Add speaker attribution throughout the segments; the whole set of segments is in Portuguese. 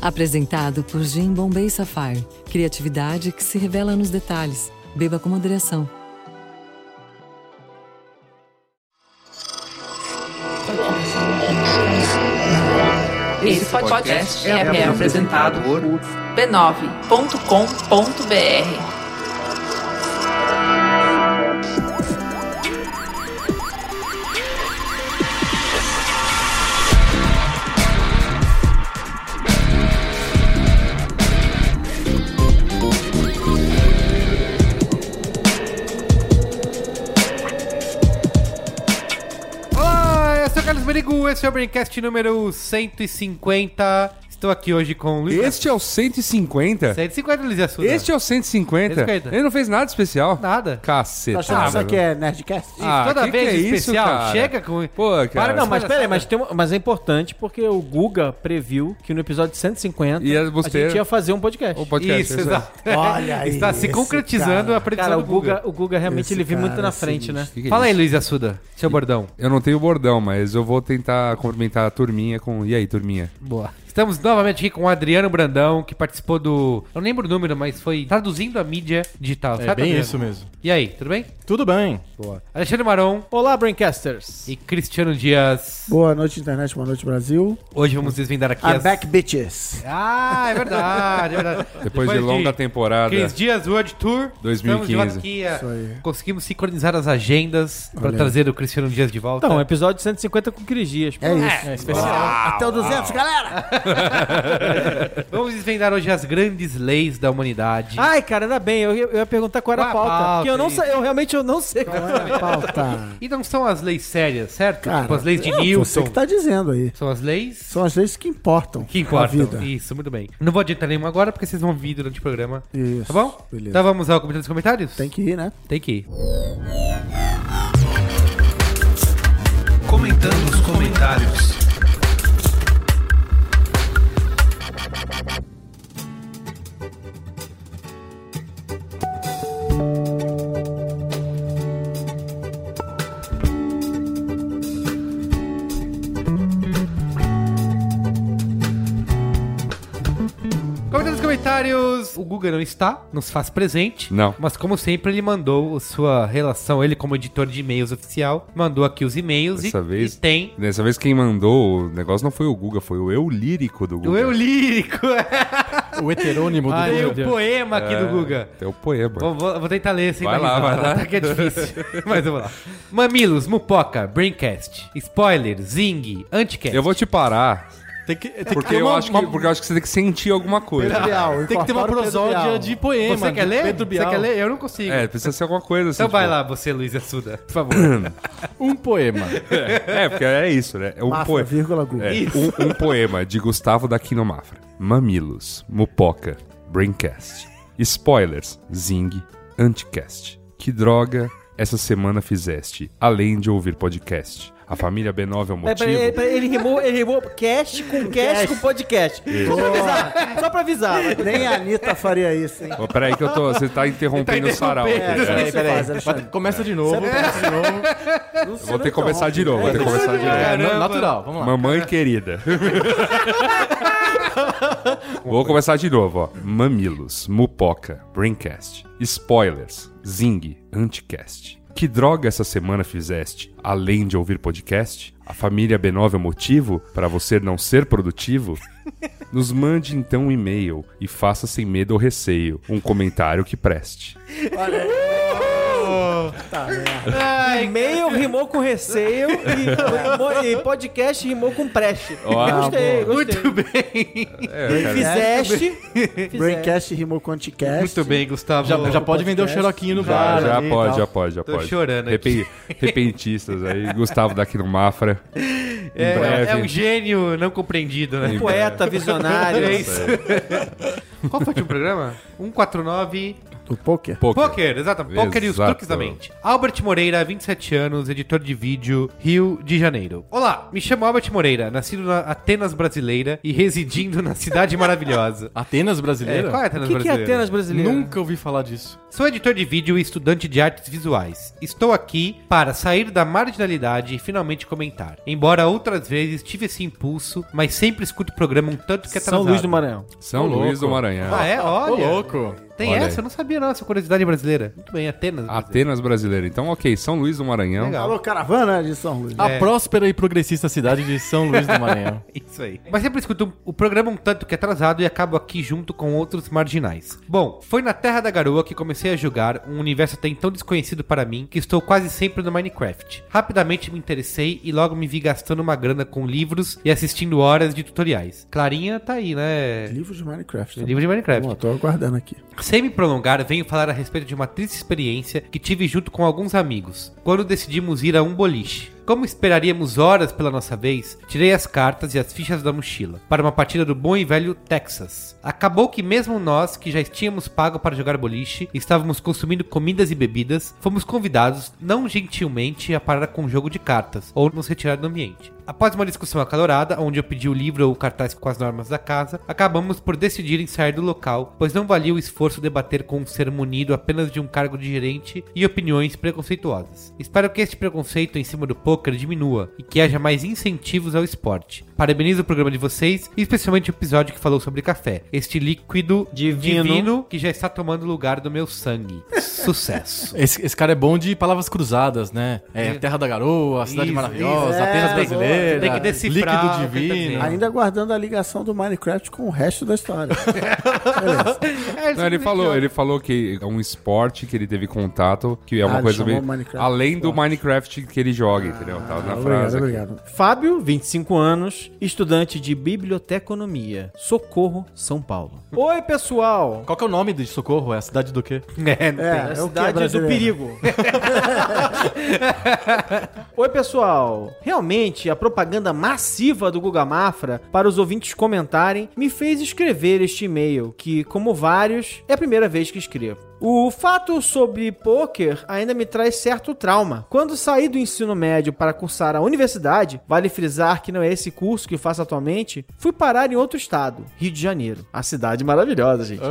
Speaker 1: Apresentado por Jim Bombay Sapphire. Criatividade que se revela nos detalhes. Beba com moderação.
Speaker 2: Esse podcast é, é apresentado por b9.com.br.
Speaker 3: Olá, eu sou o Carlos Merigo, esse é o Braincast número 150. Estou aqui hoje com o Luiz.
Speaker 4: Este é o 150?
Speaker 3: 150, Luiz Assuda.
Speaker 4: Este é o 150?
Speaker 3: 150.
Speaker 4: Ele não fez nada especial?
Speaker 3: Nada.
Speaker 4: Caceta.
Speaker 5: Tá achando que isso
Speaker 4: mano.
Speaker 5: aqui é Nerdcast?
Speaker 4: Ah,
Speaker 3: Toda
Speaker 4: que
Speaker 3: vez
Speaker 4: que é isso,
Speaker 3: especial,
Speaker 4: cara?
Speaker 3: chega com...
Speaker 4: Pô, cara.
Speaker 3: Para,
Speaker 5: Não,
Speaker 3: não,
Speaker 5: mas
Speaker 3: palhaçada.
Speaker 5: peraí, mas, tem uma- mas é importante porque o Guga previu que no episódio 150
Speaker 4: Ia você-
Speaker 5: a gente ia fazer um podcast.
Speaker 4: O podcast.
Speaker 3: Isso,
Speaker 4: esse-
Speaker 3: exato.
Speaker 5: Olha aí,
Speaker 3: Está se
Speaker 5: esse
Speaker 3: concretizando
Speaker 5: cara.
Speaker 3: a predição
Speaker 5: Cara, o
Speaker 3: do Guga.
Speaker 5: Guga, o Guga realmente Esse ele viu muito cara na é
Speaker 4: Que
Speaker 5: frente, né?
Speaker 4: que é
Speaker 3: Fala aí,
Speaker 4: isso?
Speaker 3: Luiz Assuda, seu bordão.
Speaker 4: Eu não tenho bordão, mas eu vou tentar cumprimentar a turminha com. E aí, turminha?
Speaker 3: Boa. Estamos novamente aqui com o Adriano Brandão, que participou do... Eu não lembro o número, mas foi traduzindo a mídia digital.
Speaker 6: É
Speaker 3: sabe,
Speaker 6: bem
Speaker 3: Adriano?
Speaker 6: isso mesmo.
Speaker 3: E aí, tudo bem?
Speaker 6: Tudo bem.
Speaker 3: Alexandre Maron
Speaker 5: Olá, Braincasters.
Speaker 3: e Cristiano Dias.
Speaker 7: Boa noite, internet. Boa noite, Brasil.
Speaker 3: Hoje vamos desvendar aqui
Speaker 7: I'm
Speaker 3: as...
Speaker 7: back, bitches.
Speaker 3: Ah, é verdade, é verdade.
Speaker 4: Depois, de longa temporada.
Speaker 3: Cris Dias World Tour.
Speaker 4: 2015.
Speaker 3: Estamos de volta
Speaker 7: É Isso
Speaker 3: aqui.
Speaker 7: aí.
Speaker 3: ah, Conseguimos sincronizar as agendas pra trazer o Cristiano Dias de volta.
Speaker 5: Então, episódio 150 com Cris Dias.
Speaker 7: É isso.
Speaker 5: É, especial.
Speaker 7: Até o 200, galera.
Speaker 3: Vamos desvendar hoje as grandes leis da humanidade.
Speaker 7: Ah.
Speaker 5: Ai, cara, ainda bem, eu, eu ia perguntar qual era a
Speaker 3: Qual a
Speaker 5: Ah, pauta.
Speaker 3: pauta,
Speaker 5: porque eu não
Speaker 3: isso.
Speaker 5: sei, eu realmente eu não sei. qual era.
Speaker 7: Pauta.
Speaker 3: E não são as leis sérias, certo?
Speaker 7: Cara,
Speaker 3: tipo as leis de
Speaker 7: é Você
Speaker 3: Newton.
Speaker 7: que tá dizendo aí.
Speaker 3: São as leis
Speaker 7: São as leis que importam.
Speaker 3: que
Speaker 7: na vida.
Speaker 3: importam. Isso, muito bem. Não vou adiantar nenhuma agora, porque vocês vão vir durante o programa.
Speaker 7: Isso.
Speaker 3: Tá bom?
Speaker 7: Beleza.
Speaker 3: Então vamos ao comentário dos comentários?
Speaker 7: Tem que ir, né?
Speaker 3: Tem que ir.
Speaker 8: Comentando os comentários.
Speaker 3: Comentário dos comentários. O Guga não está, nos faz presente.
Speaker 4: Não.
Speaker 3: Mas como sempre, ele mandou sua relação, ele como editor de e-mails oficial, mandou aqui os e-mails e,
Speaker 4: Dessa vez-
Speaker 3: e tem
Speaker 4: Dessa vez quem mandou o negócio não foi o Guga, foi o eu lírico do Guga.
Speaker 3: o eu lírico.
Speaker 6: O heterônimo do
Speaker 3: tem
Speaker 6: Guga.
Speaker 3: o poema aqui do Guga.
Speaker 4: É o poema.
Speaker 3: Vou, vou- vou tentar ler sem
Speaker 4: Vai lá,
Speaker 3: analisar,
Speaker 4: vai lá.
Speaker 3: tá? Que é difícil. Mas vamos lá. Mamilos, Mupoca, Braincast, Spoiler, Zing, Anticast.
Speaker 4: Eu vou te parar,
Speaker 6: Tem que, tem que
Speaker 4: porque
Speaker 6: ter
Speaker 4: eu,
Speaker 3: um
Speaker 6: uma-
Speaker 4: acho que,
Speaker 6: uma-
Speaker 4: porque eu acho que você tem que sentir alguma
Speaker 7: É
Speaker 4: coisa.
Speaker 7: Bial,
Speaker 6: tem que ter uma
Speaker 7: incorpora o Pedro
Speaker 6: prosódia
Speaker 7: Bial.
Speaker 6: de poema.
Speaker 3: Você quer
Speaker 6: de
Speaker 3: ler?
Speaker 6: Pedro
Speaker 3: Você
Speaker 6: Bial.
Speaker 3: quer ler? Eu não consigo.
Speaker 4: É, precisa ser alguma coisa assim.
Speaker 3: então vai
Speaker 4: tipo-
Speaker 3: lá, você, Luiz Assuda.
Speaker 4: Por favor.
Speaker 6: Um poema.
Speaker 4: É, porque é isso, né? É um
Speaker 7: Mafra,
Speaker 4: poema.
Speaker 7: vírgula, Guga.
Speaker 4: É, um, um poema de Gustavo da Quinomafra. Mamilos, Mupoca, Braincast. Spoilers, Zing, Anticast. Que droga essa semana fizeste, além de ouvir podcast? A família B9 é o
Speaker 5: Peraí, peraí,
Speaker 4: motivo?
Speaker 5: peraí, ele rimou, ele rimou cast com cast com podcast. Só pra avisar, só pra avisar.
Speaker 7: Nem a Anitta faria isso, hein?
Speaker 4: Ô, peraí que eu tô... Você tá interrompendo o sarau.
Speaker 3: interrompendo.
Speaker 4: aqui, né?
Speaker 7: Peraí, peraí.
Speaker 6: Bota- Começa de novo. começa de novo.
Speaker 4: Eu
Speaker 7: tá
Speaker 4: Vou ter que começar de novo, vou ter que começar de novo.
Speaker 6: É,
Speaker 3: Caramba.
Speaker 6: natural, vamos lá.
Speaker 4: Mamãe querida. Vou começar de novo, ó. Mamilos, Mupoca, Braincast, Spoilers, Zing, Anticast. Que droga essa semana fizeste? Além de ouvir podcast? A família B9 é o motivo para você não ser produtivo? Nos mande então um e-mail e faça sem medo ou receio um comentário que preste.
Speaker 5: E-mail rimou com receio e, e podcast rimou com preste.
Speaker 4: Ó,
Speaker 5: gostei, gostei.
Speaker 3: Muito bem.
Speaker 5: Fizeste. fizeste.
Speaker 7: Braincast É, rimou com anticast.
Speaker 3: Muito bem, Gustavo.
Speaker 6: Já, já pode vender o xeroquinho no bar.
Speaker 4: já
Speaker 6: ali e
Speaker 4: pode,
Speaker 6: tal.
Speaker 4: já pode, já
Speaker 3: Tô
Speaker 4: pode.
Speaker 3: chorando
Speaker 4: Repen- Repentistas aí, Gustavo daqui no Mafra. Em
Speaker 3: É,
Speaker 4: breve.
Speaker 3: é um gênio não compreendido, né?
Speaker 5: é. Poeta, visionário.
Speaker 3: É isso. Qual foi o último programa? 149
Speaker 7: Do poker?
Speaker 4: Poker.
Speaker 3: Poker, exatamente. Poker e os
Speaker 4: Exato.
Speaker 3: truques da mente. Albert Moreira, 27 anos, editor de vídeo, Rio de Janeiro. Olá, me chamo Albert Moreira, nascido na Atenas brasileira e residindo na cidade maravilhosa.
Speaker 6: Atenas
Speaker 3: É,
Speaker 6: brasileira?
Speaker 3: qual é a Atenas
Speaker 5: O que, que é
Speaker 3: brasileira?
Speaker 5: Atenas brasileira?
Speaker 6: Nunca ouvi falar disso.
Speaker 3: Sou editor de vídeo e estudante de artes visuais. Estou aqui para sair da marginalidade e finalmente comentar. Embora outras vezes tive esse impulso, mas sempre escuto o programa um tanto que atrasado.
Speaker 5: São Luís do Maranhão.
Speaker 4: São
Speaker 6: Ô,
Speaker 4: Luís do
Speaker 6: louco.
Speaker 4: Maranhão.
Speaker 3: Ah, é? Olha.
Speaker 6: Ô, louco.
Speaker 3: Tem
Speaker 4: Olha
Speaker 3: essa?
Speaker 4: aí.
Speaker 3: Eu não sabia, não. Essa curiosidade brasileira. Muito bem, Atenas. brasileira.
Speaker 4: Atenas brasileira. Então, ok, São Luís do Maranhão.
Speaker 3: Legal.
Speaker 7: Tá. Alô, caravana de São Luís.
Speaker 6: A próspera e progressista cidade de São Luís do Maranhão.
Speaker 3: Isso aí. Mas sempre escuto o programa um tanto que atrasado e acabo aqui junto com outros marginais. Bom, foi na Terra da Garoa que comecei a jogar um universo até então desconhecido para mim, que estou quase sempre no Minecraft. Rapidamente me interessei e logo me vi gastando uma grana com livros e assistindo horas de tutoriais. Clarinha tá aí, né?
Speaker 7: É, Livro de Minecraft. né?
Speaker 3: Livro de Minecraft.
Speaker 7: Bom, tô aguardando aqui.
Speaker 3: Sem me prolongar, venho falar a respeito de uma triste experiência que tive junto com alguns amigos, quando decidimos ir a um boliche. Como esperaríamos horas pela nossa vez, tirei as cartas e as fichas da mochila para uma partida do bom e velho Texas. Acabou que mesmo nós, que já tínhamos pago para jogar boliche, estávamos consumindo comidas e bebidas, fomos convidados, não gentilmente, a parar com um jogo de cartas ou nos retirar do ambiente. Após uma discussão acalorada, onde eu pedi o livro ou o cartaz com as normas da casa, acabamos por decidir em sair do local, pois não valia o esforço debater com um ser munido apenas de um cargo de gerente e opiniões preconceituosas. Espero que este preconceito em cima do poker diminua e que haja mais incentivos ao esporte. Parabenizo o programa de vocês, e especialmente o episódio que falou sobre café, este líquido
Speaker 5: Divino.
Speaker 3: divino que já está tomando lugar do meu sangue. Sucesso!
Speaker 6: Esse, esse cara é bom de palavras cruzadas, né? É, Terra da Garoa, Cidade
Speaker 3: Isso,
Speaker 6: Maravilhosa,
Speaker 7: isso.
Speaker 6: Atenas
Speaker 7: É,
Speaker 6: Brasileira,
Speaker 3: tem que decifrar o que tá
Speaker 6: Líquido Divino.
Speaker 3: dizendo.
Speaker 7: Ainda aguardando a ligação do Minecraft com o resto da história. Beleza.
Speaker 4: Não, ele falou, ele falou que é um esporte que ele teve contato, que é uma
Speaker 7: Ah, ele
Speaker 4: coisa
Speaker 7: chamou
Speaker 4: bem.
Speaker 7: Minecraft
Speaker 4: Além do Minecraft que ele joga, entendeu? Tava na frase.
Speaker 7: Obrigado,
Speaker 4: aqui.
Speaker 7: obrigado.
Speaker 5: Fábio, 25 anos, estudante de biblioteconomia, Socorro, São Paulo. Oi, pessoal!
Speaker 6: Qual que é o nome de socorro? É a cidade do quê?
Speaker 3: É, não tem.
Speaker 7: É,
Speaker 5: É
Speaker 7: é o que é
Speaker 5: cidade do
Speaker 7: brasileiro.
Speaker 5: perigo. Oi, pessoal. Realmente, a propaganda massiva do Guga Mafra para os ouvintes comentarem me fez escrever este e-mail, que, como vários, é a primeira vez que escrevo. O fato sobre pôquer ainda me traz certo trauma. Quando saí do ensino médio para cursar a universidade, vale frisar que não é esse curso que faço atualmente, fui parar em outro estado, Rio de Janeiro. A cidade maravilhosa, gente.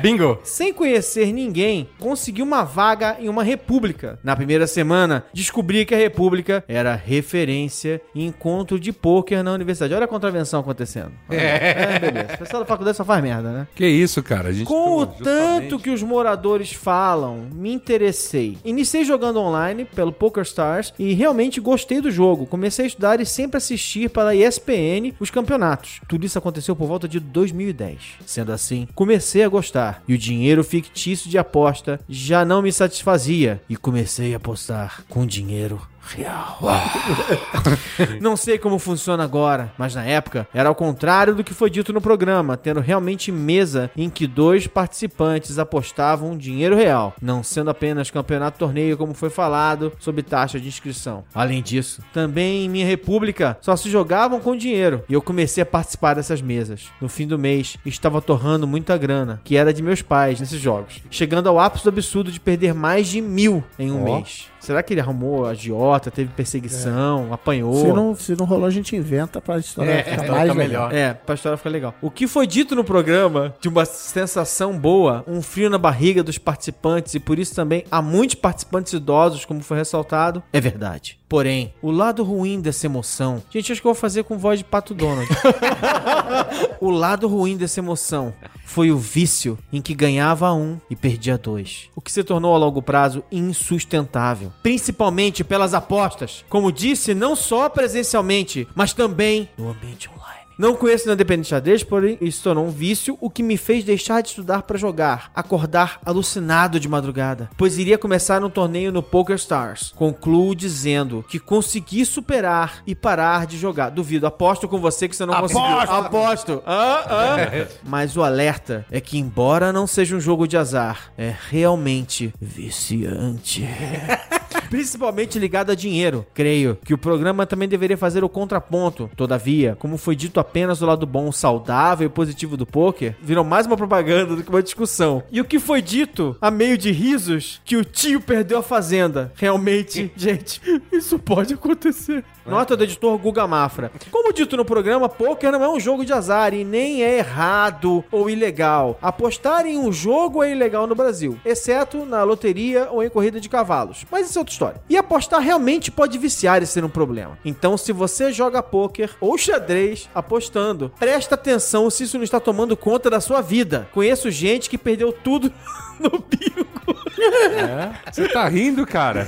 Speaker 6: Bingo!
Speaker 5: Sem conhecer ninguém, consegui uma vaga em uma república. Na primeira semana, descobri que a república era referência em encontro de pôquer na universidade. Olha a contravenção acontecendo. É, beleza. O pessoal da faculdade só faz merda, né?
Speaker 4: Que isso, cara? A gente
Speaker 5: Com o
Speaker 4: justamente-
Speaker 5: tanto que os moradores falam, me interessei. Iniciei jogando online pelo PokerStars e realmente gostei do jogo. Comecei a estudar e sempre assistir pela ESPN os campeonatos. Tudo isso aconteceu por volta de 2010. Sendo assim, comecei a gostar e o dinheiro fictício de aposta já não me satisfazia e comecei a apostar com dinheiro real. Não sei como funciona agora, mas na época era ao contrário do que foi dito no programa, tendo realmente mesa em que dois participantes apostavam um dinheiro real, não sendo apenas campeonato torneio como foi falado, sob taxa de inscrição. Além disso, também em minha república só se jogavam com dinheiro e eu comecei a participar dessas mesas. No fim do mês, estava torrando muita grana, que era de meus pais nesses jogos, chegando ao ápice do absurdo de perder mais de mil em um
Speaker 6: Ó.
Speaker 5: mês. Será que ele arrumou agiota, teve perseguição, apanhou?
Speaker 7: É. Se não, se não rolou, a gente inventa pra história ficar
Speaker 6: Tá
Speaker 7: mais melhor.
Speaker 6: melhor.
Speaker 5: É, pra história ficar legal. O que foi dito no programa de uma sensação boa, um frio na barriga dos participantes e por isso também há muitos participantes idosos, como foi ressaltado, é verdade. Porém, o lado ruim dessa emoção. Gente, acho que eu vou fazer com voz de Pato Donald. o lado ruim dessa emoção foi o vício em que ganhava um e perdia dois, o que se tornou a longo prazo insustentável, principalmente pelas apostas, como disse, não só presencialmente, mas também no ambiente online. Não conheço nenhum dependente de xadrez, porém isso tornou um vício, o que me fez deixar de estudar pra jogar, acordar alucinado de madrugada, pois iria começar um torneio no Poker Stars. Concluo dizendo que consegui superar e parar de jogar. Duvido, aposto com você que você não conseguiu. Aposto! Ah, ah. Mas o alerta é que, embora não seja um jogo de azar, é realmente viciante. principalmente ligado a dinheiro. Creio que o programa também deveria fazer o contraponto. Todavia, como foi dito apenas o lado bom, saudável e positivo do poker, virou mais uma propaganda do que uma discussão. E o que foi dito, a meio de risos, que o tio perdeu a fazenda. Realmente, gente, isso pode acontecer. Né? Nota do editor Guga Mafra. Como dito no programa, poker não é um jogo de azar e nem é errado ou ilegal. Apostar em um jogo é ilegal no Brasil, exceto na loteria ou em corrida de cavalos. Mas isso é outra história. E apostar realmente pode viciar e ser um problema. Então, se você joga poker ou xadrez apostando, presta atenção se isso não está tomando conta da sua vida. Conheço gente que perdeu tudo no bingo.
Speaker 4: Você tá rindo, cara?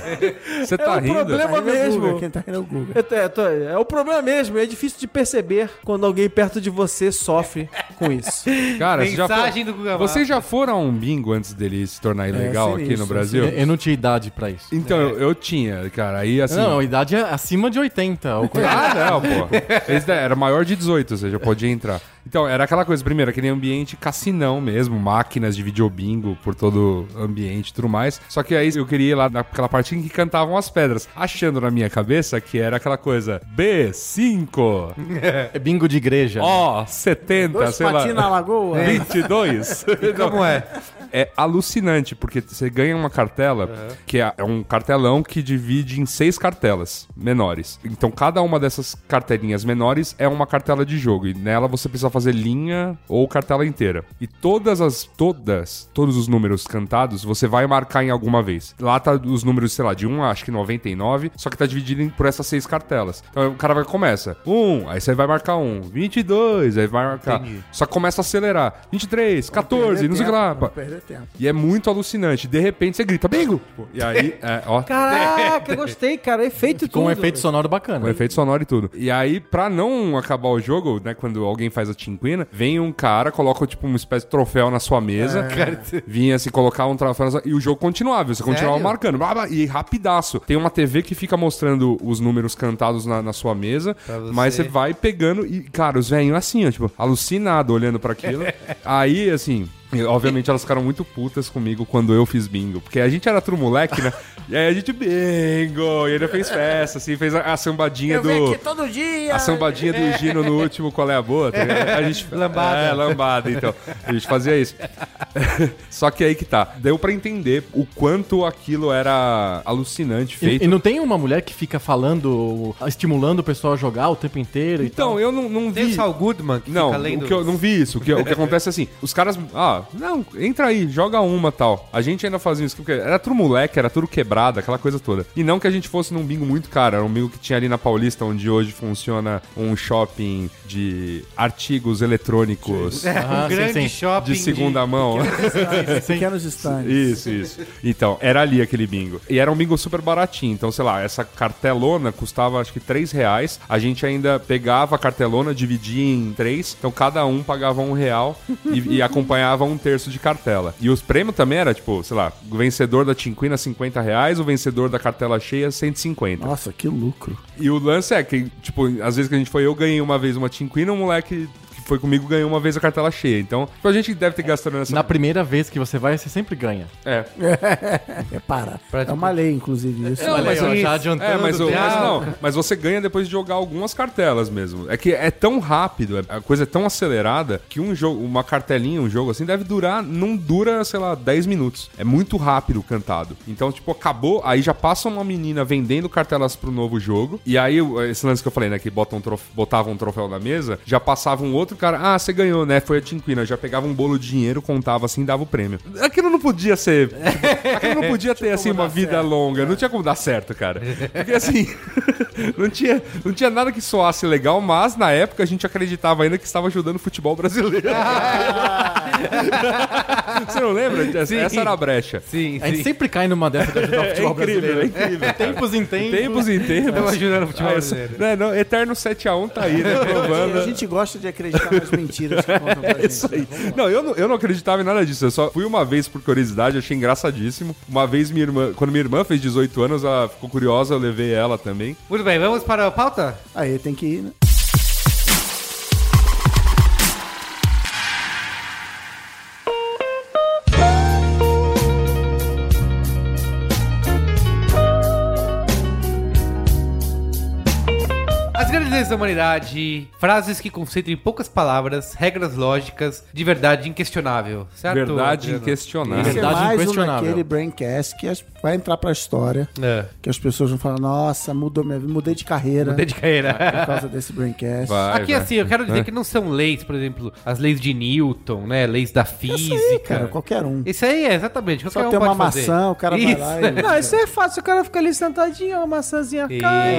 Speaker 4: Você tá
Speaker 5: um
Speaker 4: rindo?
Speaker 5: problema-
Speaker 7: Tá rindo é o
Speaker 5: mesmo.
Speaker 7: Guga, Quem tá rindo é o Guga.
Speaker 5: Eu tô- eu tô- é o problema mesmo, é difícil de perceber quando alguém perto de você sofre com isso.
Speaker 4: Cara, você já
Speaker 3: Mensagem
Speaker 4: foi-
Speaker 3: do Guga
Speaker 4: Vocês
Speaker 3: Mafra.
Speaker 4: já foram a um bingo antes dele se tornar ilegal aqui
Speaker 7: sinistro,
Speaker 4: no Brasil?
Speaker 6: Eu, eu não tinha idade pra isso.
Speaker 4: Então, eu, eu tinha, cara. Aí assim.
Speaker 6: Não, a idade é acima de 80. ou coisa-
Speaker 4: Ah, não, pô. Esse daí era maior de 18, ou seja, podia entrar. Então, era aquela coisa, primeiro, aquele ambiente cassinão mesmo, máquinas de videobingo por todo o ambiente e tudo mais. Só que aí eu queria ir lá naquela parte em que cantavam as pedras, achando na minha cabeça que era aquela coisa B5,
Speaker 6: É bingo de igreja.
Speaker 4: O70,
Speaker 7: Dois
Speaker 4: sei lá.
Speaker 7: patins na lagoa.
Speaker 4: É. 22.
Speaker 3: Como é?
Speaker 4: É alucinante, porque você ganha uma cartela, que é é um cartelão que divide em seis cartelas menores. Então, cada uma dessas cartelinhas menores é uma cartela de jogo, e nela você precisa fazer linha ou cartela inteira. E todas as, todas, todos os números cantados, você vai marcar em alguma vez. Lá tá os números, sei lá, de 1 a, acho que 99, só que tá dividido em- por essas seis cartelas. Então, o cara vai começa, 1, aí você vai marcar 1, 22, aí vai marcar. Só que começa a acelerar, 23, 14, não sei o que lá. pá.
Speaker 7: Não perder tempo.
Speaker 4: E é muito alucinante. De repente você grita, bingo! Tipo, E aí, é, ó,
Speaker 5: Caraca, eu gostei, cara. Efeito e
Speaker 6: Com
Speaker 5: tudo.
Speaker 6: um efeito sonoro
Speaker 4: com
Speaker 6: bacana.
Speaker 4: efeito sonoro e tudo. E aí, pra não acabar o jogo, né, quando alguém faz a tinquina, vem um cara, coloca, tipo, uma espécie de troféu na sua mesa, vinha assim, colocar um troféu na sua... E o jogo continuava, você continuava
Speaker 3: Sério?
Speaker 4: marcando. blá, blá, e rapidaço. Tem uma TV que fica mostrando os números cantados na, na sua mesa,
Speaker 3: você.
Speaker 4: mas você vai pegando e, cara, os velhinhos assim, ó, tipo, alucinado olhando pra aquilo. aí, assim... e, Obviamente elas ficaram muito putas comigo quando eu fiz bingo. Porque a gente era tudo moleque, né? E aí a gente bingo! E ele fez festa, assim, fez a, a sambadinha do.
Speaker 7: todo dia.
Speaker 4: A sambadinha do Gino no último Qual é a Boa, tá ligado? A gente, lambada. É, lambada, então. A gente fazia isso. Só que aí que tá. Deu pra entender o quanto aquilo era alucinante, feito.
Speaker 6: E, e não tem uma mulher que fica falando, estimulando o pessoal a jogar o tempo inteiro e
Speaker 4: Então, eu não, não
Speaker 3: Tem um o
Speaker 4: vi...
Speaker 3: Saul Goodman que
Speaker 4: Não,
Speaker 3: fica lendo... um
Speaker 4: o que eu não vi isso. O que, o que acontece é assim, os caras. Ah, não, entra aí, joga uma tal. A gente ainda fazia isso, porque era tudo moleque, era tudo quebrado, aquela coisa toda. E não que a gente fosse num bingo muito caro, era um bingo que tinha ali na Paulista, onde hoje funciona um shopping de artigos eletrônicos
Speaker 3: É,
Speaker 6: Ah,
Speaker 3: um
Speaker 6: sim,
Speaker 3: grande
Speaker 6: sim.
Speaker 3: shopping
Speaker 4: de segunda mão.
Speaker 7: Pequenos estandes.
Speaker 4: Isso, isso. Então, era ali aquele bingo. E era um bingo super baratinho. Então, sei lá, essa cartelona custava acho que 3 reais. A gente ainda pegava a cartelona, dividia em três. Então, cada um pagava um real e, e acompanhava um terço de cartela. E os prêmios também era, tipo, sei lá, o vencedor da Tinquina, 50 reais. O vencedor da cartela cheia, 150.
Speaker 7: Nossa, que lucro.
Speaker 4: E o lance é que, tipo, às vezes que a gente foi, eu ganhei uma vez uma Tinquina, um moleque... que Foi comigo, ganhou uma vez a cartela cheia. Então, tipo, a gente deve ter gastado nessa.
Speaker 6: Na primeira vez que você vai, você sempre ganha.
Speaker 4: É.
Speaker 7: É para. É uma lei, inclusive, É, isso.
Speaker 4: Não, mas
Speaker 6: ó,
Speaker 4: isso-
Speaker 6: já adiantando.
Speaker 4: É, mas, o-
Speaker 6: né?
Speaker 4: mas não, mas você ganha depois de jogar algumas cartelas mesmo. É que é tão rápido, é- a coisa é tão acelerada que um jogo, uma cartelinha, um jogo assim, deve durar, não dura, sei lá, 10 minutos. É muito rápido o cantado. Então, tipo, acabou, aí já passa uma menina vendendo cartelas pro novo jogo. E aí, o- esse lance que eu falei, né, que bota um trof- botava um troféu na mesa, já passava um outro cara, ah, você ganhou, né? Foi a Tinquina. Já pegava um bolo de dinheiro, contava assim, dava o prêmio. Aquilo não podia ser. tipo, aquilo não podia ter, assim, uma vida longa.
Speaker 3: É.
Speaker 4: Não tinha como dar certo, cara. Porque, assim, não, tinha, não tinha nada que soasse legal, mas na época a gente acreditava ainda que estava ajudando o futebol brasileiro. Você não lembra? Essa-
Speaker 3: Sim.
Speaker 4: Essa era a brecha.
Speaker 3: Sim,
Speaker 6: A gente
Speaker 3: sim.
Speaker 6: sempre cai numa dessa de ajudar o futebol brasileiro. Tipo
Speaker 4: é incrível.
Speaker 6: Tempos em tempos.
Speaker 4: Tempos em
Speaker 3: Estamos
Speaker 4: tempos.
Speaker 3: ajudando o futebol
Speaker 4: Ah, esse-
Speaker 3: brasileiro.
Speaker 4: né, não, Eterno 7x1 tá aí, né?
Speaker 7: É, A
Speaker 4: Provando.
Speaker 7: gente gosta de acreditar nas mentiras que contam pra gente.
Speaker 4: Isso aí. Não, eu não, eu não acreditava em nada disso. Eu só fui uma vez por curiosidade, achei engraçadíssimo. Uma vez minha irmã, quando minha irmã fez 18 anos, ela ficou curiosa, eu levei ela também.
Speaker 3: Muito bem, vamos para a pauta?
Speaker 7: Aí tem que ir, né?
Speaker 3: Segredos da humanidade, frases que concentram em poucas palavras, regras lógicas de verdade inquestionável, certo?
Speaker 4: Verdade
Speaker 3: Adriano?
Speaker 4: inquestionável.
Speaker 7: Esse é
Speaker 6: Verdade
Speaker 7: mais um
Speaker 6: inquestionável.
Speaker 7: daquele braincast que as- vai entrar pra história.
Speaker 3: É.
Speaker 7: Que as pessoas vão falar, nossa, mudou minha vida, mudei de carreira
Speaker 3: Mudei de carreira.
Speaker 7: por causa desse braincast.
Speaker 4: Vai,
Speaker 3: né? Aqui,
Speaker 4: vai.
Speaker 3: assim, eu quero dizer
Speaker 4: É.
Speaker 3: que não são leis, por exemplo, as leis de Newton, né? Leis da física.
Speaker 7: Isso aí, cara, qualquer um.
Speaker 3: Isso aí é, exatamente. Qualquer
Speaker 7: Só
Speaker 3: um
Speaker 7: tem uma
Speaker 3: pode fazer.
Speaker 7: maçã, o cara vai lá e-
Speaker 5: Não, isso é fácil. O cara fica ali sentadinho, a maçãzinha
Speaker 3: Isso.
Speaker 5: cai.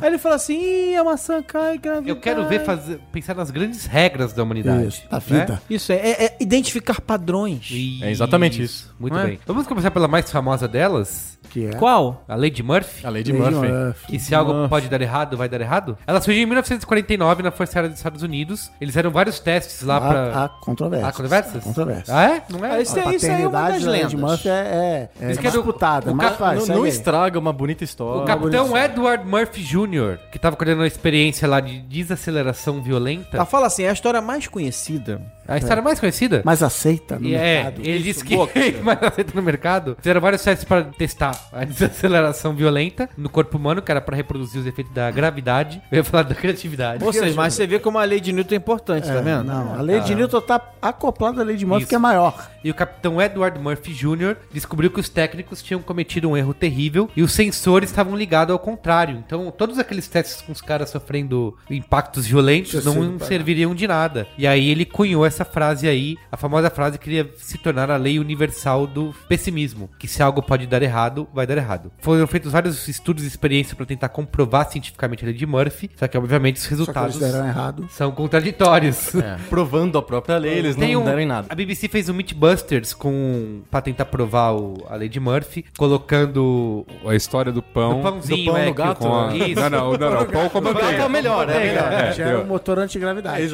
Speaker 5: Aí ele fala assim, Ih, a maçã cai, gravidade.
Speaker 3: Eu quero ver, fazer, pensar nas grandes regras da humanidade.
Speaker 7: Isso, da
Speaker 3: né?
Speaker 7: vida.
Speaker 5: Isso é, é- é identificar padrões.
Speaker 3: Isso.
Speaker 6: É exatamente isso.
Speaker 3: Muito
Speaker 5: Não é?
Speaker 3: bem. Vamos começar pela mais famosa delas,
Speaker 7: Que é.
Speaker 5: Qual?
Speaker 3: a Lady Murphy.
Speaker 6: A Lady
Speaker 7: Lady
Speaker 6: Murphy.
Speaker 7: Murphy.
Speaker 3: Que se algo pode dar errado, vai dar errado. Ela surgiu em 1949 na Força Aérea dos Estados Unidos. Eles fizeram vários testes lá pra.
Speaker 7: Há, há controvérsias.
Speaker 3: Ah, conversas?
Speaker 7: Controversas.
Speaker 3: Ah, é? Não é?
Speaker 5: Ah, isso
Speaker 7: A
Speaker 5: é- isso aí é uma das
Speaker 7: paternidade da Lady
Speaker 5: lendas.
Speaker 7: Murphy é, é, é
Speaker 3: Isso que é do-
Speaker 7: disputada,
Speaker 3: o
Speaker 7: mas
Speaker 3: ca-
Speaker 7: vai,
Speaker 6: não
Speaker 7: segue
Speaker 6: não
Speaker 7: aí.
Speaker 6: estraga uma bonita
Speaker 5: é um
Speaker 6: história.
Speaker 3: O capitão
Speaker 5: assim.
Speaker 3: Edward Murphy Jr., que tava coordenando a experiência lá de desaceleração
Speaker 5: Ela
Speaker 3: violenta.
Speaker 5: fala assim, é a história mais conhecida.
Speaker 3: A história mais conhecida?
Speaker 7: Mas aceita no
Speaker 3: E é,
Speaker 7: mercado.
Speaker 3: ele disse que mais aceita no mercado. Fizeram vários testes para testar a desaceleração violenta no corpo humano, que era para reproduzir os efeitos da gravidade. Eu ia falar da criatividade.
Speaker 5: Ou seja, mas você vê como a lei de Newton é importante, tá vendo?
Speaker 7: Não, a lei de Newton tá acoplada à lei de Murphy, que é maior.
Speaker 3: E o capitão Edward Murphy Jr. descobriu que os técnicos tinham cometido um erro terrível e os sensores estavam ligados ao contrário. Então, todos aqueles testes com os caras sofrendo impactos violentos
Speaker 7: Tinha sido
Speaker 3: não
Speaker 7: pra-
Speaker 3: serviriam de nada. E aí ele cunhou essa frase aí, a famosa frase que iria se tornar a lei universal do pessimismo, que se algo pode dar errado, vai dar errado. Foram feitos vários estudos e experiências para tentar comprovar cientificamente a lei de Murphy, só que obviamente os
Speaker 7: Só que eles
Speaker 3: resultados
Speaker 7: deram errado.
Speaker 3: são contraditórios.
Speaker 6: É, provando a própria lei, eles
Speaker 3: Tem
Speaker 6: não
Speaker 3: um-
Speaker 6: deram em nada.
Speaker 3: A BBC fez um Meatbusters com pra tentar provar o, a Lady Murphy, colocando
Speaker 4: A história do pão.
Speaker 3: o pãozinho,
Speaker 6: do pão
Speaker 3: é,
Speaker 6: no
Speaker 3: que-
Speaker 6: gato,
Speaker 4: com a...
Speaker 3: né? Isso.
Speaker 4: Não, não, não, não. O pão com a
Speaker 6: Tá
Speaker 4: manteiga.
Speaker 6: melhor, né? Melhor.
Speaker 4: É,
Speaker 7: Gera
Speaker 4: deu.
Speaker 7: um motor antigravidade.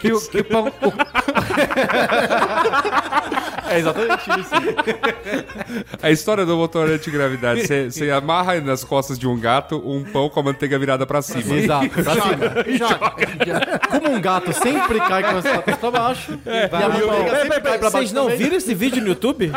Speaker 3: que, o, que o pão o-
Speaker 6: É exatamente isso.
Speaker 4: A história do motor antigravidade. Você você amarra nas costas de um gato um pão com a manteiga virada pra cima.
Speaker 6: Exato. Pra cima. Como um gato sempre cai com as patas pra baixo. e a
Speaker 5: Peraí,
Speaker 6: manteiga
Speaker 5: peraí,
Speaker 6: sempre
Speaker 5: peraí,
Speaker 6: cai pra
Speaker 5: Vocês
Speaker 6: baixo
Speaker 5: não
Speaker 6: também.
Speaker 5: viram esse vídeo no YouTube?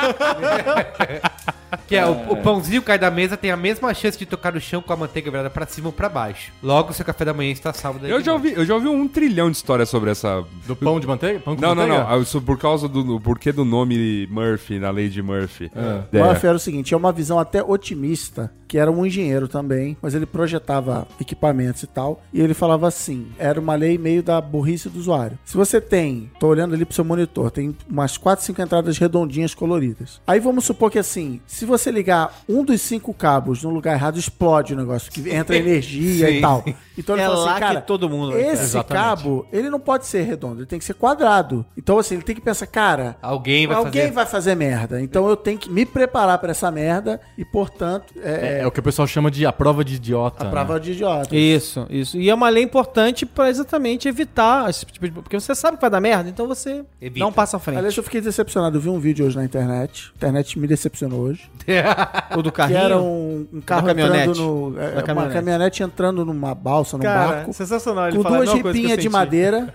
Speaker 3: que é, o, o pãozinho cai da mesa tem a mesma chance de tocar no chão com a manteiga virada pra cima ou pra baixo. Logo, seu café da manhã está salvo da
Speaker 4: Eu
Speaker 3: Lady
Speaker 4: já
Speaker 3: Murphy.
Speaker 4: ouvi, eu já ouvi um trilhão de histórias sobre essa.
Speaker 6: Do pão de manteiga? Pão com
Speaker 4: Não, não,
Speaker 6: manteiga?
Speaker 4: não. Ah, isso Por causa do do porquê do nome Murphy, na Lady Murphy. É.
Speaker 7: Murphy era o seguinte, é uma visão até otimista, que era um engenheiro também, mas ele projetava equipamentos e tal, e ele falava assim, era uma lei meio da burrice do usuário. Se você tem, tô olhando ali pro seu monitor, tem umas 4, 5 entradas redondinhas coloridas. Aí vamos supor que assim, se você ligar um dos cinco cabos no lugar errado, explode o negócio, que entra energia e tal. Então ele
Speaker 5: É
Speaker 7: fala
Speaker 5: lá
Speaker 7: assim,
Speaker 5: que
Speaker 7: cara,
Speaker 5: todo mundo vai
Speaker 7: esse
Speaker 6: entrar."
Speaker 7: cabo, ele não pode ser redondo, ele tem que ser quadrado. Então assim, ele tem que pensar, cara,
Speaker 3: Alguém vai
Speaker 7: Alguém
Speaker 3: fazer.
Speaker 7: vai fazer merda. Então eu tenho que me preparar pra essa merda e, portanto, é,
Speaker 6: É, é o que o pessoal chama de a prova de idiota.
Speaker 7: a
Speaker 6: né?
Speaker 7: prova de idiota.
Speaker 5: Isso, isso. E é uma lei importante pra exatamente evitar esse tipo de... Porque você sabe que vai dar merda, então você
Speaker 3: Evita.
Speaker 5: não passa à frente.
Speaker 7: Aliás, eu fiquei decepcionado. Eu vi um vídeo hoje na internet. A internet me decepcionou hoje.
Speaker 5: O do
Speaker 7: Que
Speaker 5: carrinho.
Speaker 7: era um, um carro
Speaker 5: Da Tá caminhonete.
Speaker 7: entrando no. é,
Speaker 5: Da
Speaker 7: uma
Speaker 5: caminhonete.
Speaker 7: caminhonete. entrando numa balsa,
Speaker 5: um
Speaker 7: num barco.
Speaker 5: sensacional
Speaker 7: Com duas ripinhas de madeira.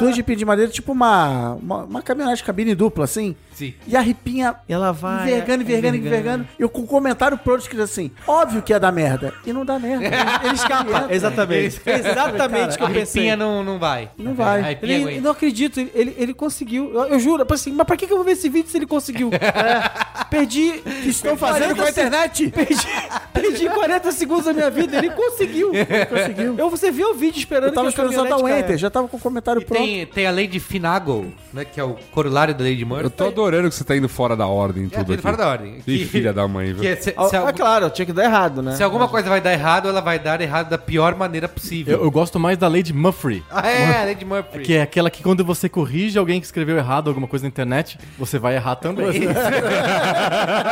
Speaker 7: duas ripinhas de madeira, tipo uma, uma, uma caminhonete cabine dupla, assim.
Speaker 3: Sim.
Speaker 7: E a ripinha
Speaker 5: E ela vai...
Speaker 7: envergando, envergando, envergando. E eu com um comentário pronto escrito assim: óbvio que ia dar merda. E não dá merda.
Speaker 5: Ele escapa, exatamente. Foi exatamente o que eu
Speaker 3: A
Speaker 5: pensei.
Speaker 3: ripinha não, não vai.
Speaker 7: Não vai.
Speaker 3: A ripinha é
Speaker 5: Ele,
Speaker 3: aguenta.
Speaker 5: não acredito, ele, ele, ele conseguiu. Eu, eu juro, eu pensei, mas pra que, que eu vou ver esse vídeo se ele conseguiu? É, perdi.
Speaker 7: O que estão fazendo com a internet?
Speaker 5: Perdi, perdi 40 segundos da minha vida, ele conseguiu.
Speaker 7: Conseguiu.
Speaker 5: Eu, você vê o vídeo esperando
Speaker 7: Eu tava
Speaker 5: que a
Speaker 7: esperando só dar um
Speaker 5: caminhonete
Speaker 7: enter,
Speaker 5: caia.
Speaker 7: já tava com o comentário
Speaker 3: E
Speaker 7: pronto.
Speaker 3: tem, tem a Lady Finagle, né? Que é o corolário da Lady Murphy.
Speaker 4: Eu tô adorando que você tá indo fora da ordem em
Speaker 3: É,
Speaker 4: tudo
Speaker 3: tem
Speaker 4: aqui.
Speaker 3: fora da ordem.
Speaker 4: Ih, filha da mãe, viu?
Speaker 3: que é, se, se
Speaker 5: Ah,
Speaker 3: algu-
Speaker 5: ah, claro, tinha que dar errado, né?
Speaker 3: se alguma coisa vai dar errado, ela vai dar errado da pior maneira possível.
Speaker 6: Eu, eu gosto mais da Lady Muffrey.
Speaker 3: Ah, é, Lady Murphy.
Speaker 6: Que é aquela que quando você corrige alguém que escreveu errado alguma coisa na internet, você vai errar também.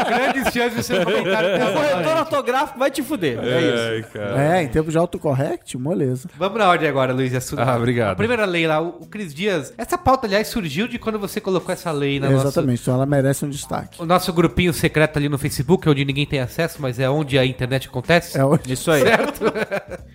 Speaker 3: Grandes chances de você não comentar no
Speaker 5: O
Speaker 3: teu
Speaker 5: corretor ortográfico vai te fuder. É, isso.
Speaker 4: Ai, cara.
Speaker 7: É, em tempo de autocorrect, moleza.
Speaker 3: Vamos na ordem agora, Luiz Assunto.
Speaker 4: Ah, obrigado.
Speaker 3: A primeira lei lá, o o Cris Dias. Essa pauta, aliás, surgiu de quando você colocou essa lei na nossa.
Speaker 7: Exatamente, então ela merece um destaque.
Speaker 3: O nosso grupinho secreto ali no Facebook, onde ninguém tem acesso, mas é onde a internet acontece.
Speaker 7: É hoje.
Speaker 5: Isso aí.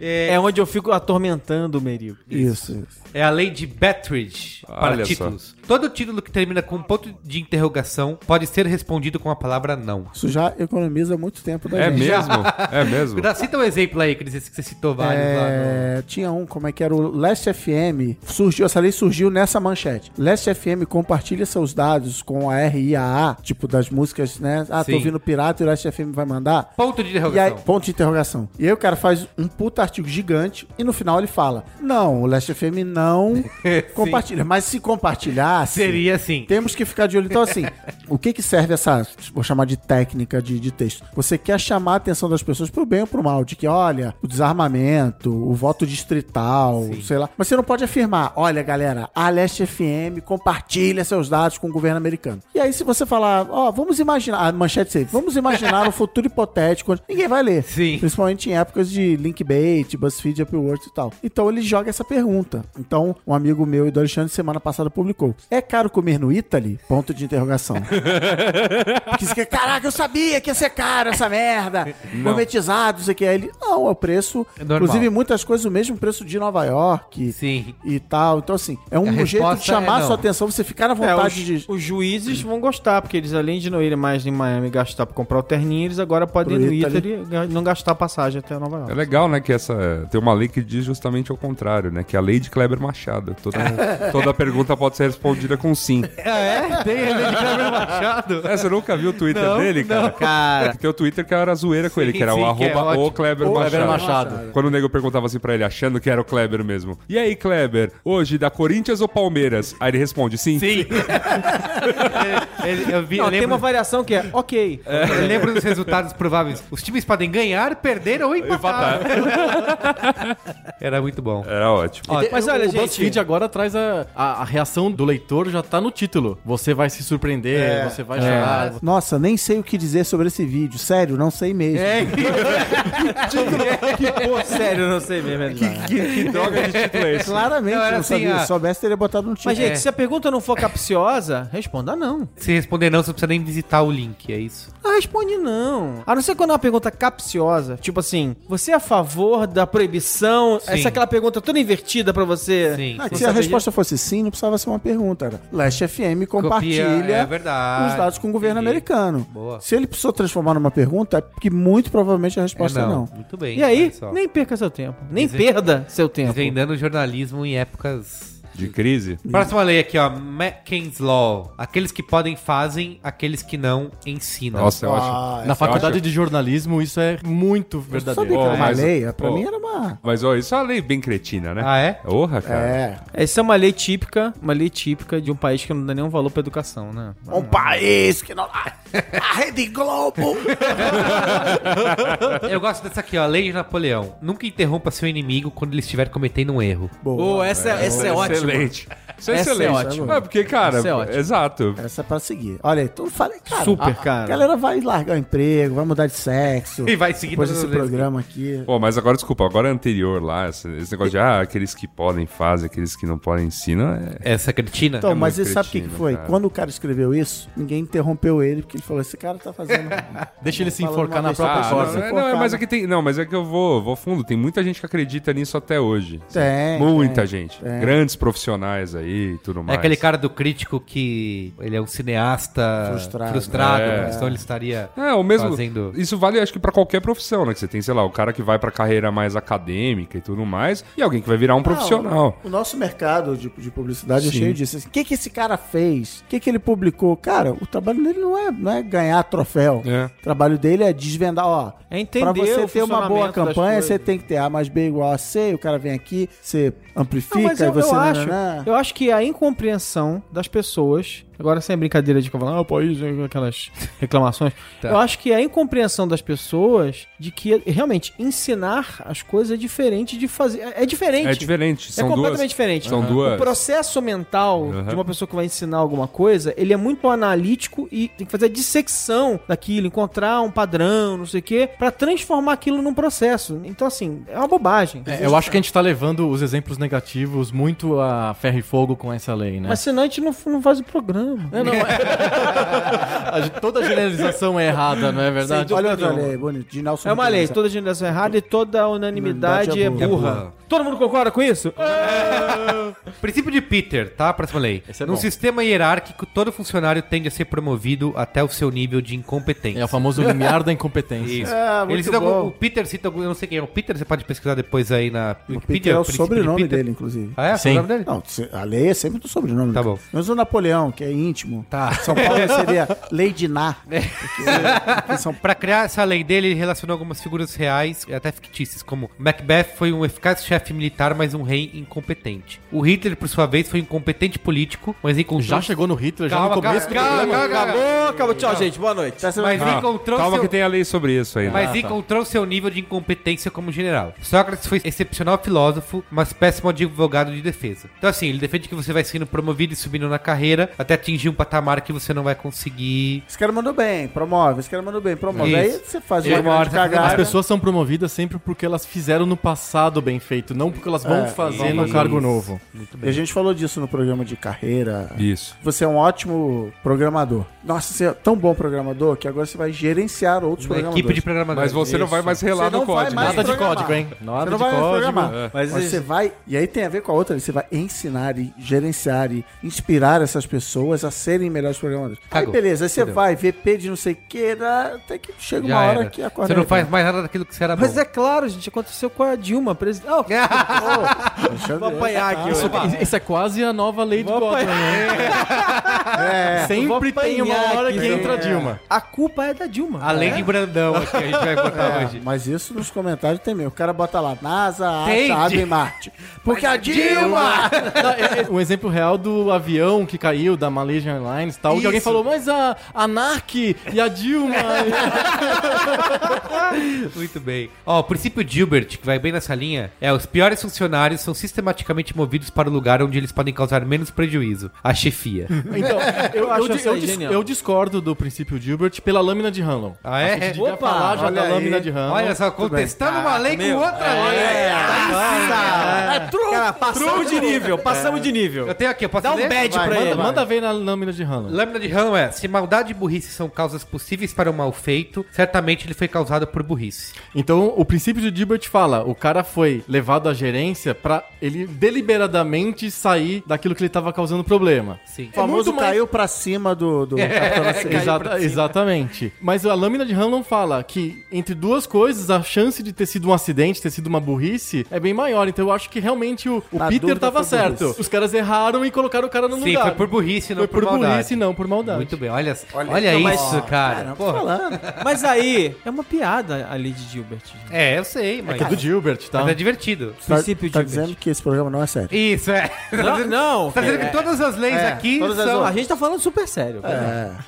Speaker 7: É
Speaker 5: É onde eu fico atormentando o Merigo.
Speaker 7: Isso. isso.
Speaker 3: É a lei de Bettridge. para
Speaker 4: Olha só.
Speaker 3: títulos. Todo título que termina com um ponto de interrogação pode ser respondido com a palavra não.
Speaker 7: Isso já economiza muito tempo da
Speaker 4: É
Speaker 7: gente.
Speaker 4: mesmo? É mesmo?
Speaker 3: Dá- Cita um exemplo aí, Cris, esse que você citou vários lá. No...
Speaker 7: É, tinha um, como é que era? O Last FM surgiu, essa lei surgiu nessa manchete. Last FM compartilha seus dados com a RIAA, tipo das músicas, né? Ah,
Speaker 3: Sim.
Speaker 7: tô ouvindo pirata e o Last FM vai mandar.
Speaker 3: Ponto de
Speaker 7: E aí,
Speaker 3: interrogação.
Speaker 7: ponto de interrogação. E aí o cara faz um puta artigo gigante e no final ele fala: Não, o Last FM não compartilha. Mas se compartilhasse,
Speaker 3: Seria assim.
Speaker 7: temos que ficar de olho. Então, assim, o que que serve essa, vou chamar de técnica de, de texto? Você quer chamar a atenção das pessoas pro bem ou pro mal, de que, olha, o desarmamento, o voto distrital, sei lá. Mas você não pode afirmar, olha, galera, a Leste FM compartilha seus dados com o governo americano. E aí, se você falar, ó, vamos imaginar, a manchete é sempre, vamos imaginar um futuro hipotético, onde ninguém vai ler.
Speaker 3: Sim.
Speaker 7: Principalmente em épocas de Linkbait, BuzzFeed, Upwork e tal. Então ele joga essa pergunta. Então, um amigo meu e do Alexandre, semana passada, publicou. É caro comer no Italy? Ponto de interrogação. Porque isso que, caraca, eu sabia que ia ser caro essa merda. Gourmetizado, isso aqui. Aí ele, não, é o preço.
Speaker 3: É normal.
Speaker 7: Inclusive, muitas coisas, o mesmo preço de Nova York
Speaker 3: Sim.
Speaker 7: e tal. Então, assim, é
Speaker 3: A
Speaker 7: um jeito de
Speaker 3: resposta é
Speaker 7: chamar a
Speaker 3: não.
Speaker 7: sua atenção, você ficar na
Speaker 5: É, os,
Speaker 7: vontade de...
Speaker 5: os juízes vão gostar, porque eles, além de não irem mais em Miami gastar pra comprar o terninho, eles agora podem
Speaker 7: Pro
Speaker 5: ir no
Speaker 7: Italy.
Speaker 5: Italy e ga- não gastar passagem até Nova
Speaker 4: É
Speaker 5: York.
Speaker 4: legal, né, que essa tem uma lei que diz justamente ao contrário, né, que é a lei de Kleber Machado. Toda, toda pergunta pode ser respondida com sim.
Speaker 3: É, tem ele de Kleber Machado.
Speaker 4: É, você nunca viu o Twitter dele, cara?
Speaker 6: Cara,
Speaker 4: É que tem o Twitter que era zoeira com ele, que era
Speaker 3: sim,
Speaker 4: o
Speaker 3: que é
Speaker 4: arroba
Speaker 3: ótimo.
Speaker 4: o Kleber Machado.
Speaker 6: Kleber Machado.
Speaker 4: Quando o nego perguntava assim pra ele, achando que era o Kleber mesmo. E aí, Kleber, hoje dá Corinthians ou Palmeiras? Aí ele responde, sim.
Speaker 3: Sim. É, Ele- eu vi, eu
Speaker 5: Não, tem
Speaker 3: lembro,
Speaker 5: uma variação que é, ok.
Speaker 3: eu lembro dos resultados prováveis. Os times podem ganhar, perder ou empatar. Era muito bom.
Speaker 4: Tá. Era ótimo.
Speaker 6: Ó,
Speaker 5: Mas
Speaker 6: o-
Speaker 5: olha,
Speaker 6: o
Speaker 5: gente-
Speaker 6: BuzzFeed agora traz a, a, a reação do leitor já tá no título. Você vai se surpreender, você vai chorar.
Speaker 7: Nossa, nem sei o que dizer sobre esse vídeo. Sério, não sei mesmo.
Speaker 3: É,
Speaker 5: Pô, sério, eu não sei mesmo. é
Speaker 4: Que, que droga de título é esse?
Speaker 7: Claramente,
Speaker 3: Não,
Speaker 7: não,
Speaker 3: era assim,
Speaker 7: sabia.
Speaker 3: ah.
Speaker 7: Se soubesse, teria botado no É. título.
Speaker 5: Mas, gente, se a pergunta não for capciosa, responda não.
Speaker 3: Se responder não, você não precisa nem visitar o link, é isso.
Speaker 5: Ah, responde não. A não ser quando é uma pergunta capciosa, tipo assim, você é a favor da proibição?
Speaker 3: Sim.
Speaker 5: Essa é aquela pergunta toda invertida pra você.
Speaker 3: Sim.
Speaker 7: Ah, que
Speaker 5: Não
Speaker 7: se a
Speaker 5: sabia.
Speaker 7: resposta fosse sim, não precisava ser uma pergunta. Era Leste FM compartilha
Speaker 3: Copia, é verdade.
Speaker 7: os dados com o governo
Speaker 3: Entendi.
Speaker 7: americano.
Speaker 3: Boa.
Speaker 7: Se ele precisou transformar numa pergunta, é porque muito provavelmente a resposta é não.
Speaker 3: Muito bem.
Speaker 5: E aí,
Speaker 3: olha só.
Speaker 5: nem perca seu tempo. Nem
Speaker 3: Desen-
Speaker 5: perda seu tempo.
Speaker 3: Desvendando o jornalismo em épocas.
Speaker 4: De crise?
Speaker 3: Próxima lei aqui, ó. Mackens Law. Aqueles que podem fazem, aqueles que não ensinam.
Speaker 4: Nossa, é eu acho...
Speaker 7: Ah.
Speaker 6: Na faculdade
Speaker 4: acho-
Speaker 6: de jornalismo, isso é muito
Speaker 7: Sabia
Speaker 6: verdadeiro.
Speaker 7: que era
Speaker 4: Pô,
Speaker 7: uma
Speaker 4: mas-
Speaker 7: lei? Pra
Speaker 4: pô.
Speaker 7: mim era uma...
Speaker 4: Mas, ó, isso é uma lei bem cretina, né?
Speaker 3: Ah, é?
Speaker 4: Porra, cara.
Speaker 7: É.
Speaker 5: Essa é uma lei típica, uma lei típica de um país que não dá nenhum valor pra educação, né?
Speaker 7: Um país que não... A Rede Globo!
Speaker 3: Eu gosto dessa aqui, ó. Lei de Napoleão. Nunca interrompa seu inimigo quando ele estiver cometendo um erro.
Speaker 7: Boa.
Speaker 6: essa, essa é
Speaker 4: Excelente. Isso é
Speaker 6: Essa é
Speaker 4: excelente.
Speaker 6: ótima.
Speaker 4: É, porque, cara,
Speaker 6: Essa é ótima.
Speaker 4: exato.
Speaker 7: Essa é pra seguir. Olha aí, tu falei, cara...
Speaker 5: Super,
Speaker 7: a-
Speaker 5: cara.
Speaker 7: A galera vai largar o emprego, vai mudar de sexo.
Speaker 3: E vai seguir
Speaker 7: Depois
Speaker 3: todas
Speaker 7: desse
Speaker 3: as leis.
Speaker 7: programa aqui...
Speaker 4: Pô, mas agora, desculpa, agora é anterior lá, esse, esse negócio de, ah, aqueles que podem fazem, aqueles que não podem ensinam, é...
Speaker 3: Essa cretina?
Speaker 7: Então,
Speaker 4: É
Speaker 7: mas
Speaker 4: muito
Speaker 7: você sabe o que, que
Speaker 4: cretino,
Speaker 7: foi?
Speaker 4: cara.
Speaker 7: Quando o cara escreveu isso, ninguém interrompeu ele, porque ele falou: esse cara tá fazendo.
Speaker 6: Deixa ele se
Speaker 7: Falando
Speaker 6: enforcar
Speaker 7: uma
Speaker 6: na própria
Speaker 7: besteira.
Speaker 4: não,
Speaker 7: se
Speaker 6: corda.
Speaker 4: é,
Speaker 7: focar,
Speaker 4: não, é, mas
Speaker 7: né?
Speaker 4: é que tem. Não, mas é que eu vou, vou fundo. Tem muita gente que acredita nisso até hoje.
Speaker 7: Tem,
Speaker 4: Muita
Speaker 7: tem,
Speaker 4: gente.
Speaker 7: tem.
Speaker 4: Grandes profissionais aí e tudo
Speaker 3: É
Speaker 4: mais.
Speaker 3: aquele cara do crítico que ele é um cineasta
Speaker 7: Frustrado.
Speaker 3: frustrado,
Speaker 4: É.
Speaker 3: porque senão ele estaria
Speaker 4: É, o mesmo.
Speaker 3: fazendo.
Speaker 4: Isso vale, acho que, pra qualquer profissão, né? Que você tem, sei lá, o cara que vai pra carreira mais acadêmica e tudo mais, e alguém que vai virar um profissional.
Speaker 7: O nosso mercado de, de publicidade é cheio disso. Assim, O que, que esse cara fez? O que, que ele publicou? Cara, o trabalho dele não é, não é ganhar troféu.
Speaker 4: É.
Speaker 7: O trabalho dele é desvendar, ó.
Speaker 5: É entender
Speaker 7: Pra você
Speaker 5: o
Speaker 7: ter uma boa
Speaker 5: funcionamento das
Speaker 7: campanha,
Speaker 5: coisas.
Speaker 7: você tem que ter A mais B igual a C, o cara vem aqui, você amplifica
Speaker 5: Não, mas
Speaker 7: e
Speaker 5: eu,
Speaker 7: você.
Speaker 5: eu acho,
Speaker 7: nananã.
Speaker 5: eu acho que a incompreensão das pessoas, agora sem brincadeira de ficar falando, ah, o país, né, aquelas reclamações, eu acho que a incompreensão das pessoas de que realmente ensinar as coisas é diferente de fazer, é é diferente.
Speaker 4: É diferente.
Speaker 5: É
Speaker 4: São
Speaker 5: completamente
Speaker 4: duas.
Speaker 5: diferente.
Speaker 4: são
Speaker 5: Uhum.
Speaker 4: duas-
Speaker 5: O processo mental
Speaker 4: Uhum.
Speaker 5: de uma pessoa que vai ensinar alguma coisa, ele é muito analítico e tem que fazer a dissecção daquilo, encontrar um padrão, não sei o quê, pra transformar aquilo num processo. Então, assim, é uma bobagem.
Speaker 6: É, eu acho que a gente tá levando os exemplos negativos muito a ferro e fogo com essa lei, né?
Speaker 5: Mas senão a gente não, não faz o programa.
Speaker 7: caramba.
Speaker 6: Não, não, é- A- Toda generalização é errada, não é verdade?
Speaker 7: Olha outra lei, bonito. De Nelson
Speaker 5: É uma lei,
Speaker 7: Rodrigues.
Speaker 5: toda geração é errada e toda unanimidade
Speaker 7: Unanimidade é
Speaker 5: é
Speaker 7: burra.
Speaker 5: burra.
Speaker 3: É burra.
Speaker 5: Todo mundo concorda com isso?
Speaker 3: Princípio de Peter, tá? Próxima lei.
Speaker 6: Esse é
Speaker 3: Num
Speaker 6: bom.
Speaker 3: sistema hierárquico, todo funcionário tende a ser promovido até o seu nível de incompetência.
Speaker 6: É o famoso limiar da incompetência.
Speaker 3: Isso.
Speaker 7: É,
Speaker 3: Ele
Speaker 7: muito
Speaker 3: cita
Speaker 7: bom.
Speaker 3: algum, o Peter cita algum, eu não sei quem é o Peter, você pode pesquisar depois aí na
Speaker 7: O Peter é
Speaker 3: princípio
Speaker 7: o
Speaker 3: de
Speaker 7: sobrenome
Speaker 3: Peter.
Speaker 7: dele, inclusive.
Speaker 3: Ah, é?
Speaker 6: Sim.
Speaker 3: O sobrenome dele?
Speaker 7: Não, se- a lei é sempre do sobrenome.
Speaker 3: Tá
Speaker 7: né?
Speaker 3: bom.
Speaker 7: Menos o Napoleão, que é íntimo. Tá. São Paulo seria Lady Ná. Porque- São
Speaker 3: Pra criar essa lei dele, ele relacionou algumas figuras reais, e até fictícias, como Macbeth foi um eficaz chefe militar, mas um rei incompetente. O Hitler, por sua vez, foi um incompetente político, mas encontrou...
Speaker 6: Já chegou no Hitler, já
Speaker 3: Calma,
Speaker 6: no começo.
Speaker 3: calma, calma, calma, calma.
Speaker 5: acabou. Tchau, gente. Boa noite.
Speaker 3: Mas
Speaker 4: Ah,
Speaker 3: encontrou
Speaker 4: calma
Speaker 3: seu...
Speaker 4: que tem Ah, tá. a lei sobre isso né? ainda.
Speaker 3: Mas encontrou seu nível de incompetência como general. Sócrates foi excepcional filósofo, mas péssimo advogado de defesa. Então, assim, ele defende que você vai sendo promovido e subindo na carreira até atingir um patamar que você não vai conseguir.
Speaker 7: Esse cara mandou bem, promove. Esse cara mandou bem, promove.
Speaker 3: Isso.
Speaker 7: Aí você faz
Speaker 3: Ele
Speaker 7: uma
Speaker 3: uma hora
Speaker 7: grande
Speaker 3: você faz
Speaker 6: As
Speaker 7: cagada.
Speaker 6: pessoas são promovidas sempre porque elas fizeram no passado bem feito, não porque elas vão fazer no
Speaker 3: isso.
Speaker 6: cargo novo.
Speaker 7: E a gente falou disso no programa de carreira.
Speaker 4: Isso.
Speaker 7: Você é um ótimo programador. Nossa, você é tão bom programador que agora você vai gerenciar outros
Speaker 3: Uma
Speaker 7: programadores.
Speaker 3: equipe de programadores.
Speaker 4: Mas você não vai mais relar
Speaker 7: Você não
Speaker 4: no
Speaker 7: vai
Speaker 4: código.
Speaker 7: mais
Speaker 6: Nada de
Speaker 7: programar.
Speaker 6: código, hein? Nada
Speaker 7: você não
Speaker 6: de
Speaker 7: vai mais
Speaker 6: código.
Speaker 7: programar. Mas, você vai. E aí tem a ver com a outra, você vai ensinar e gerenciar e inspirar essas pessoas a serem melhores programadores.
Speaker 3: Cagou.
Speaker 7: Aí beleza, aí você
Speaker 3: Fudeu.
Speaker 7: vai, VP de não sei o que, dá- até que chega
Speaker 3: Já
Speaker 7: uma hora
Speaker 3: era.
Speaker 7: que né? a corda
Speaker 3: Você não
Speaker 7: arrebenta.
Speaker 3: faz mais nada daquilo que você era
Speaker 5: Mas
Speaker 3: bom.
Speaker 5: é claro, gente, aconteceu com a Dilma, presidente. Ah,
Speaker 7: Alexandre,
Speaker 5: vou apanhar
Speaker 7: tá?
Speaker 5: aqui.
Speaker 6: Isso,
Speaker 5: hoje.
Speaker 6: isso é quase a nova lei de
Speaker 5: Vou
Speaker 6: Godwin. né?
Speaker 7: É.
Speaker 5: Vou
Speaker 6: Sempre
Speaker 5: apanhar
Speaker 6: tem uma hora que
Speaker 5: aqui. né? É.
Speaker 6: entra a Dilma.
Speaker 5: A culpa é da Dilma.
Speaker 3: Além de Brandão, aqui a gente vai botar
Speaker 7: É,
Speaker 3: tá hoje.
Speaker 7: mas isso nos comentários tem mesmo. O cara bota lá, NASA,
Speaker 3: Tem,
Speaker 7: acha, abre Marte. Porque a Dilma!
Speaker 6: Não, é- é Um exemplo real do avião que caiu da Malaysian Airlines e tal, que alguém falou, mas a, a NARC e a Dilma.
Speaker 3: Muito bem. Ó, o princípio Gilbert, que vai bem nessa linha, é os piores funcionários são sistematicamente movidos para o lugar onde eles podem causar menos prejuízo, a chefia.
Speaker 6: então, eu, eu,
Speaker 5: acho
Speaker 6: di- é
Speaker 5: essa
Speaker 6: eu
Speaker 5: aí
Speaker 6: dis-
Speaker 5: genial.
Speaker 6: eu discordo do princípio Gilbert pela lâmina de Hanlon.
Speaker 3: Ah, é?
Speaker 6: A gente
Speaker 3: Opa,
Speaker 6: já falar já
Speaker 7: olha
Speaker 6: da
Speaker 7: aí.
Speaker 6: lâmina de Hanlon.
Speaker 3: Olha só, contestando uma lei com outra lei.
Speaker 5: Cara, passamos de nível, passamos de nível.
Speaker 3: Eu tenho aqui, eu posso
Speaker 5: Dá um
Speaker 3: ler?
Speaker 5: bad
Speaker 3: Vai.
Speaker 5: pra ele.
Speaker 6: manda, manda ver na lâmina de Hanlon.
Speaker 3: Lâmina de Rão é, se maldade e burrice são causas possíveis para o mal feito, certamente ele foi causado por burrice.
Speaker 6: Então, o princípio de Dilbert fala, o cara foi levado à gerência pra ele deliberadamente sair daquilo que ele tava causando problema.
Speaker 3: Sim.
Speaker 7: O famoso
Speaker 6: muito mais-
Speaker 7: caiu pra cima do, do
Speaker 6: Exata- exatamente. Mas a lâmina de Hanlon fala que, entre duas coisas, a chance de ter sido um acidente, ter sido uma burrice, é bem maior. Então eu acho que realmente o, o
Speaker 7: Na
Speaker 6: Peter
Speaker 7: dúvida
Speaker 6: tava
Speaker 7: foi
Speaker 6: certo.
Speaker 7: burrice.
Speaker 6: Os caras erraram e colocaram o cara no
Speaker 3: Sim,
Speaker 6: lugar.
Speaker 3: foi por burrice, não
Speaker 6: Foi
Speaker 3: por,
Speaker 6: por
Speaker 3: maldade.
Speaker 6: burrice, não por maldade.
Speaker 3: Muito bem, olha, olha,
Speaker 5: não,
Speaker 7: então,
Speaker 5: mas-
Speaker 3: isso, cara.
Speaker 7: Tá
Speaker 3: Porra.
Speaker 5: Mas aí, é uma piada ali de Dilbert. gente.
Speaker 3: É, eu sei, mas...
Speaker 6: Que é do Dilbert, tá?
Speaker 3: Mas é divertido.
Speaker 7: Tá,
Speaker 5: Princípio
Speaker 7: tá
Speaker 5: Gilbert.
Speaker 7: dizendo que esse programa não é sério.
Speaker 3: Isso, é.
Speaker 5: Não, não.
Speaker 3: Tá dizendo que todas as leis
Speaker 7: É,
Speaker 3: aqui
Speaker 7: todas as
Speaker 3: são...
Speaker 5: A gente tá falando super sério. cara.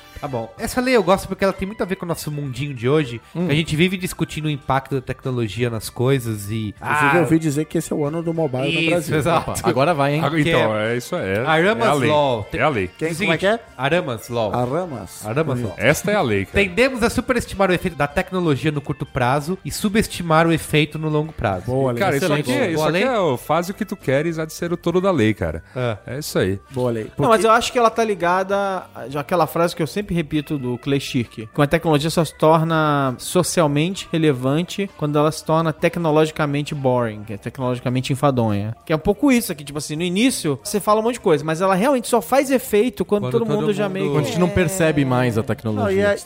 Speaker 6: É.
Speaker 3: Tá bom. Essa lei eu gosto porque ela tem muito a ver com o nosso mundinho de hoje. que a gente vive discutindo o impacto da tecnologia nas coisas e...
Speaker 7: Inclusive, eu ouvi dizer que esse é o ano do mobile no
Speaker 3: Ah, isso,
Speaker 7: Brasil.
Speaker 3: exato.
Speaker 6: Agora vai, hein?
Speaker 4: Ah, Então, é isso é. é
Speaker 3: Aramas
Speaker 4: a lei.
Speaker 3: Law.
Speaker 4: É a lei.
Speaker 7: Quem, como é
Speaker 3: Seguinte,
Speaker 7: que é?
Speaker 3: Aramas Law.
Speaker 7: Aramas.
Speaker 3: Aramas Law.
Speaker 4: Esta é a lei, cara.
Speaker 3: Tendemos a superestimar o efeito da tecnologia no curto prazo e subestimar o efeito no longo prazo.
Speaker 7: Boa, lei.
Speaker 4: Cara, isso
Speaker 6: Excelente.
Speaker 4: aqui,
Speaker 3: Boa
Speaker 4: é- isso aqui
Speaker 3: lei.
Speaker 4: é o faz o que tu queres, há de ser o todo da lei, cara. É, isso aí.
Speaker 7: Boa lei.
Speaker 5: Não, mas eu acho que ela tá ligada àquela frase que eu sempre repito do Clay Shirk, que uma tecnologia só se torna socialmente relevante quando ela se torna tecnologicamente boring, que é tecnologicamente enfadonha. Que é um pouco isso aqui, tipo assim, no início você fala um monte de coisa, mas ela realmente só faz efeito quando, todo, mundo, já meio É.
Speaker 6: Quando a gente não percebe mais a
Speaker 7: Não, e
Speaker 6: tecnologia.
Speaker 7: as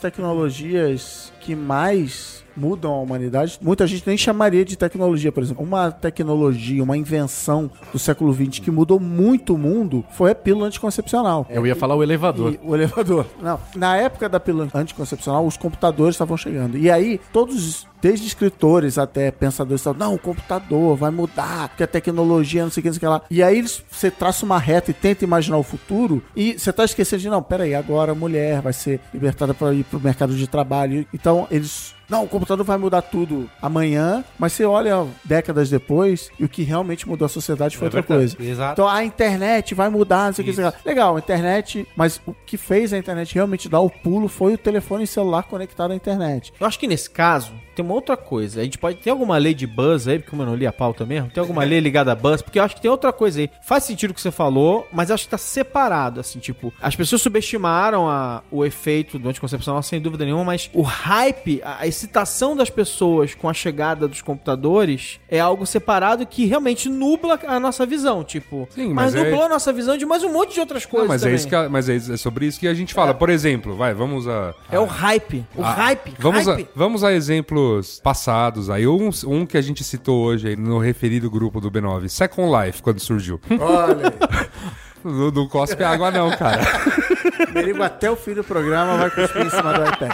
Speaker 7: tecnologias que mais mudam a humanidade, muita gente nem chamaria de tecnologia, por exemplo. Uma tecnologia, uma invenção do século XX que mudou muito o mundo foi a pílula anticoncepcional.
Speaker 6: Eu ia falar o elevador.
Speaker 7: E o elevador. Não. Na época da pílula anticoncepcional, os computadores estavam chegando. E aí, todos, desde escritores até pensadores, estavam, não, o computador vai mudar, porque a tecnologia, não sei o que, não sei o que lá. E aí, eles- você traça uma reta e tenta imaginar o futuro, e você tá esquecendo de, não, peraí, agora a mulher vai ser libertada para ir pro mercado de trabalho. Então, eles... Não, o computador vai mudar tudo amanhã, mas você olha décadas depois e o que realmente mudou a sociedade
Speaker 3: É
Speaker 7: foi outra
Speaker 3: verdade.
Speaker 7: coisa.
Speaker 3: Exato.
Speaker 7: Então a internet vai mudar, não sei o que, não sei o que. lá. Legal, a internet, mas o que fez a internet realmente dar o pulo foi o telefone celular conectado à internet.
Speaker 5: Eu acho que nesse caso tem uma outra coisa. A gente pode. Tem alguma lei de buzz aí, porque como eu não li a pauta mesmo? Tem alguma lei ligada a buzz? Porque eu acho que tem outra coisa aí. Faz sentido o que você falou, mas acho que tá separado, assim, tipo, as pessoas subestimaram a- o efeito do anticoncepcional, sem dúvida nenhuma, mas o hype, a, a excitação das pessoas com a chegada dos computadores é algo separado que realmente nubla a nossa visão, tipo.
Speaker 4: Sim,
Speaker 5: mas,
Speaker 4: mas é-
Speaker 5: nublou a nossa visão de mais um monte de outras
Speaker 4: Não,
Speaker 5: coisas.
Speaker 4: mas, é
Speaker 5: também.
Speaker 4: isso que a- mas é, isso- é sobre isso que a gente fala. Por exemplo, vai, vamos a.
Speaker 5: É o hype. O
Speaker 4: Ah,
Speaker 5: hype.
Speaker 4: Vamos
Speaker 5: hype.
Speaker 4: a, vamos a exemplos passados aí. Um, um que a gente citou hoje aí no referido grupo do B9, Second Life, quando surgiu.
Speaker 7: Olha,
Speaker 4: não, não cospe água, não, cara.
Speaker 7: perigo até o fim do programa vai cuspir em cima do iPad.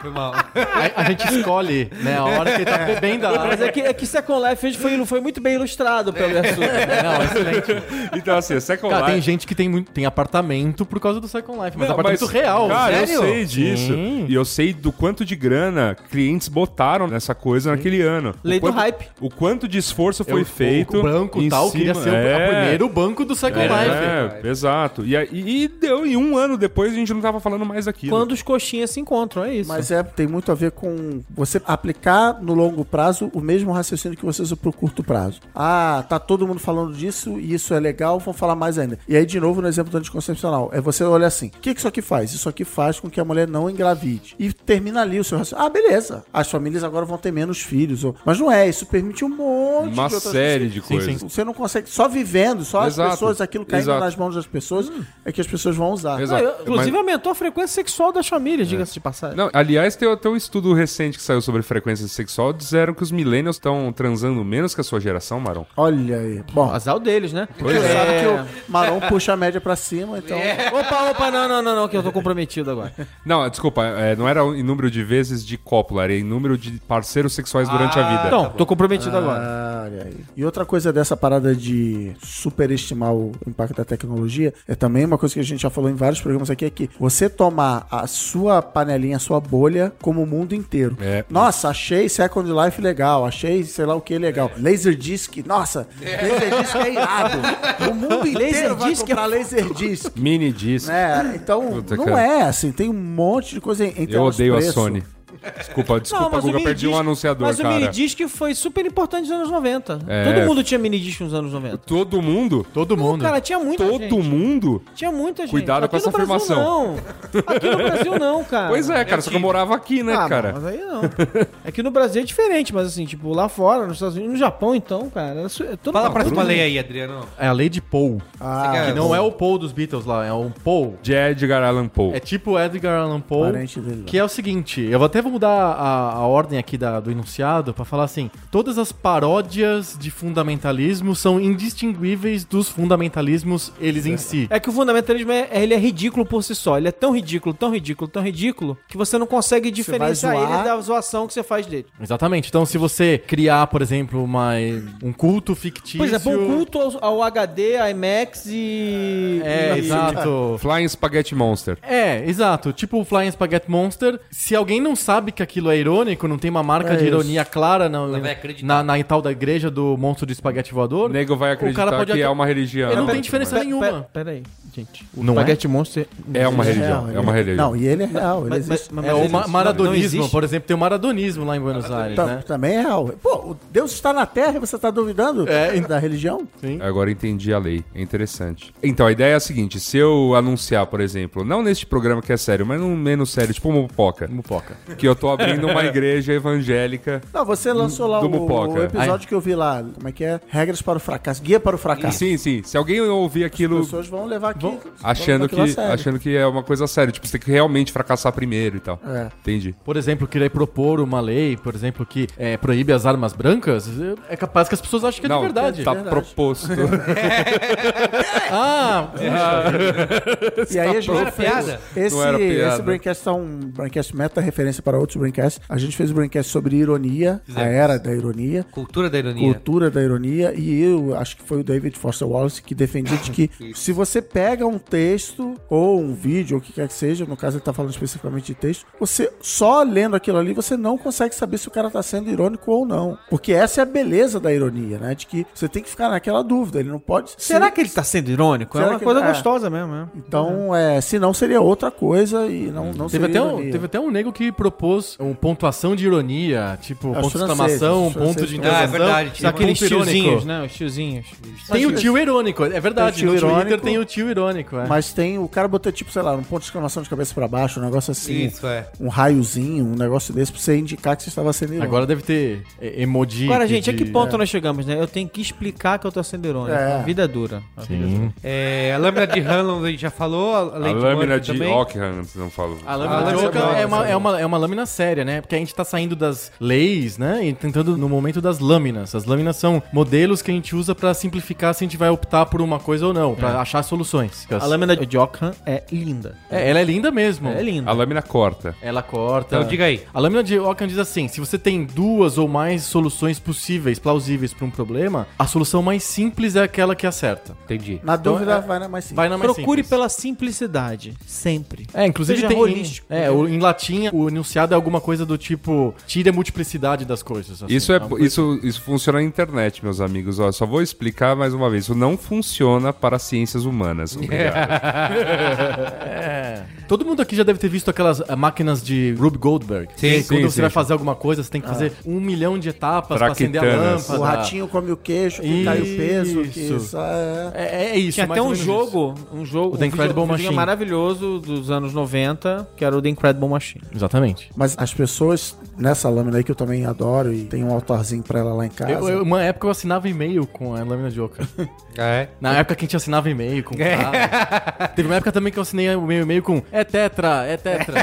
Speaker 3: Foi mal.
Speaker 6: A, a gente escolhe, né? A hora que ele tá bebendo a água.
Speaker 5: Mas é que, é que Second Life hoje foi, foi muito bem ilustrado pelo né? assunto.
Speaker 6: Não, excelente.
Speaker 4: Então, assim, a Second
Speaker 6: Cara, tem
Speaker 4: Life.
Speaker 6: gente que tem, muito, tem apartamento por causa do Second Life, mas
Speaker 4: Não,
Speaker 6: apartamento real.
Speaker 4: Cara, eu
Speaker 6: sério?
Speaker 4: sei disso.
Speaker 6: Sim.
Speaker 4: E eu sei do quanto de grana clientes botaram nessa coisa naquele ano. O
Speaker 5: Lei do
Speaker 4: quanto-
Speaker 5: hype.
Speaker 4: O quanto de esforço
Speaker 6: Eu-
Speaker 4: foi feito.
Speaker 6: É O banco
Speaker 4: em
Speaker 6: tal queria
Speaker 4: cima-
Speaker 6: ser o
Speaker 4: É.
Speaker 6: a primeiro banco do Second Life.
Speaker 4: É, exato. E, aí- e deu, e um ano depois a gente não tava falando mais daquilo.
Speaker 5: É Quando os coxinhas se encontram, é isso.
Speaker 7: Mas é, tem muito a ver com você aplicar no longo prazo o mesmo raciocínio que você usa pro curto prazo. Ah, tá todo mundo falando disso e isso é legal, vamos falar mais ainda. E aí, de novo, no exemplo do anticoncepcional, é você olha assim, o que, que isso aqui faz? Isso aqui faz com que a mulher não engravide. E termina ali o seu raciocínio. Ah, beleza, as famílias agora vão ter menos filhos. ou- Mas não é, isso permite um monte
Speaker 4: Uma
Speaker 7: de outras
Speaker 4: série de
Speaker 6: sim,
Speaker 4: coisas.
Speaker 6: sim.
Speaker 7: Você não consegue, só vivendo, só
Speaker 4: Exato.
Speaker 7: as pessoas, aquilo caindo
Speaker 4: Exato. Hum.
Speaker 7: nas mãos das pessoas, é que as pessoas vão usar.
Speaker 4: Exato.
Speaker 5: Eu- inclusive
Speaker 4: Mas- É.
Speaker 5: aumentou a frequência sexual das famílias, diga-se de passagem.
Speaker 4: Não, aliás, tem até um estudo recente que saiu sobre frequência sexual. Disseram que os millennials estão transando menos que a sua geração, Maron.
Speaker 7: Olha aí. Bom,
Speaker 5: Azar o deles, né?
Speaker 7: Você
Speaker 5: É.
Speaker 7: sabe que o Marom puxa a média pra cima, então.
Speaker 5: Opa, opa, não, não, não, não, que eu tô comprometido agora.
Speaker 4: Não, desculpa, é, não era em número de vezes de cópula, era em número de parceiros sexuais durante a vida.
Speaker 5: Então, tô comprometido agora.
Speaker 7: Ah, olha aí. E outra coisa dessa parada de superestimar o impacto da tecnologia é também uma coisa que a gente já falou em vários programas aqui: é que você tomar a sua panelinha, a sua bolha, como o mundo inteiro.
Speaker 4: É.
Speaker 7: Nossa, achei Second Life legal, achei sei lá o que legal. Laserdisc, nossa, Laserdisc é irado. O mundo inteiro vai
Speaker 5: Laserdisc é
Speaker 7: comprar Laserdisc.
Speaker 4: Mini disc.
Speaker 7: né? Então,
Speaker 4: Puta,
Speaker 7: não
Speaker 4: cara.
Speaker 7: é assim, tem um monte de coisa entre
Speaker 4: Eu
Speaker 7: os
Speaker 4: odeio a
Speaker 7: preços.
Speaker 4: Sony. Desculpa, desculpa, Guga, perdi um anunciador,
Speaker 5: mas o
Speaker 4: cara.
Speaker 5: minidisc foi super importante nos anos 90.
Speaker 4: É.
Speaker 5: Todo mundo tinha minidisc nos anos 90.
Speaker 4: Todo mundo?
Speaker 6: Todo mundo.
Speaker 5: Cara, tinha muita
Speaker 4: Todo
Speaker 5: gente.
Speaker 4: mundo?
Speaker 5: Tinha muita gente.
Speaker 4: Cuidado com essa
Speaker 5: no Brasil,
Speaker 4: afirmação.
Speaker 5: Não. Aqui no Brasil não, cara.
Speaker 4: Pois é, cara, só que eu morava aqui, né,
Speaker 5: Ah,
Speaker 4: cara?
Speaker 5: Mas aí não. Aqui no Brasil é diferente, mas assim, tipo, lá fora, nos Estados Unidos, no Japão, então, cara, é su- é todo
Speaker 3: Fala a
Speaker 5: pra
Speaker 3: próxima lei aí, Adriano.
Speaker 6: É a Lady Paul.
Speaker 7: Ah,
Speaker 3: Você quer-
Speaker 6: que não é o Paul dos Beatles lá, é um Paul.
Speaker 4: De Edgar Allan Poe.
Speaker 6: É tipo Edgar Allan Poe.
Speaker 7: Parente dele lá.
Speaker 6: Que é o seguinte, eu vou até vou mudar a, a ordem aqui da- do enunciado pra falar assim: todas as paródias de fundamentalismo são indistinguíveis dos fundamentalismos eles em si.
Speaker 5: É que o fundamentalismo é, é- ele é ridículo por si só. Ele é tão ridículo, tão ridículo, tão ridículo, que você não consegue diferenciar
Speaker 7: vai zoar.
Speaker 5: ele da zoação que você faz dele.
Speaker 6: Exatamente. Então, se você criar, por exemplo, uma- um culto fictício.
Speaker 5: Por exemplo, o é, culto ao, ao HD, IMAX e.
Speaker 6: É,
Speaker 5: e-
Speaker 6: exato.
Speaker 4: Flying Spaghetti Monster.
Speaker 6: É, exato. Tipo o Flying Spaghetti Monster. Se alguém não sabe que aquilo é irônico, não tem uma marca
Speaker 7: É
Speaker 6: de
Speaker 7: isso.
Speaker 6: ironia clara na,
Speaker 3: vai acreditar.
Speaker 6: na, na tal da igreja do monstro de espaguete voador,
Speaker 4: O nego vai acreditar que
Speaker 6: até-
Speaker 4: é uma religião.
Speaker 6: Ele não
Speaker 4: né?
Speaker 6: tem diferença
Speaker 5: Pe-
Speaker 6: nenhuma.
Speaker 5: pe- Peraí, gente. O
Speaker 6: Não é?
Speaker 5: Spaghetti Monster.
Speaker 4: É uma
Speaker 7: ele
Speaker 4: religião,
Speaker 7: real,
Speaker 4: é uma
Speaker 7: ele-
Speaker 4: religião.
Speaker 7: Não, e ele é real, ele
Speaker 5: Mas-
Speaker 7: existe.
Speaker 5: mas- mas
Speaker 6: é o
Speaker 5: ele-
Speaker 6: ma-
Speaker 5: não-
Speaker 6: maradonismo,
Speaker 5: não existe?
Speaker 6: por exemplo, tem o maradonismo lá em Buenos Aires,
Speaker 7: Tam-
Speaker 6: né?
Speaker 7: Também é real. Pô, o Deus está na Terra e você está duvidando
Speaker 6: É, e-
Speaker 7: da religião?
Speaker 4: Agora entendi a lei. É interessante. Então, a ideia é a seguinte: se eu anunciar, por exemplo, não neste programa que é sério, mas num menos sério, tipo Mupoca,
Speaker 6: Mupoca.
Speaker 4: que eu tô abrindo uma igreja evangélica.
Speaker 7: Não, você lançou lá
Speaker 4: do
Speaker 7: o,
Speaker 4: Mupoca.
Speaker 7: o episódio que eu vi lá. Como é que é? Regras para o fracasso. Guia para o
Speaker 4: E
Speaker 7: fracasso.
Speaker 4: sim, sim. Se alguém ouvir
Speaker 7: Tá. As
Speaker 4: aquilo
Speaker 7: pessoas vão levar aqui. vão
Speaker 4: achando
Speaker 7: levar
Speaker 4: que,
Speaker 7: aquilo a sério.
Speaker 4: achando que é uma coisa séria, tipo, você tem que realmente fracassar primeiro e tal.
Speaker 7: É.
Speaker 4: Entendi.
Speaker 6: Por exemplo, querer propor uma lei, por exemplo, que é, proíbe as armas brancas, é capaz que as pessoas achem que é de verdade.
Speaker 4: tá
Speaker 7: verdade.
Speaker 4: proposto.
Speaker 6: Ah,
Speaker 7: É E aí a gente
Speaker 3: Não era
Speaker 7: fez
Speaker 3: piada?
Speaker 7: Esse,
Speaker 4: Não era piada.
Speaker 7: esse Braincast é um Braincast meta-referência para outros Braincasts. A gente fez o Braincast sobre ironia, a era da ironia.
Speaker 3: Cultura da ironia.
Speaker 7: cultura da ironia e eu acho que foi o David Foster Wallace que defendia de que se você pega um texto ou um vídeo, ou o que quer que seja, no caso ele tá falando especificamente de texto, você só lendo aquilo ali, você não consegue saber se o cara tá sendo irônico ou não. Porque essa é a beleza da ironia, né? De que você tem que ficar naquela dúvida, ele não pode...
Speaker 5: Será que ele tá sendo irônico?
Speaker 7: Será
Speaker 5: é uma
Speaker 7: que-
Speaker 5: coisa
Speaker 7: é.
Speaker 5: gostosa mesmo, né?
Speaker 7: Então, é, se não seria outra coisa e não, não
Speaker 6: Teve
Speaker 7: seria
Speaker 6: até, um,
Speaker 7: ironia.
Speaker 6: teve até um nego que propôs uma pontuação de ironia, tipo, ponto de
Speaker 7: franceses,
Speaker 6: exclamação,
Speaker 7: os
Speaker 6: ponto
Speaker 7: franceses.
Speaker 6: de
Speaker 7: Ah, é
Speaker 6: interrogação.
Speaker 3: verdade, tipo, um
Speaker 6: ponto
Speaker 3: tinha
Speaker 5: Aqueles
Speaker 6: irônico.
Speaker 5: tiozinhos, né? Os tiozinhos.
Speaker 6: Tem o tio irônico, é verdade.
Speaker 7: Tem o
Speaker 6: No
Speaker 7: tio
Speaker 6: Twitter
Speaker 7: irônico.
Speaker 6: tem o tio irônico, é.
Speaker 7: Mas tem, o cara botou tipo, sei lá, um ponto de exclamação de cabeça pra baixo, um negócio assim.
Speaker 3: Isso, é.
Speaker 7: Um raiozinho, um negócio desse pra você indicar que você estava sendo irônico.
Speaker 6: Agora deve ter é, emoji.
Speaker 5: Agora,
Speaker 6: de-
Speaker 5: gente, a que
Speaker 6: de-
Speaker 5: ponto nós chegamos, né? Eu tenho que explicar que eu tô sendo irônico.
Speaker 7: É.
Speaker 5: A vida é dura. A vida é dura.
Speaker 3: É, a lâmina de Hanlon a gente já falou. A,
Speaker 4: A
Speaker 3: lâmina
Speaker 4: lâmina de
Speaker 3: também.
Speaker 4: Ockham, antes não falo.
Speaker 6: A lâmina
Speaker 3: Ah,
Speaker 6: de
Speaker 3: essa
Speaker 6: Oca
Speaker 3: é boa,
Speaker 6: é,
Speaker 3: essa
Speaker 6: uma,
Speaker 3: é
Speaker 6: é, uma, é uma lâmina séria, né? Porque a gente tá saindo das leis, né? E tentando no momento das lâminas. As lâminas são modelos que a gente usa pra simplificar se a gente vai optar por uma coisa ou não,
Speaker 7: É.
Speaker 6: pra achar soluções.
Speaker 5: A lâmina de Ockham é linda.
Speaker 6: É, ela é linda mesmo.
Speaker 5: É linda.
Speaker 4: A lâmina corta.
Speaker 6: Ela corta.
Speaker 3: Então diga aí.
Speaker 6: A lâmina de Ockham diz assim: se você tem duas ou mais soluções possíveis, plausíveis pra um problema, a solução mais simples é aquela que acerta.
Speaker 3: Entendi.
Speaker 7: Na
Speaker 6: Então,
Speaker 7: dúvida,
Speaker 6: é-
Speaker 7: vai na mais simples.
Speaker 6: Vai na mais
Speaker 5: Procure
Speaker 6: simples.
Speaker 5: pela simplicidade. Sempre.
Speaker 6: É, inclusive
Speaker 5: Seja né?
Speaker 6: tem
Speaker 5: holístico.
Speaker 6: Em, é, o- em latim, o enunciado é alguma coisa do tipo tire a multiplicidade das coisas. assim.
Speaker 4: Isso, é,
Speaker 6: uma coisa-
Speaker 4: isso, isso funciona na internet, meus amigos. Ó, só vou explicar mais uma vez. Isso não funciona para as ciências humanas. Obrigado.
Speaker 6: Todo mundo aqui já deve ter visto aquelas ah, máquinas de Rube Goldberg. Que
Speaker 4: sim,
Speaker 6: Quando você
Speaker 4: sim,
Speaker 6: vai
Speaker 4: sim.
Speaker 6: fazer alguma coisa, você tem
Speaker 5: Ah.
Speaker 6: que fazer um milhão de etapas pra acender a
Speaker 4: Traquitanas.
Speaker 6: lâmpada.
Speaker 7: O ratinho come o queixo, que cai o peso, que
Speaker 6: Isso.
Speaker 7: isso é...
Speaker 6: É, é isso.
Speaker 5: Tinha
Speaker 6: mais
Speaker 5: até
Speaker 6: ou
Speaker 5: um
Speaker 6: menos
Speaker 5: jogo, um jogo,
Speaker 6: O
Speaker 5: um
Speaker 6: The Incredible
Speaker 5: um
Speaker 6: Machine.
Speaker 5: maravilhoso dos anos 90, que era o The Incredible Machine.
Speaker 6: isso. Exatamente.
Speaker 7: Mas as pessoas nessa lâmina aí que eu também adoro e tem um altarzinho pra ela lá em
Speaker 5: Ah,
Speaker 7: casa.
Speaker 6: Eu, eu- uma época eu assinava e-mail com a lâmina de oca.
Speaker 3: É.
Speaker 6: Na época que a gente assinava e-mail com
Speaker 5: É.
Speaker 6: carro. Teve uma época também que eu assinei o meu e-mail com é tetra, é tetra.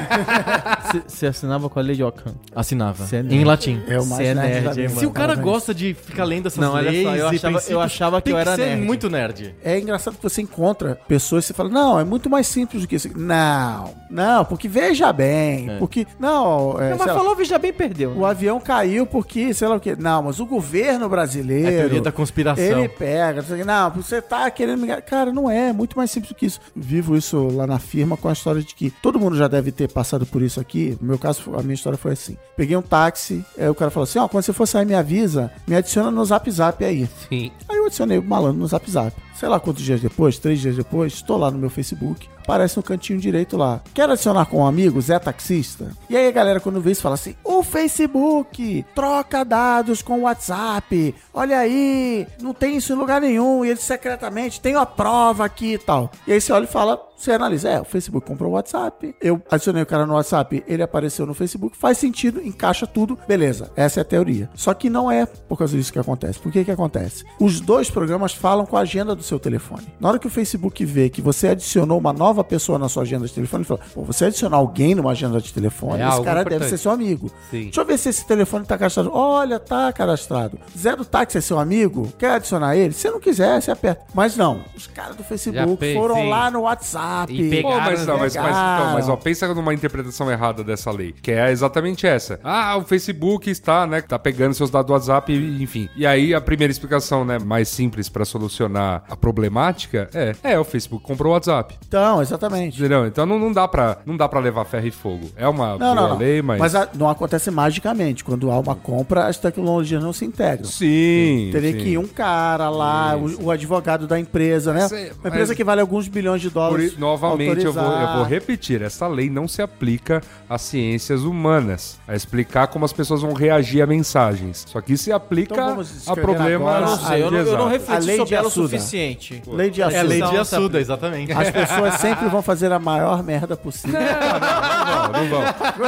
Speaker 5: Você assinava com a Lady Ockham.
Speaker 6: Assinava.
Speaker 5: Você é
Speaker 6: em latim.
Speaker 7: É o mais
Speaker 5: Você é
Speaker 7: nerd,
Speaker 5: nerd,
Speaker 7: da
Speaker 5: hein,
Speaker 7: mesa,
Speaker 6: Se o cara
Speaker 7: parabéns.
Speaker 6: gosta de ficar lendo essas
Speaker 5: Não, olha
Speaker 6: leis
Speaker 5: só,
Speaker 6: e
Speaker 5: eu achava- eu
Speaker 6: princípios,
Speaker 5: achava que
Speaker 6: tem
Speaker 5: eu era
Speaker 6: que ser
Speaker 5: nerd.
Speaker 6: muito nerd.
Speaker 7: É engraçado que você encontra pessoas que você fala, não, é muito mais simples do que isso. Não, não, porque veja bem,
Speaker 6: É.
Speaker 7: porque... Não, é,
Speaker 5: Mas
Speaker 7: sei lá,
Speaker 5: falou, já bem perdeu.
Speaker 7: o
Speaker 5: né?
Speaker 7: avião caiu porque, sei lá o quê. Não, mas o governo
Speaker 6: É a
Speaker 7: brasileiro...
Speaker 6: teoria da conspiração.
Speaker 7: Ele pega, não sei o quê. não, você tá querendo me enganar. Cara, não é, é muito mais simples do que isso. Vivo isso lá na firma com a história de que todo mundo já deve ter passado por isso aqui. No meu caso, a minha história foi assim. Peguei um táxi, aí o cara falou assim: ó, quando você for sair, me avisa, me adiciona no zap zap aí.
Speaker 3: Sim.
Speaker 7: Aí eu adicionei o malandro no zap zap. Sei lá quantos dias depois, três dias depois, estou lá no meu Facebook, aparece no cantinho direito lá. Quero adicionar com um amigo, Zé Taxista? E aí a galera, quando vê isso, fala assim: o Facebook troca dados com o WhatsApp. Olha aí, não tem isso em lugar nenhum. E eles secretamente tem uma prova aqui e tal. E aí você olha e fala. Você analisa, é, o Facebook comprou o WhatsApp, eu adicionei o cara no WhatsApp, ele apareceu no Facebook, faz sentido, encaixa tudo, beleza. Essa é a teoria. Só que não é por causa disso que acontece. Por que que acontece? Os dois programas falam com a agenda do seu telefone. Na hora que o Facebook vê que você adicionou uma nova pessoa na sua agenda de telefone, ele fala, pô, você adicionar alguém numa agenda de telefone,
Speaker 3: É
Speaker 7: esse
Speaker 3: algo
Speaker 7: cara deve
Speaker 3: importante.
Speaker 7: ser seu amigo.
Speaker 3: Sim.
Speaker 7: Deixa eu ver se esse telefone tá cadastrado. Olha, tá cadastrado. Zé do táxi é seu amigo? Quer adicionar ele? Se não quiser, você aperta. Mas não, os caras do Facebook
Speaker 3: fez,
Speaker 7: foram
Speaker 3: sim.
Speaker 7: lá no WhatsApp.
Speaker 3: E pegou.
Speaker 4: Pô,
Speaker 7: né?
Speaker 4: mas, não, mas, mas, então,
Speaker 7: Pegaram.
Speaker 4: mas ó, pensa numa interpretação errada dessa lei, que é exatamente essa. Ah, o Facebook está, né, tá pegando seus dados do WhatsApp, e- enfim. E aí a primeira explicação, né, mais simples pra solucionar a problemática é, é, o Facebook comprou o WhatsApp.
Speaker 7: Então, exatamente.
Speaker 4: Entendeu? Então não, não dá para, não dá para levar ferro e fogo. É uma
Speaker 7: Não,
Speaker 4: boa
Speaker 7: não, não.
Speaker 4: lei, mas,
Speaker 7: a- não acontece magicamente. Quando há uma compra, as tecnologias não se integram.
Speaker 4: sim,
Speaker 7: Teria
Speaker 4: sim.
Speaker 7: que ir um cara lá, o, o advogado da empresa, né?
Speaker 4: Sei,
Speaker 7: Uma empresa
Speaker 4: mas-
Speaker 7: que vale alguns bilhões de
Speaker 4: Por
Speaker 7: dólares.
Speaker 4: i- novamente, eu vou, eu
Speaker 7: autorizar.
Speaker 4: vou repetir: essa lei não se aplica às ciências humanas, a explicar como as pessoas vão reagir a mensagens. Só que se aplica
Speaker 7: Então vamos
Speaker 4: a
Speaker 7: escrever
Speaker 4: problemas.
Speaker 7: agora
Speaker 5: Eu não sei, eu não, eu
Speaker 4: Exato.
Speaker 5: não
Speaker 7: A lei
Speaker 5: refleti
Speaker 7: de
Speaker 5: sobre ela o
Speaker 7: Assuda.
Speaker 5: suficiente.
Speaker 7: Lei de
Speaker 6: É
Speaker 7: assunto.
Speaker 6: a lei de
Speaker 5: Não,
Speaker 6: assuda, exatamente.
Speaker 7: As pessoas sempre vão fazer a maior merda possível.
Speaker 4: Não, não vão.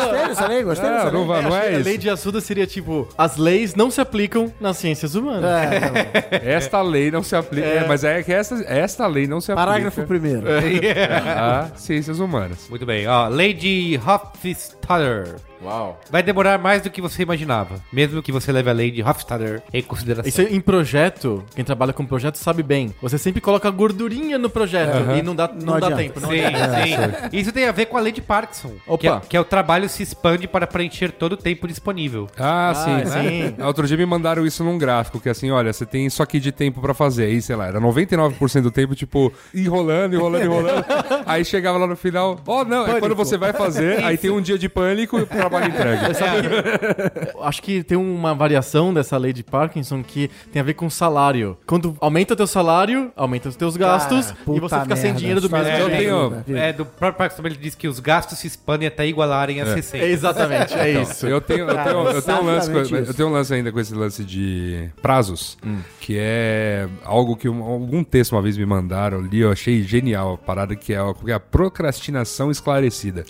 Speaker 7: Gostei dessa lei? Gostei
Speaker 4: Não,
Speaker 7: dessa
Speaker 4: não
Speaker 7: lei?
Speaker 4: vão, não
Speaker 6: A
Speaker 4: é
Speaker 6: lei
Speaker 4: isso.
Speaker 6: de assuda seria tipo, as leis não se aplicam nas ciências humanas.
Speaker 7: É,
Speaker 4: Esta lei não se aplica. é, mas é que esta, esta lei não se
Speaker 7: parágrafo
Speaker 4: aplica
Speaker 7: primeiro.
Speaker 4: a ciências humanas.
Speaker 3: Muito bem, ó. Lady Hofstadter.
Speaker 8: Uau.
Speaker 3: Vai demorar mais do que você imaginava, mesmo que você leve a lei de Hofstadter em consideração.
Speaker 6: Isso é em projeto, quem trabalha com projeto sabe bem. Você sempre coloca gordurinha no projeto e não dá, não dá
Speaker 7: adianta.
Speaker 6: tempo. Não
Speaker 3: Sim,
Speaker 6: adianta.
Speaker 3: sim. Isso tem a ver com a lei de Parkinson.
Speaker 6: Opa.
Speaker 3: Que é, que é o trabalho se expande para preencher todo o tempo disponível.
Speaker 4: Ah,
Speaker 6: Ah,
Speaker 4: sim.
Speaker 5: né?
Speaker 6: sim.
Speaker 4: Ah, Outro dia me mandaram isso num gráfico, que assim, olha, você tem isso aqui de tempo pra fazer. Aí, sei lá, era 99% do tempo, tipo, enrolando, enrolando, enrolando. aí chegava lá no final, ó, não, é quando você vai fazer, aí tem um dia de pânico e o trabalho entregue.
Speaker 6: Acho que tem uma variação dessa lei de Parkinson que tem a ver com salário. Quando aumenta o teu salário, aumenta os teus gastos e
Speaker 7: puta
Speaker 6: você fica sem
Speaker 7: merda.
Speaker 6: dinheiro do
Speaker 7: Faz
Speaker 6: mesmo
Speaker 3: eu
Speaker 6: jeito.
Speaker 4: tenho-
Speaker 3: É, do próprio Parkinson ele diz que os gastos se expandem até igualarem as receitas.
Speaker 6: Exatamente, é isso.
Speaker 4: Eu tenho, eu tenho, eu tenho um lance com-
Speaker 7: Exatamente isso.
Speaker 4: eu tenho um lance ainda com esse lance de prazos, que é algo que um- algum texto uma vez me mandaram ali, eu achei genial a parada que é a, que é a procrastinação esclarecida.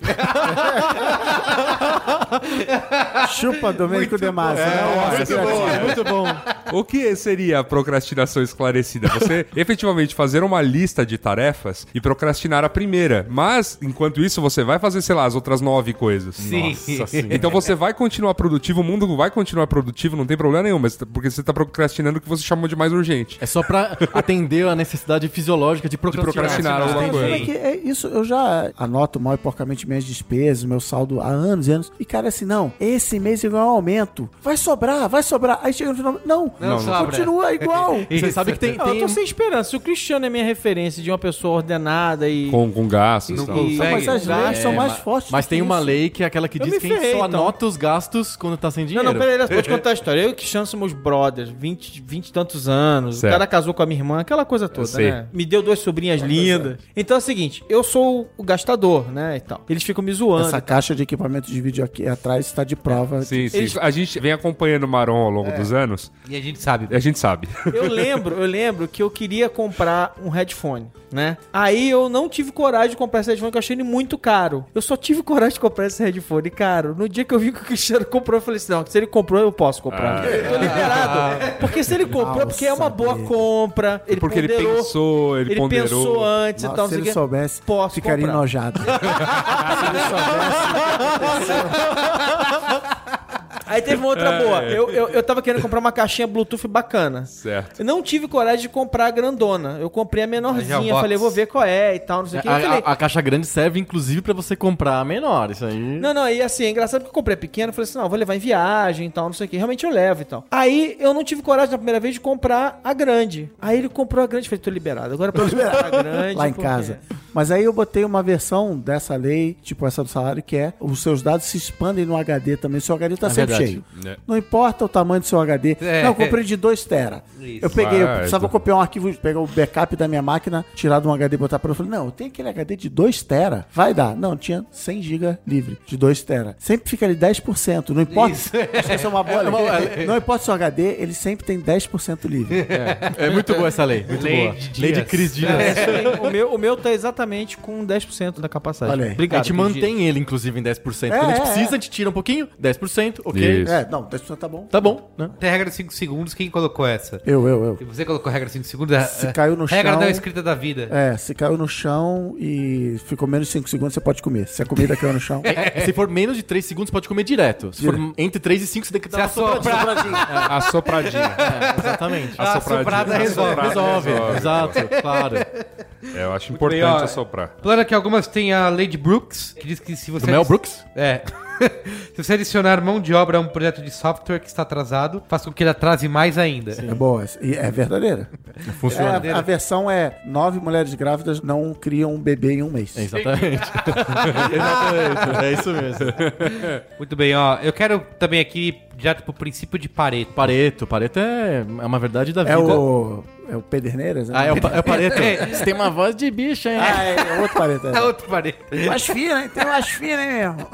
Speaker 7: Chupa Domênico De Massa, né? Nossa,
Speaker 5: É
Speaker 6: Muito bom.
Speaker 4: O que seria a procrastinação esclarecida? Você efetivamente fazer uma lista de tarefas e procrastinar a primeira. Mas, enquanto isso, você vai fazer, sei lá, as outras nove coisas.
Speaker 3: Sim.
Speaker 4: Então você vai continuar produtivo, o mundo vai continuar produtivo, não tem problema nenhum, mas porque você tá procrastinando o que você chamou de mais urgente.
Speaker 6: É só pra atender a necessidade fisiológica de procrastinar. né?
Speaker 4: procrastinar alguma coisa.
Speaker 7: Cara, que é isso, eu já anoto mal e porcamente minhas despesas, meu saldo há anos e anos. E cara, assim, não, esse mês eu ganho um aumento. Vai sobrar, vai sobrar. Aí chega no final, não,
Speaker 3: Não, não
Speaker 7: continua igual.
Speaker 3: né?
Speaker 6: Você sabe que tem,
Speaker 5: Não, Ah, eu
Speaker 6: tem um-
Speaker 5: tô sem esperança. Se o Cristiano é minha referência de uma pessoa ordenada e.
Speaker 4: Com, com gastos.
Speaker 3: Não
Speaker 4: tal.
Speaker 7: Não,
Speaker 3: consegue.
Speaker 7: mas as leis
Speaker 5: é,
Speaker 7: são mais
Speaker 6: ma-
Speaker 7: fortes.
Speaker 6: É, Mas
Speaker 7: do
Speaker 6: tem
Speaker 7: que
Speaker 6: uma
Speaker 7: isso.
Speaker 6: lei que é aquela que
Speaker 5: Eu
Speaker 6: diz
Speaker 5: me
Speaker 6: que
Speaker 5: ferrei,
Speaker 6: só
Speaker 5: então.
Speaker 6: anota os gastos quando tá sem
Speaker 5: Não,
Speaker 6: dinheiro.
Speaker 5: não, peraí, eu vou te contar a história. Eu e o Cristiano somos brothers, 20, 20 e tantos anos.
Speaker 4: Certo.
Speaker 5: O cara casou com a minha irmã, aquela coisa toda,
Speaker 4: sei.
Speaker 5: né? Me deu duas sobrinhas lindas. Então é o seguinte, eu sou o gastador, né, e tal. Eles ficam me zoando.
Speaker 7: Essa caixa de equipamento de vídeo aqui atrás está de prova.
Speaker 4: Sim, sim.
Speaker 5: Eles-
Speaker 4: A gente vem acompanhando o Maron ao
Speaker 3: É.
Speaker 4: longo dos anos
Speaker 3: E a gente sabe.
Speaker 4: e a gente sabe.
Speaker 5: Eu lembro, eu lembro que eu queria comprar um headphone, né? Aí eu não tive coragem de comprar esse headphone, que eu achei ele muito caro. Eu só tive coragem de comprar esse headphone caro. No dia que eu vi que o Cristiano comprou, eu falei assim, não, se ele comprou, eu posso comprar.
Speaker 4: Ah.
Speaker 5: Eu tô liberado. Porque se ele
Speaker 7: Ah,
Speaker 5: comprou, é porque é uma
Speaker 7: Nossa,
Speaker 5: boa
Speaker 7: Pedro.
Speaker 5: compra. Ele
Speaker 4: porque ele
Speaker 5: ponderou,
Speaker 4: pensou, ele,
Speaker 5: Ele,
Speaker 4: ponderou.
Speaker 5: pensou antes e
Speaker 7: Nossa,
Speaker 5: tal.
Speaker 7: se
Speaker 5: não sei o
Speaker 7: ele
Speaker 5: quê.
Speaker 7: soubesse,
Speaker 5: Então, Posso
Speaker 7: ficaria
Speaker 5: comprar.
Speaker 7: enojado.
Speaker 5: Aí teve uma
Speaker 6: É.
Speaker 5: outra boa. Eu, eu, eu tava querendo comprar uma caixinha Bluetooth bacana.
Speaker 4: Certo.
Speaker 5: Eu não tive coragem de comprar a grandona. Eu comprei a
Speaker 3: A
Speaker 5: menorzinha.
Speaker 3: Gearbox.
Speaker 5: Falei, vou ver qual é e tal, não sei o que. Eu
Speaker 6: A,
Speaker 5: falei,
Speaker 6: a- a caixa grande serve, inclusive, pra você comprar a menor. Isso aí.
Speaker 5: Não, não, e assim, é engraçado porque eu comprei pequeno, falei assim, não, vou levar em viagem e tal, não sei o que, realmente eu levo e tal. Aí eu não tive coragem na primeira vez de comprar a grande. Aí ele comprou a grande, falei, tô liberado, agora eu posso comprar a grande.
Speaker 7: lá em
Speaker 5: porque-
Speaker 7: casa. Mas aí eu botei uma versão dessa lei, tipo essa do salário, que é os seus dados se expandem no HD também. Seu HD tá sempre
Speaker 6: verdade.
Speaker 7: cheio.
Speaker 4: É.
Speaker 7: Não importa o tamanho do seu HD.
Speaker 3: É.
Speaker 7: Não, eu comprei de 2 tera.
Speaker 3: Isso.
Speaker 7: Eu peguei, eu
Speaker 4: Ah,
Speaker 7: precisava
Speaker 4: então.
Speaker 7: copiar um arquivo, pegar o backup da minha máquina, tirar de um HD e botar para Eu falei, não, eu tenho aquele HD de 2 tera. Vai dar. Não, tinha 100 GB livre de 2 tera. Sempre fica ali 10%. Não importa. Acho que essa é uma boa lei. Não importa o seu HD, ele sempre tem 10% livre.
Speaker 6: É muito boa essa lei. Muito
Speaker 3: Lei
Speaker 6: boa.
Speaker 3: de
Speaker 6: Lei de
Speaker 3: Dias. É.
Speaker 6: Cris Dias.
Speaker 5: É, o, meu, o meu tá exatamente com 10% da capacidade.
Speaker 7: Olha aí.
Speaker 6: A
Speaker 5: Obrigado.
Speaker 6: gente mantém ele, inclusive, em 10%.
Speaker 7: É,
Speaker 6: Quando a gente
Speaker 7: é,
Speaker 6: precisa, a
Speaker 7: é.
Speaker 6: gente tira um pouquinho, 10%, ok.
Speaker 4: Isso.
Speaker 7: É, não, 10% tá bom.
Speaker 6: Tá bom, né?
Speaker 3: Tem a regra dos 5 segundos, quem colocou essa?
Speaker 7: Eu, eu, eu.
Speaker 3: E Você colocou a regra assim dos 5 segundos?
Speaker 7: Se
Speaker 3: eh, a- a-
Speaker 7: caiu no
Speaker 3: regra
Speaker 7: chão-
Speaker 3: da escrita da vida.
Speaker 7: É, se caiu no chão e ficou menos de 5 segundos, você pode comer. Se a comida caiu no chão.
Speaker 6: É, Se for menos de 3 segundos, pode comer direto. Se for entre 3 e 5, você tem que dar
Speaker 3: Se
Speaker 6: uma sopradinha.
Speaker 3: assoprar,
Speaker 4: A sopradinha.
Speaker 6: É, Exatamente.
Speaker 3: a soprada resolve.
Speaker 6: Tá, Resolve, exato, claro.
Speaker 4: É, eu
Speaker 3: bem,
Speaker 4: acho
Speaker 3: ó.
Speaker 4: importante assoprar.
Speaker 3: Plano que algumas tem a Lady Brooks, que diz que se você...
Speaker 6: Do Mel Brooks?
Speaker 3: É. se você adicionar mão de obra a um projeto de software que está atrasado, faça com que ele atrase mais ainda.
Speaker 7: É boa. essa. E é verdadeira.
Speaker 3: Funciona.
Speaker 7: É, a versão é: nove mulheres grávidas não criam um bebê em um mês.
Speaker 6: É, Exatamente. Exatamente. É isso mesmo.
Speaker 3: Muito bem, ó. Eu quero também aqui ir direto pro princípio de Pareto.
Speaker 6: Pareto. Pareto é é uma verdade da vida.
Speaker 7: É o. É o Pederneiras? né?
Speaker 6: Ah, é o, pa- é o Pareto.
Speaker 3: É.
Speaker 6: Você tem uma voz de bicho, hein?
Speaker 7: Ah, é, é outro parente.
Speaker 3: É
Speaker 7: É.
Speaker 3: outro Pareto.
Speaker 7: Umas finas, hein? Tem umas finas, hein, mesmo?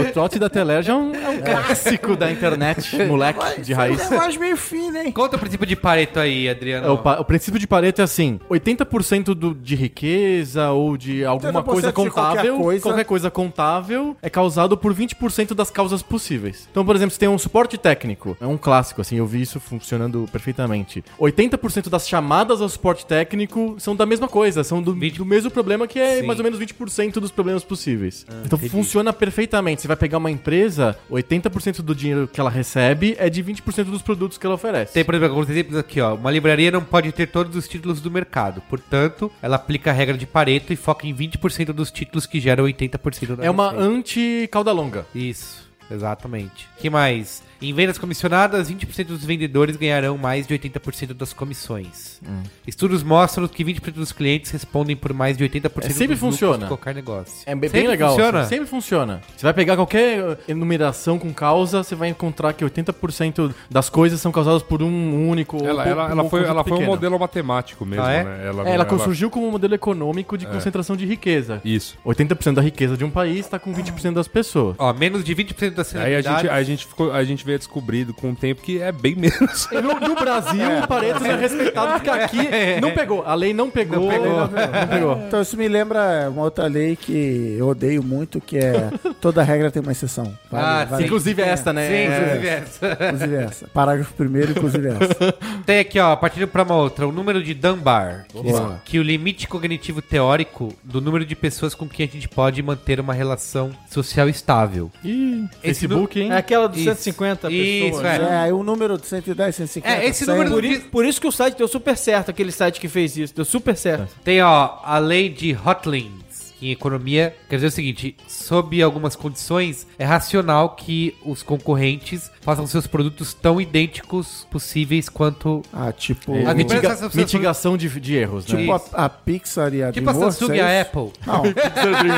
Speaker 6: O trote da Telerge é um, é um clássico da internet, moleque de raiz.
Speaker 7: É mais meio fino, hein?
Speaker 3: Conta o princípio de Pareto aí, Adriano.
Speaker 6: É, o, pa- o princípio de Pareto é assim: 80% do, de riqueza ou de alguma
Speaker 7: 80%
Speaker 6: coisa
Speaker 7: de qualquer
Speaker 6: contável, qualquer coisa.
Speaker 7: coisa.
Speaker 6: contável é causado por 20% das causas possíveis. Então, por exemplo, se tem um suporte técnico, é um clássico, assim, eu vi isso funcionando perfeitamente. 80% das chamadas ao suporte técnico são da mesma coisa, são do,
Speaker 3: 20.
Speaker 6: do mesmo problema que é
Speaker 3: Sim. Ah,
Speaker 6: mais ou menos 20% dos problemas possíveis. então funciona perfeitamente. Você vai pegar uma empresa, 80% do dinheiro que ela recebe é de 20% dos produtos que ela oferece.
Speaker 3: Tem, por exemplo, alguns exemplos aqui, ó. Uma livraria não pode ter todos os títulos do mercado. Portanto, ela aplica a regra de Pareto e foca em 20% dos títulos que geram 80% da
Speaker 6: É uma
Speaker 3: receita.
Speaker 6: anti-cauda longa.
Speaker 3: Isso, exatamente. que mais? Em vendas comissionadas, 20% dos vendedores ganharão mais de 80% das comissões.
Speaker 6: Hum.
Speaker 3: Estudos mostram que 20% dos clientes respondem por mais de 80%
Speaker 6: É, sempre
Speaker 3: dos lucros
Speaker 6: funciona.
Speaker 3: de qualquer negócio.
Speaker 6: É bem, bem
Speaker 3: Sempre
Speaker 6: legal.
Speaker 3: Funciona?
Speaker 6: assim, Sempre funciona. Você vai pegar qualquer uh, enumeração com causa, você vai encontrar que 80% das coisas são causadas por um único. ou
Speaker 4: Ela,
Speaker 6: por-
Speaker 4: ela,
Speaker 6: por
Speaker 4: ela foi,
Speaker 6: conjunto
Speaker 4: ela foi um
Speaker 6: pequeno.
Speaker 4: modelo matemático mesmo,
Speaker 3: Ah, é?
Speaker 4: né?
Speaker 6: É,
Speaker 4: Ela,
Speaker 6: Ela, surgiu como um modelo econômico
Speaker 4: É.
Speaker 6: de concentração de riqueza.
Speaker 4: Isso.
Speaker 6: 80% da riqueza de um país está com 20% das pessoas.
Speaker 3: Ó, menos de 20% das
Speaker 4: Aí a
Speaker 3: celebridades...
Speaker 4: gente, a, gente ficou, a gente veio descobrindo com o tempo que é bem menos.
Speaker 6: No, no Brasil, o Pareto é respeitado porque aqui
Speaker 4: É.
Speaker 6: não pegou. A lei não pegou. Não pegou. Não pegou.
Speaker 7: Então isso me lembra uma outra lei que eu odeio muito, que é toda regra tem uma exceção.
Speaker 3: Ah, sim.
Speaker 6: Inclusive esta, né?
Speaker 3: Sim,
Speaker 6: É.
Speaker 3: inclusive essa.
Speaker 7: Inclusive essa. Parágrafo primeiro, inclusive essa.
Speaker 3: Tem aqui, ó, partindo pra uma outra, o número de Dunbar. Que, diz
Speaker 7: Boa.
Speaker 3: que o limite cognitivo teórico do número de pessoas com quem a gente pode manter uma relação social estável.
Speaker 6: Ih, Facebook, hein?
Speaker 5: É aquela dos
Speaker 3: Isso.
Speaker 5: 150 pessoas.
Speaker 3: Isso,
Speaker 5: né?
Speaker 7: É, aí o número de 110, 150.
Speaker 3: É, esse
Speaker 7: 100.
Speaker 3: número
Speaker 5: Por, i- por isso que o site deu super certo, aquele site que fez isso, deu super certo.
Speaker 3: Tem, ó, a lei de Hotlings, que em economia quer dizer o seguinte: sob algumas condições, é racional que os concorrentes façam seus produtos tão idênticos possíveis quanto.
Speaker 7: Ah, tipo.
Speaker 6: A
Speaker 3: Aqui-
Speaker 6: mitiga-
Speaker 3: Essas-
Speaker 6: mitigação de, de erros, né?
Speaker 7: Tipo a, a Pixar e a
Speaker 3: Tipo a
Speaker 7: DreamWorks,
Speaker 3: Samsung
Speaker 7: é
Speaker 3: e a
Speaker 7: isso?
Speaker 3: Apple.
Speaker 7: Não.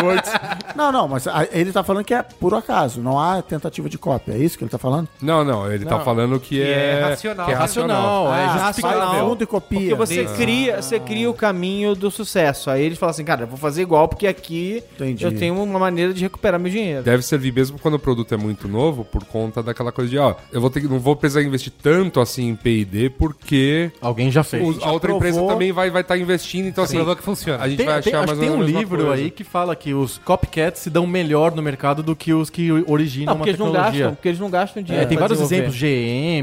Speaker 7: não, não, mas a- ele tá falando que é puro acaso, não há tentativa de cópia, é isso que ele tá falando?
Speaker 4: Não, não, ele tá falando que,
Speaker 3: é
Speaker 4: é,
Speaker 3: racional.
Speaker 4: Que é racional.
Speaker 6: Racional, é
Speaker 7: Ah,
Speaker 6: justificável.
Speaker 7: sai do mundo e
Speaker 5: Porque
Speaker 7: copia.
Speaker 5: você cria, você cria o caminho do sucesso. Aí eles falam assim, cara, eu vou fazer igual porque aqui
Speaker 7: Entendi.
Speaker 5: eu tenho uma maneira de recuperar meu dinheiro.
Speaker 4: Deve servir mesmo quando o produto é muito novo, por conta daquela coisa de, ó, eu vou ter que, não vou precisar investir tanto assim em P&D, porque
Speaker 6: Alguém já fez.
Speaker 4: o- a outra
Speaker 7: provou.
Speaker 4: empresa também vai estar vai tá investindo, então assim,
Speaker 3: Provou que funciona.
Speaker 4: a gente
Speaker 6: Tem,
Speaker 4: vai achar
Speaker 6: tem, acho
Speaker 4: mais
Speaker 6: que tem
Speaker 4: ou
Speaker 6: um
Speaker 4: menos a mesma
Speaker 6: livro
Speaker 4: coisa.
Speaker 6: aí que fala que os copycats se dão melhor no mercado do que os que originam
Speaker 5: Não,
Speaker 6: uma
Speaker 5: Ah, porque eles não gastam,
Speaker 6: tecnologia.
Speaker 5: porque eles não gastam
Speaker 6: É,
Speaker 5: dinheiro.
Speaker 6: tem
Speaker 5: pra
Speaker 6: vários
Speaker 5: desenvolver.
Speaker 6: exemplos,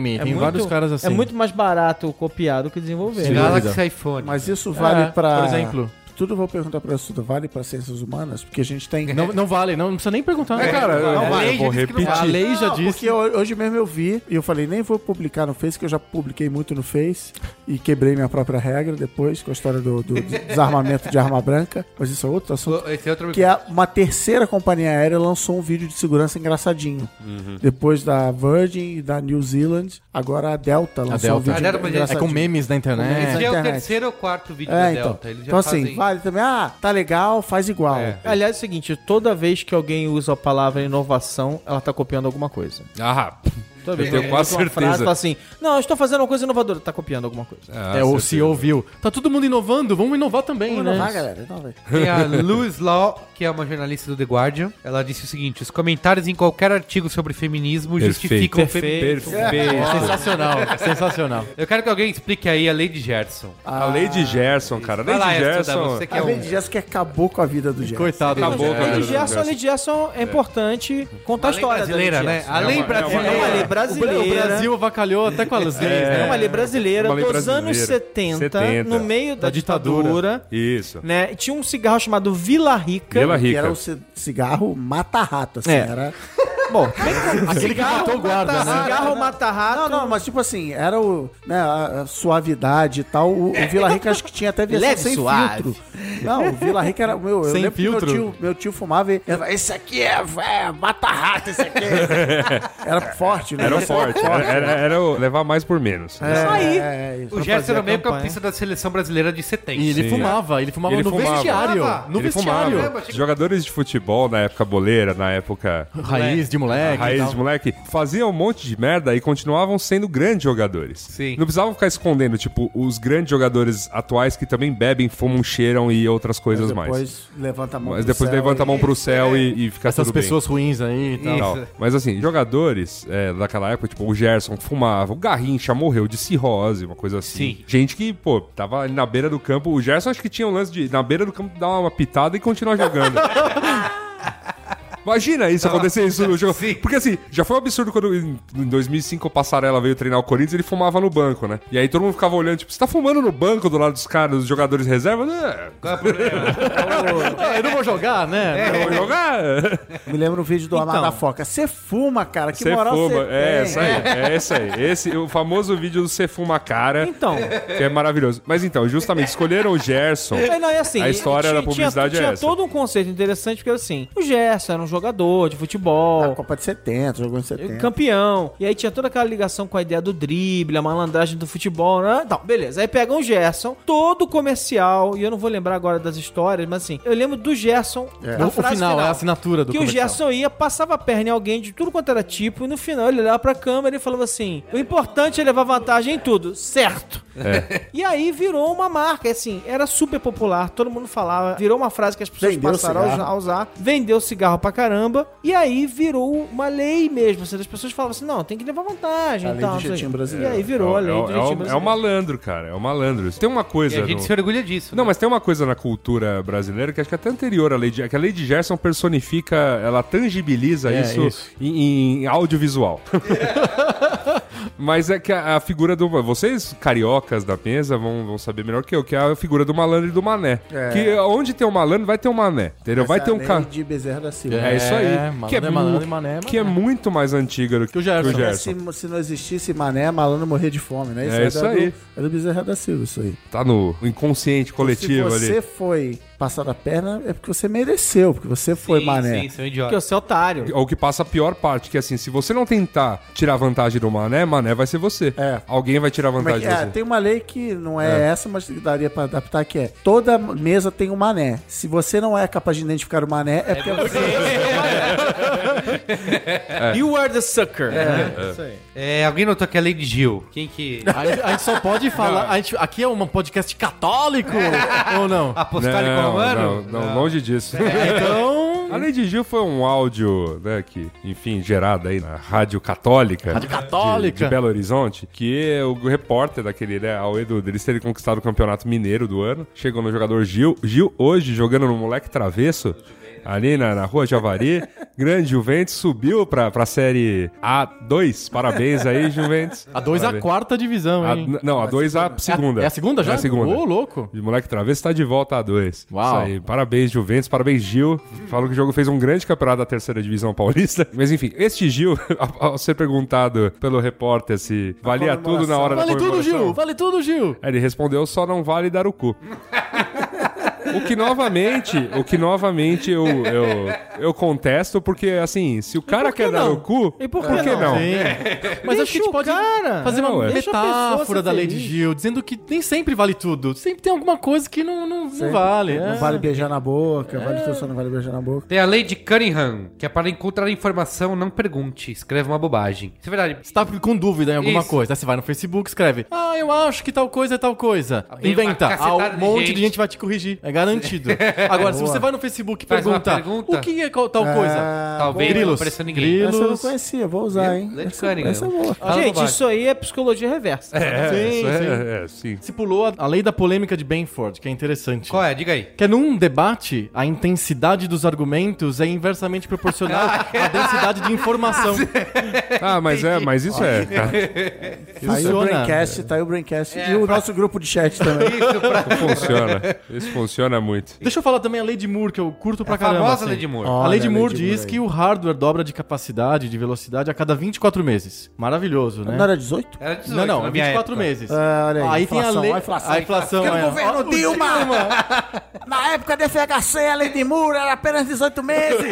Speaker 6: GM,
Speaker 5: É
Speaker 6: tem
Speaker 5: muito-
Speaker 6: vários caras assim.
Speaker 5: É muito mais barato copiar do que desenvolver.
Speaker 6: Sim.
Speaker 3: Galaxy iPhone.
Speaker 7: Mas isso vale
Speaker 6: É,
Speaker 7: pra.
Speaker 6: Por exemplo,
Speaker 7: Tudo eu vou perguntar pra isso, vale pra ciências humanas? Porque a gente tem.
Speaker 6: não, não vale, não, não precisa nem perguntar.
Speaker 4: É, cara, eu,
Speaker 3: Não,
Speaker 4: eu
Speaker 3: a lei já
Speaker 4: vou
Speaker 3: disse que não
Speaker 4: repetir.
Speaker 6: a lei já
Speaker 7: Não,
Speaker 6: disse.
Speaker 7: Porque ho- hoje mesmo eu vi e eu falei, nem vou publicar no Face, que eu já publiquei muito no Face e quebrei minha própria regra depois com a história do, do desarmamento de arma branca. Mas isso é outro assunto.
Speaker 3: Esse é outro
Speaker 7: Que a- uma terceira companhia aérea lançou um vídeo de segurança engraçadinho.
Speaker 3: Uhum.
Speaker 7: Depois da Virgin e da New Zealand, agora a Delta lançou um
Speaker 6: Delta.
Speaker 7: vídeo
Speaker 3: A Delta, mas é
Speaker 6: É com
Speaker 7: engraçadinho.
Speaker 6: memes na internet.
Speaker 3: Esse
Speaker 7: na
Speaker 3: é o
Speaker 7: internet.
Speaker 3: terceiro ou quarto vídeo
Speaker 7: É,
Speaker 3: do
Speaker 7: então.
Speaker 3: Delta. Eles já
Speaker 7: então assim,
Speaker 3: fazem-
Speaker 7: vale também. Ah, tá legal, faz igual.
Speaker 3: É.
Speaker 5: Aliás, é o seguinte, toda vez que alguém usa a palavra inovação, ela tá copiando alguma coisa.
Speaker 4: Ah,
Speaker 5: Toda
Speaker 4: Eu
Speaker 5: vez
Speaker 4: tenho
Speaker 5: que
Speaker 4: quase
Speaker 5: alguém usa uma
Speaker 4: certeza.
Speaker 5: Frase, fala assim, não, eu estou fazendo uma coisa inovadora, tá copiando alguma coisa.
Speaker 4: ah,
Speaker 6: É, o
Speaker 4: certeza.
Speaker 6: CEO viu. Tá todo mundo inovando, vamos inovar também,
Speaker 7: Vamos
Speaker 6: né?
Speaker 7: inovar, galera. Então, vai.
Speaker 3: Tem a Louis Law, que é uma jornalista do The Guardian. Ela disse o seguinte: os comentários em qualquer artigo sobre feminismo
Speaker 4: Perfeito.
Speaker 3: justificam o feminismo.
Speaker 4: Perfeito.
Speaker 6: É Sensacional, sensacional.
Speaker 3: Eu quero que alguém explique aí a lei de Gerson.
Speaker 4: A lei de Gerson, cara. A
Speaker 3: Ah, Vai
Speaker 4: lei
Speaker 3: lá,
Speaker 4: de
Speaker 3: Gerson,
Speaker 4: Gerson.
Speaker 3: você que é
Speaker 7: A
Speaker 3: um-
Speaker 7: Lady Jessica acabou com a vida do Jess.
Speaker 6: Coitado.
Speaker 4: Acabou,
Speaker 6: do
Speaker 4: cara.
Speaker 6: Gerson.
Speaker 5: A Lady Gerson, a Lei Gerson é importante contar a
Speaker 3: A lei
Speaker 5: história da Lady
Speaker 3: brasileira, né?
Speaker 5: Gerson.
Speaker 3: A lei
Speaker 4: uma-
Speaker 3: brasileira.
Speaker 5: É uma lei brasileira.
Speaker 6: O Brasil avacalhou até com as leis,
Speaker 5: É uma
Speaker 6: né?
Speaker 5: lei brasileira
Speaker 4: Uma lei
Speaker 5: dos
Speaker 4: brasileira.
Speaker 5: anos 70,
Speaker 4: 70,
Speaker 5: no meio da,
Speaker 6: da ditadura.
Speaker 5: ditadura,
Speaker 3: é
Speaker 4: Isso.
Speaker 5: né? Tinha um cigarro chamado Vila Rica.
Speaker 4: Vila
Speaker 7: Que era
Speaker 4: Rica.
Speaker 7: o ci- cigarro mata-rato, assim.
Speaker 5: É.
Speaker 7: Era...
Speaker 5: Bom, bem que-
Speaker 6: Aquele que matou o guarda, né?
Speaker 5: Ah, um cigarro mata rato.
Speaker 7: Não, não, mas tipo assim, era o, né, a, a suavidade e tal. O, o Vila Rica acho que tinha até versão
Speaker 5: Leve
Speaker 7: sem
Speaker 5: suave.
Speaker 7: filtro. Não, o Vila Rica era. Meu, eu
Speaker 6: Sem
Speaker 7: lembro que meu
Speaker 6: filtro?
Speaker 7: tio, meu tio fumava e ele falava, esse aqui é, é mata-rato, esse aqui. é-" era forte, né?
Speaker 4: Era o forte. Era, era, era o levar mais por menos.
Speaker 7: É,
Speaker 5: Aí.
Speaker 7: é, isso.
Speaker 3: O Gerson era
Speaker 5: a
Speaker 3: meio
Speaker 5: campanha.
Speaker 3: campista da seleção brasileira de 70.
Speaker 6: E ele
Speaker 4: Sim.
Speaker 6: fumava, ele fumava
Speaker 4: Ele
Speaker 6: no
Speaker 4: fumava.
Speaker 6: vestiário.
Speaker 3: Fumava?
Speaker 6: No
Speaker 4: Ele
Speaker 6: vestiário.
Speaker 4: fumava. Jogadores de futebol na época boleira, na época
Speaker 6: Raiz de moleque. e
Speaker 4: Raízes
Speaker 6: tal.
Speaker 4: de moleque faziam um monte de merda e continuavam sendo grandes jogadores.
Speaker 3: Sim.
Speaker 4: Não precisavam ficar escondendo, tipo, os grandes jogadores atuais que também bebem, fumam, cheiram e outras coisas mais.
Speaker 7: Depois levanta a mão
Speaker 4: Mas
Speaker 7: pro
Speaker 4: depois
Speaker 7: céu
Speaker 4: levanta a mão
Speaker 7: e- é.
Speaker 4: pro céu e, e fica
Speaker 6: Essas
Speaker 4: tudo bem.
Speaker 6: pessoas ruins aí e tal.
Speaker 4: tal.
Speaker 3: Isso.
Speaker 4: Mas assim, jogadores é, daquela época, tipo, o Gerson fumava, o Garrincha morreu de cirrose, uma coisa assim.
Speaker 3: Sim.
Speaker 4: Gente que, pô, tava ali na beira do campo. O Gerson acho que tinha um lance de na beira do campo dar uma pitada e continuar jogando. Imagina isso acontecer isso no jogo.
Speaker 3: Sim.
Speaker 4: Porque assim, já foi um absurdo quando em em 2005 o Passarela veio treinar o Corinthians, ele fumava no banco, né? E aí todo mundo ficava olhando, tipo, você tá fumando no banco do lado dos caras, dos jogadores reserva? É,
Speaker 3: Qual é o problema?
Speaker 6: Ah, eu não vou jogar,
Speaker 3: É.
Speaker 6: né?
Speaker 4: vou jogar.
Speaker 7: Me lembra um vídeo do Amar da Foca. Você fuma, cara. Que
Speaker 4: Cê
Speaker 7: moral você
Speaker 4: fuma.
Speaker 7: tem.
Speaker 4: É, isso aí. É isso aí. Esse, o famoso vídeo do Cê Fuma a Cara.
Speaker 5: Então.
Speaker 4: Que é maravilhoso. Mas então, justamente, escolheram o Gerson.
Speaker 5: É, não, é assim,
Speaker 4: A história
Speaker 5: tinha-
Speaker 4: da publicidade
Speaker 5: tinha,
Speaker 4: é
Speaker 5: tinha
Speaker 4: essa.
Speaker 5: todo um conceito interessante, porque era assim, o Gerson era um jogador de futebol,
Speaker 7: A Copa de 70, jogou em 70.
Speaker 5: campeão, e aí tinha toda aquela ligação com a ideia do drible, a malandragem do futebol, né? Então, beleza. Aí pegam o Gerson, todo comercial, e eu não vou lembrar agora das histórias, mas assim, eu lembro do Gerson,
Speaker 6: É.
Speaker 5: da
Speaker 6: O, o final,
Speaker 5: frase
Speaker 6: é a assinatura do
Speaker 5: que o
Speaker 6: comercial.
Speaker 5: Gerson ia, passava a perna em alguém de tudo quanto era tipo, e no final ele olhava pra câmera e falava assim: o importante é levar vantagem em tudo, certo?
Speaker 7: É.
Speaker 5: E aí virou uma marca, e assim, era super popular, todo mundo falava, virou uma frase que as pessoas
Speaker 7: Vendeu
Speaker 5: passaram a usar-
Speaker 7: cigarro.
Speaker 5: a usar, vendeu cigarro pra caramba, e aí virou uma lei mesmo, assim, as pessoas falavam assim: não, tem que levar vantagem
Speaker 7: A
Speaker 5: e
Speaker 7: lei
Speaker 5: tal.
Speaker 7: do
Speaker 5: não sei o
Speaker 7: jeitinho
Speaker 5: quê.
Speaker 7: brasileiro.
Speaker 5: E aí virou a
Speaker 4: é,
Speaker 5: lei do
Speaker 4: o- é, o-
Speaker 5: jeitinho
Speaker 4: é o
Speaker 5: brasileiro.
Speaker 4: malandro, cara. É o malandro. Tem uma coisa.
Speaker 3: E a gente
Speaker 4: no-
Speaker 3: se orgulha disso.
Speaker 4: Não,
Speaker 3: né?
Speaker 4: mas tem uma coisa na cultura brasileira que acho que é até anterior à Lady Gerson, que a Lady Gerson personifica, ela tangibiliza
Speaker 6: É,
Speaker 4: isso,
Speaker 6: isso.
Speaker 4: Em, em audiovisual. Mas é que a, a figura do. Vocês, cariocas da mesa, vão, vão saber melhor que eu, que é a figura do malandro e do mané. Que onde tem o malandro, vai ter o mané. Entendeu? vai ter um cara.
Speaker 7: de Bezerra da Silva.
Speaker 4: É isso aí.
Speaker 6: É,
Speaker 4: que, é
Speaker 6: malandro é malandro
Speaker 4: mu-
Speaker 6: e mané é
Speaker 4: que é muito mais antiga do que,
Speaker 6: Que o Gerson.
Speaker 4: que o
Speaker 7: É,
Speaker 4: Gerson.
Speaker 7: se, se não existisse Mané, malandro morrer de fome, né?
Speaker 4: É isso
Speaker 7: da-
Speaker 4: aí.
Speaker 7: Do, é do Bezerra da Silva, isso aí.
Speaker 4: Tá no inconsciente coletivo
Speaker 7: se você
Speaker 4: ali.
Speaker 7: foi passar a perna, é porque você mereceu, porque você foi
Speaker 3: sim,
Speaker 7: Mané.
Speaker 3: Sim, são
Speaker 5: Porque
Speaker 3: idiotas.
Speaker 5: você é otário.
Speaker 4: Ou que passa a pior parte, que assim, se você não tentar tirar vantagem do Mané, Mané vai ser você.
Speaker 7: É.
Speaker 4: Alguém vai tirar
Speaker 7: Como é
Speaker 4: vantagem
Speaker 7: que-
Speaker 4: de
Speaker 7: é,
Speaker 4: você.
Speaker 7: tem uma lei que não é, essa, mas que daria pra adaptar, que é toda mesa tem um mané. Se você não é capaz de identificar o mané, é, porque você...
Speaker 5: You are the sucker. né?
Speaker 3: É, alguém notou que é Lady Gil? Quem que.
Speaker 6: A, gente- a gente só pode falar. a gente- aqui é um podcast católico ou não?
Speaker 3: Apostólico
Speaker 4: não,
Speaker 3: romano?
Speaker 4: não, longe disso.
Speaker 7: É.
Speaker 6: Então.
Speaker 4: A Lady Gil foi um áudio, né, que, enfim, gerado aí na Rádio Católica.
Speaker 6: Rádio
Speaker 4: de-
Speaker 6: Católica.
Speaker 4: De, Belo Horizonte, que é o repórter daquele, né, ao Edu, deles terem conquistado o campeonato mineiro do ano. Chegou no jogador Gil. Gil, hoje, jogando no moleque travesso. Ali na, na rua Javari, grande Juventus subiu pra, pra série A2. Parabéns aí, Juventus.
Speaker 6: A 2 a
Speaker 4: Parabéns.
Speaker 6: quarta divisão,
Speaker 4: A-
Speaker 6: hein?
Speaker 4: não, a 2 a segunda.
Speaker 6: É a segunda já?
Speaker 4: É a segunda.
Speaker 6: Ô, louco.
Speaker 4: E moleque travesso tá de volta a dois.
Speaker 6: Uau.
Speaker 4: Isso aí. Parabéns, Juventus. Parabéns, Gil. Falam que o jogo fez um grande campeonato da terceira divisão paulista. Mas enfim, este Gil, ao ser perguntado pelo repórter se valia tudo na hora
Speaker 6: Vale
Speaker 4: da
Speaker 6: tudo,
Speaker 4: comemoração,
Speaker 6: Gil! Vale tudo, Gil!
Speaker 4: Aí Ele respondeu, só não vale dar o cu. O que novamente, o que novamente eu, eu, eu contesto, porque assim, se o cara
Speaker 5: por que
Speaker 4: quer dar
Speaker 5: não?
Speaker 4: o cu,
Speaker 5: E por que
Speaker 4: não?
Speaker 5: não?
Speaker 6: Sim. É. Mas
Speaker 5: Deixa
Speaker 6: acho que a gente
Speaker 5: o
Speaker 6: pode
Speaker 5: cara.
Speaker 6: fazer
Speaker 4: Não,
Speaker 6: uma
Speaker 4: ué.
Speaker 5: Deixa a pessoa
Speaker 6: metáfora
Speaker 5: ser
Speaker 6: da Lady
Speaker 5: feliz.
Speaker 6: Gil, dizendo que nem sempre vale tudo. Sempre tem alguma coisa que não, não, não vale. é.
Speaker 7: Não vale beijar na boca,
Speaker 3: É.
Speaker 7: vale tudo, só não vale beijar na boca.
Speaker 3: Tem a Lady Cunningham, que é para encontrar informação, não pergunte, escreva uma bobagem. Isso é verdade.
Speaker 6: Você tá com dúvida em alguma
Speaker 3: Isso.
Speaker 6: coisa. Aí você vai no Facebook, escreve. Ah, eu acho que tal coisa é tal coisa.
Speaker 3: Vem uma
Speaker 6: Inventa. Ah,
Speaker 3: cacetada
Speaker 6: um
Speaker 3: de
Speaker 6: monte
Speaker 3: gente.
Speaker 6: de gente vai te corrigir. É garantido. Agora, se você vai no Facebook e
Speaker 3: Faz uma
Speaker 6: pergunta,
Speaker 3: pergunta.
Speaker 6: o que é qual- tal coisa?
Speaker 7: Ah,
Speaker 3: Talvez
Speaker 6: Grilos.
Speaker 3: não apareça ninguém. né?
Speaker 6: Grilos.
Speaker 7: Essa eu não conhecia, vou usar, hein?
Speaker 3: Lady
Speaker 7: Essa,
Speaker 3: Cunningham.
Speaker 7: essa é boa.
Speaker 3: Fala
Speaker 5: Gente,
Speaker 3: bobagem.
Speaker 5: isso aí é psicologia reversa.
Speaker 4: É,
Speaker 6: Sim,
Speaker 4: isso é-
Speaker 6: sim.
Speaker 4: é, sim.
Speaker 6: Se pulou a, a lei da polêmica de Benford, que é interessante.
Speaker 3: Qual é? Diga aí.
Speaker 6: Que é num debate, a intensidade dos argumentos é inversamente proporcional à densidade de informação.
Speaker 4: Ah, mas é, mas isso é.
Speaker 7: Tá aí o
Speaker 6: Funciona.
Speaker 7: Braincast, tá aí o Braincast.
Speaker 3: É.
Speaker 7: E o nosso grupo de chat também.
Speaker 3: Isso pra...
Speaker 4: Funciona. Isso funciona muito.
Speaker 6: Deixa eu falar também a Lady Moore, que eu curto pra
Speaker 3: É a
Speaker 6: caramba.
Speaker 3: famosa
Speaker 6: assim.
Speaker 3: Lady Moore.
Speaker 6: a Lady
Speaker 7: Olha,
Speaker 6: Moore
Speaker 7: Lady
Speaker 6: diz
Speaker 7: Moore aí.
Speaker 6: que o hardware dobra de capacidade, de velocidade a cada 24 meses. Maravilhoso, né?
Speaker 7: Não era 18?
Speaker 3: Era 18,
Speaker 6: Não, não,
Speaker 3: na minha
Speaker 6: 24
Speaker 3: época.
Speaker 6: meses.
Speaker 7: Ah, olha aí,
Speaker 6: aí tem
Speaker 7: inflação,
Speaker 6: a
Speaker 7: ó,
Speaker 6: lei.
Speaker 7: inflação.
Speaker 6: a inflação é. Ó, o Dilma!
Speaker 7: Na época da FHC, a Lady Moore era apenas 18 meses.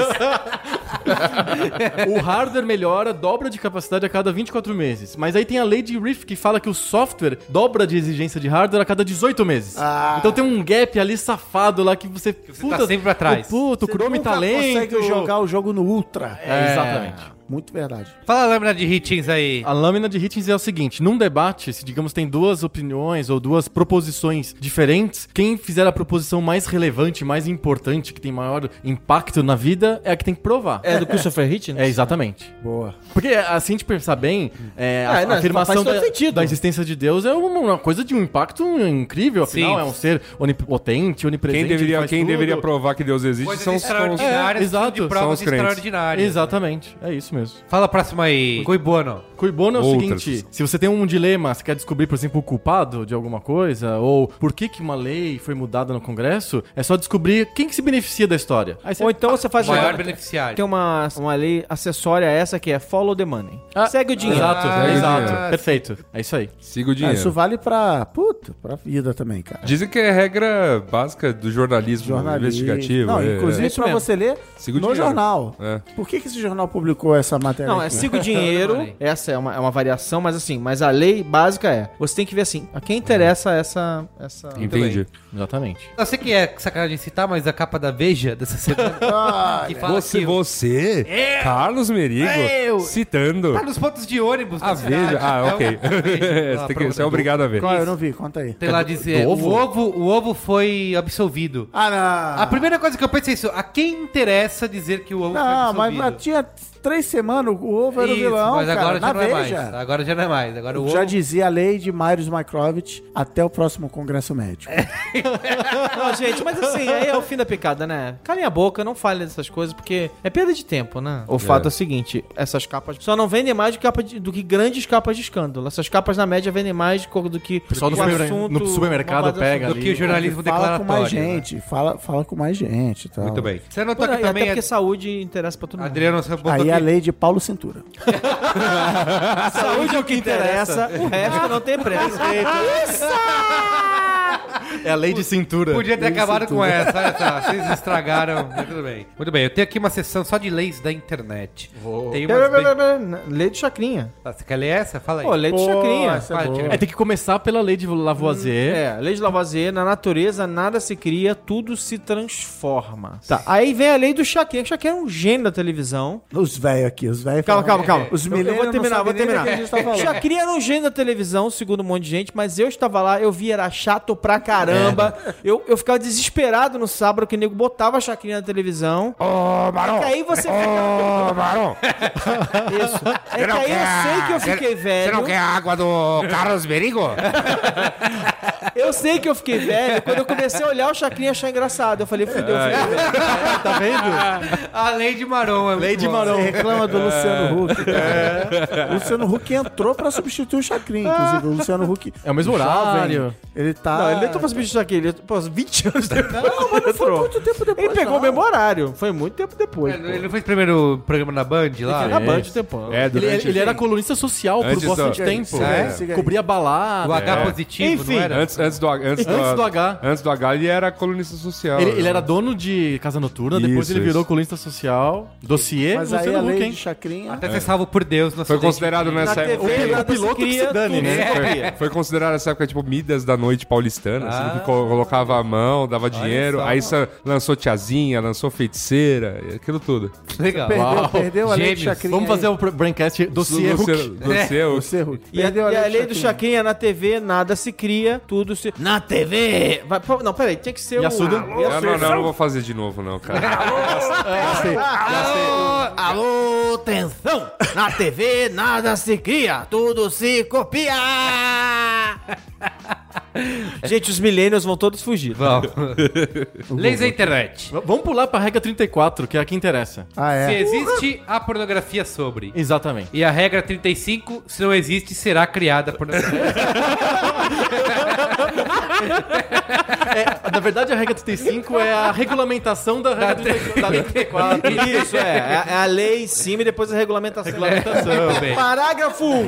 Speaker 6: o hardware melhora, dobra de capacidade a cada 24 meses. Mas aí tem a lei de Riff que fala que o software dobra de exigência de hardware a cada 18 meses. Então tem um gap ali safado lá que você.
Speaker 3: você tá sempre pra trás.
Speaker 4: um
Speaker 6: O puto, o Chrome tá lento.
Speaker 7: consegue jogar o jogo no Ultra.
Speaker 6: É, exatamente.
Speaker 7: Muito verdade.
Speaker 3: Fala a lâmina de Hitchens aí.
Speaker 6: A lâmina de Hitchens é o seguinte: num debate, se digamos tem duas opiniões ou duas proposições diferentes, quem fizer a proposição mais relevante, mais importante, que tem maior impacto na vida, é a que tem que provar.
Speaker 8: É do Christopher Hitchens?
Speaker 6: É, exatamente.
Speaker 7: Boa. Ah,
Speaker 6: Porque assim a gente pensar bem, é, a,
Speaker 8: É, não,
Speaker 6: a afirmação
Speaker 8: faz todo
Speaker 6: da,
Speaker 8: sentido.
Speaker 6: da existência de Deus é uma, uma coisa de um impacto incrível, afinal
Speaker 3: Sim.
Speaker 6: é um ser onipotente, onipresente.
Speaker 4: Quem, deveria,
Speaker 6: faz
Speaker 4: quem
Speaker 6: tudo.
Speaker 4: deveria provar que Deus existe
Speaker 3: Coisas
Speaker 4: são os são os-
Speaker 3: extraordinárias,
Speaker 6: É, exato.
Speaker 3: de
Speaker 4: São
Speaker 3: provas
Speaker 4: os crentes.
Speaker 3: extraordinárias.
Speaker 6: Exatamente, é isso mesmo.
Speaker 3: Fala a próxima aí. Coi Bono.
Speaker 6: Cuibono é o
Speaker 4: Outras.
Speaker 6: seguinte: se você tem um dilema, você quer descobrir, por exemplo, o culpado de alguma coisa, ou por que, que uma lei foi mudada no Congresso, é só descobrir quem que se beneficia da história. Aí você-
Speaker 5: Ou então você faz.
Speaker 3: Maior
Speaker 5: Uma,
Speaker 3: beneficiário.
Speaker 5: tem uma, uma lei acessória a essa que é follow the money.
Speaker 6: Ah,
Speaker 5: Segue o dinheiro.
Speaker 6: Exato,
Speaker 3: Ah,
Speaker 6: exato.
Speaker 3: sim.
Speaker 6: Perfeito. É isso aí.
Speaker 4: Siga o
Speaker 7: Ah,
Speaker 4: dinheiro.
Speaker 7: isso vale pra. Puta, pra vida também, cara.
Speaker 4: Dizem que é regra básica do jornalismo,
Speaker 7: Jornalismo.
Speaker 4: investigativo.
Speaker 7: Não,
Speaker 4: é,
Speaker 7: inclusive
Speaker 4: é.
Speaker 7: pra você ler
Speaker 4: Siga o
Speaker 7: no
Speaker 4: dinheiro.
Speaker 7: jornal.
Speaker 4: É.
Speaker 7: Por que, que esse jornal publicou essa matéria?
Speaker 5: Não, é
Speaker 7: aqui?
Speaker 5: siga o dinheiro. essa é uma, é uma variação, mas assim, mas a lei básica é. Você tem que ver assim, a quem interessa essa. essa...
Speaker 4: é. Entendi.
Speaker 6: Exatamente.
Speaker 3: Eu sei que é sacanagem citar, mas a capa da Veja dessa semana. que fala
Speaker 4: Você,
Speaker 3: que
Speaker 4: você
Speaker 6: É.
Speaker 4: Carlos Merigo,
Speaker 3: Eu!
Speaker 4: citando
Speaker 3: Tá nos pontos de ônibus.
Speaker 4: a
Speaker 3: da cidade.
Speaker 4: Veja.
Speaker 6: um
Speaker 4: Ah, ok.
Speaker 3: É uma-
Speaker 4: Você tem que-
Speaker 6: Ah,
Speaker 4: você é obrigado a ver.
Speaker 7: Qual? Ah, Eu não vi, conta aí.
Speaker 3: Tem lá dizer,
Speaker 6: do ovo?
Speaker 3: O, ovo, o ovo foi absolvido.
Speaker 7: Ah, não.
Speaker 3: A primeira coisa que eu pensei é isso, a quem interessa dizer que o ovo foi
Speaker 7: Não, mas,
Speaker 3: absolvido?
Speaker 7: mas tinha três semanas, o ovo era o
Speaker 3: Isso,
Speaker 7: vilão,
Speaker 3: mas
Speaker 7: cara,
Speaker 3: agora
Speaker 7: na
Speaker 3: já não é mais.
Speaker 7: veja.
Speaker 3: Agora já não é mais. Agora o
Speaker 7: Já
Speaker 3: ovo...
Speaker 7: dizia a lei de Marius Makrovich até o próximo Congresso Médico.
Speaker 5: Não, gente, mas assim, aí é o fim da picada, né? Calem a boca, não falem dessas coisas, porque é perda de tempo, né? O fato é, o seguinte: essas capas só não vendem mais do que, capa de- do que grandes capas de escândalo. Essas capas, na média, vendem mais do que- do que.
Speaker 6: O pessoal no,
Speaker 5: do que o
Speaker 6: supermer- no supermercado
Speaker 5: malvado
Speaker 6: pega
Speaker 3: do
Speaker 6: ali.
Speaker 3: que o jornalismo
Speaker 7: fala
Speaker 3: declaratório.
Speaker 7: com mais
Speaker 3: né?
Speaker 7: gente, fala, fala com mais gente. e Tal.
Speaker 3: Muito bem. Você
Speaker 5: Pô,
Speaker 3: anotou
Speaker 5: não,
Speaker 3: aqui
Speaker 5: e até
Speaker 6: é
Speaker 3: também,
Speaker 5: porque saúde interessa pra todo mundo.
Speaker 3: Adriano, você botou
Speaker 7: Aí a
Speaker 3: aqui.
Speaker 7: lei de Paulo Cintura.
Speaker 5: A saúde é o que interessa, É o resto não tem pressa.
Speaker 6: É a lei de cintura.
Speaker 3: Podia ter acabado com essa, olha só, Vocês estragaram. mas Tudo bem. Muito bem, eu tenho aqui uma sessão só de leis da internet. Tem umas bem-
Speaker 5: Lei de chacrinha.
Speaker 3: Ah, Você quer ler essa? Fala aí.
Speaker 5: Pô, lei de chacrinha.
Speaker 7: essa
Speaker 3: Fala,
Speaker 6: É,
Speaker 3: Thiago.
Speaker 6: tem que começar pela lei de Lavoisier.
Speaker 5: É, lei de Lavoisier, na natureza nada se cria, tudo se transforma. Tá, aí vem a lei do Shaquem. O Shaquem é um gênio da televisão.
Speaker 7: Os velhos aqui, os velhos.
Speaker 5: Calma,
Speaker 7: falam-
Speaker 5: calma, calma.
Speaker 7: Os
Speaker 5: É. Eu- eu,
Speaker 7: milênios
Speaker 5: vou
Speaker 7: não
Speaker 5: terminar, vou
Speaker 7: sabem nem do
Speaker 5: terminar.
Speaker 7: que a gente tá falando.
Speaker 5: O Chacrinha era um gênio da televisão, segundo um monte de gente, mas eu estava lá, eu vi, era chato pra caramba. Eu, eu ficava desesperado no sábado que o nego botava a Chacrinha na televisão.
Speaker 4: Ô, Barão!
Speaker 5: E aí você
Speaker 4: Ô, Barão!
Speaker 5: Isso. É que aí eu sei que eu fiquei velho.
Speaker 4: água do Carlos Merigo?
Speaker 5: Eu sei que eu fiquei velho. Quando eu comecei a olhar o Chacrinha, achar engraçado. Eu falei, fudeu, eu fiquei velho.
Speaker 6: Tá vendo?
Speaker 3: A lei de Marom. É
Speaker 6: lei
Speaker 3: muito
Speaker 6: de
Speaker 3: bom.
Speaker 6: Marão.
Speaker 7: Você reclama do Luciano Huck. cara. O Luciano Huck entrou pra substituir o Chacrinha, inclusive. O Luciano Huck.
Speaker 6: É o mesmo horário.
Speaker 7: Ele tá.
Speaker 5: Não, ele não entrou pra substituir aqui. Ele entrou, pô, 20 anos depois. Não, mas
Speaker 7: Foi muito tempo depois.
Speaker 5: Ele pegou
Speaker 7: não.
Speaker 5: o mesmo horário. Foi muito tempo depois.
Speaker 3: Ele ele É, não fez primeiro programa na Band lá?
Speaker 6: Ah,
Speaker 5: Na Band o tempo.
Speaker 4: É,
Speaker 6: Ele,
Speaker 4: durante...
Speaker 6: ele era colunista social por
Speaker 4: Antes do-
Speaker 6: bastante
Speaker 4: É,
Speaker 6: tempo.
Speaker 7: siga aí,
Speaker 6: É.
Speaker 7: siga aí.
Speaker 6: Cobria
Speaker 3: O
Speaker 6: balada.
Speaker 3: H positivo,
Speaker 6: Enfim.
Speaker 3: não era?
Speaker 4: Antes, antes do, H- antes, do,
Speaker 6: Antes do H.
Speaker 4: Antes do H, ele era colunista social.
Speaker 6: Ele, ele era dono de casa noturna, depois
Speaker 4: Isso,
Speaker 6: ele virou
Speaker 4: isso.
Speaker 6: colunista social, dossiê,
Speaker 7: Mas aí a
Speaker 6: Luciano Huck,
Speaker 7: lei
Speaker 6: hein?
Speaker 7: de Chacrinha.
Speaker 3: Até ser salvo por Deus. no
Speaker 4: Foi
Speaker 3: acidente.
Speaker 4: considerado né? nessa época.
Speaker 5: nada
Speaker 6: piloto
Speaker 5: se
Speaker 6: é que se dane,
Speaker 5: tudo É.
Speaker 6: né?
Speaker 5: se cria.
Speaker 4: Foi, foi considerado nessa época, tipo, Midas da Noite paulistana, assim, que co- colocava a mão, dava dinheiro, aí sa- lançou tiazinha, lançou feiticeira, aquilo tudo.
Speaker 3: Legal.
Speaker 7: Perdeu,
Speaker 6: Uau.
Speaker 7: perdeu a lei de
Speaker 3: Gêmeos.
Speaker 7: Chacrinha.
Speaker 6: Vamos fazer
Speaker 7: aí.
Speaker 6: o pr- braincast dossiê Huck.
Speaker 3: É.
Speaker 4: Você, você,
Speaker 7: Você, Huck.
Speaker 5: E a,
Speaker 7: Perdeu
Speaker 5: e a lei
Speaker 7: de
Speaker 5: do Chacrinha na TV, nada se cria, tudo se. Na TV! Vai, pô, não, peraí, tinha que ser
Speaker 6: E
Speaker 5: o.
Speaker 6: assuda. um-
Speaker 5: Alô,
Speaker 4: Não, não, não, não vou fazer de novo, não, cara.
Speaker 5: Alô, tensão! Na TV, nada se cria, tudo se copia! Gente, os millennials vão todos fugir.
Speaker 3: Vamos. Leis da internet.
Speaker 6: V- Vamos pular pra regra 34, que é a que interessa.
Speaker 7: Ah,
Speaker 3: Se
Speaker 7: é.
Speaker 3: existe, há pornografia sobre.
Speaker 6: Exatamente.
Speaker 3: E a regra 35, se não existe, será criada pornografia.
Speaker 6: É, na verdade, a regra 35 é a regulamentação da regra 34, da lei 34.
Speaker 5: Isso, é, é, é a lei em cima e depois a regulamentação.
Speaker 3: Muito Então, bem.
Speaker 5: Parágrafo 1.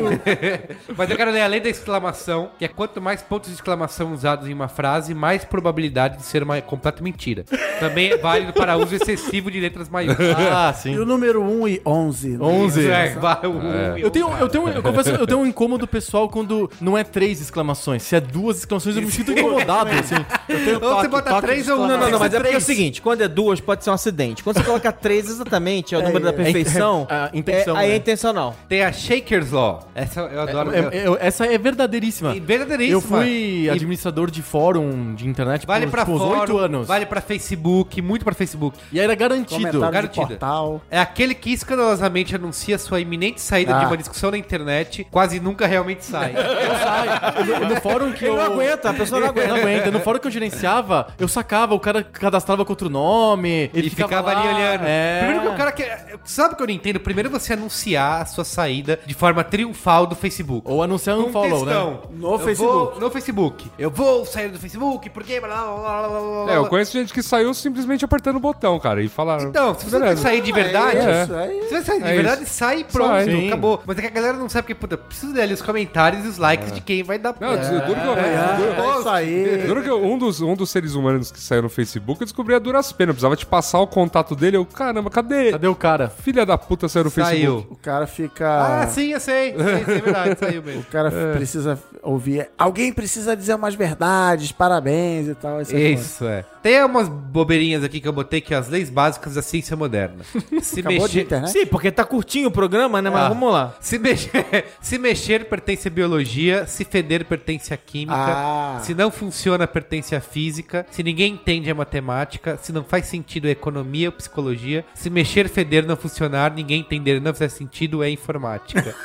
Speaker 3: Mas eu quero ler a lei da exclamação, que é quanto mais pontos de exclamação usados em uma frase, mais probabilidade de ser uma completa mentira. Também é válido para uso excessivo de letras maiúsculas.
Speaker 6: Ah,
Speaker 7: E
Speaker 6: sim.
Speaker 7: o número 1 e 11. né?
Speaker 6: 11.
Speaker 3: É, vai, o-
Speaker 6: Eu tenho, eu, tenho, eu, confesso, eu tenho um incômodo pessoal quando não é três exclamações, se é duas exclamações eu me me sinto incomodado, assim. Eu tenho
Speaker 3: Ou você
Speaker 6: toque,
Speaker 3: bota
Speaker 6: toque,
Speaker 3: três ou um,
Speaker 5: Não,
Speaker 3: não,
Speaker 5: não, não, mas é porque é o
Speaker 6: Três.
Speaker 5: seguinte, quando é duas pode ser um acidente. Quando você coloca três exatamente, é o número da perfeição,
Speaker 6: é, a intenção,
Speaker 5: é, aí é
Speaker 6: né?
Speaker 5: intencional.
Speaker 3: Tem a Shaker's Law. Essa eu adoro.
Speaker 6: É, é, eu- essa é verdadeiríssima.
Speaker 3: E verdadeiríssima.
Speaker 6: Eu fui
Speaker 3: E
Speaker 6: administrador de fórum de internet
Speaker 3: Vale
Speaker 6: por
Speaker 3: pra
Speaker 6: tipo, uns oito
Speaker 3: fórum,
Speaker 6: anos.
Speaker 3: Vale pra Facebook, muito pra Facebook.
Speaker 6: E era garantido.
Speaker 7: Comentário de
Speaker 3: garantido.
Speaker 7: portal.
Speaker 3: É aquele que escandalosamente anuncia sua iminente saída
Speaker 7: Ah.
Speaker 3: de uma discussão na internet, quase nunca realmente sai.
Speaker 6: Eu saio. No, no fórum que eu.
Speaker 5: Não aguenta, a pessoa não aguenta.
Speaker 6: Não aguenta. No fórum que eu gerenciava, eu sacava, o cara cadastrava com outro nome. Ele
Speaker 3: E ficava
Speaker 6: lá.
Speaker 3: ali olhando.
Speaker 6: É.
Speaker 3: Primeiro que o cara quer. Sabe o que eu não entendo? Primeiro você anunciar a sua saída de forma triunfal do Facebook.
Speaker 6: Ou anunciar um
Speaker 3: Com
Speaker 6: follow,
Speaker 3: textão.
Speaker 6: né?
Speaker 7: No
Speaker 3: Eu
Speaker 7: Facebook.
Speaker 3: vou- no Facebook. Eu vou sair do Facebook, porque. Blá, blá, blá, blá, blá, blá.
Speaker 4: É, eu conheço gente que saiu simplesmente apertando o botão, cara, e falaram.
Speaker 3: Então, se você quer
Speaker 4: Beleza.
Speaker 3: sair de verdade.
Speaker 4: É.
Speaker 7: Isso aí.
Speaker 3: Se você sair de
Speaker 4: É
Speaker 3: verdade,
Speaker 4: isso.
Speaker 3: sai e pronto,
Speaker 4: Sai.
Speaker 3: acabou. Mas é que a galera não sabe porque, puta, preciso ler ali os comentários e os likes de quem vai dar. É,
Speaker 4: É. Não, duro que eu. duro-
Speaker 7: É isso aí.
Speaker 4: Duro que eu- um, dos, um dos seres humanos que saiu no Facebook, eu descobri a duras penas. Eu precisava te passar o contato dele. Eu, caramba, cadê?
Speaker 6: Cadê o cara?
Speaker 4: Filha da puta saiu no Facebook.
Speaker 3: Saiu.
Speaker 7: O cara fica.
Speaker 3: Ah, sim, eu sei. Sei, sei, é verdade, saiu
Speaker 7: O
Speaker 3: mesmo.
Speaker 7: cara precisa ouvir. Alguém precisa dizer umas verdades, parabéns e tal. essas coisas.
Speaker 3: Isso, é. Tem umas bobeirinhas aqui que eu botei que é as leis básicas da ciência é moderna. Se
Speaker 7: Acabou de
Speaker 3: mexer...
Speaker 7: internet?
Speaker 5: Sim, porque tá curtinho o programa, né? Mas
Speaker 3: Ah.
Speaker 5: vamos lá.
Speaker 3: Se mexer, se mexer pertence à biologia, se feder pertence à química,
Speaker 7: Ah.
Speaker 3: se não funciona pertence à física, se ninguém entende é matemática, se não faz sentido é economia ou psicologia, se mexer, feder, não funcionar, ninguém entender, não fizer sentido é informática.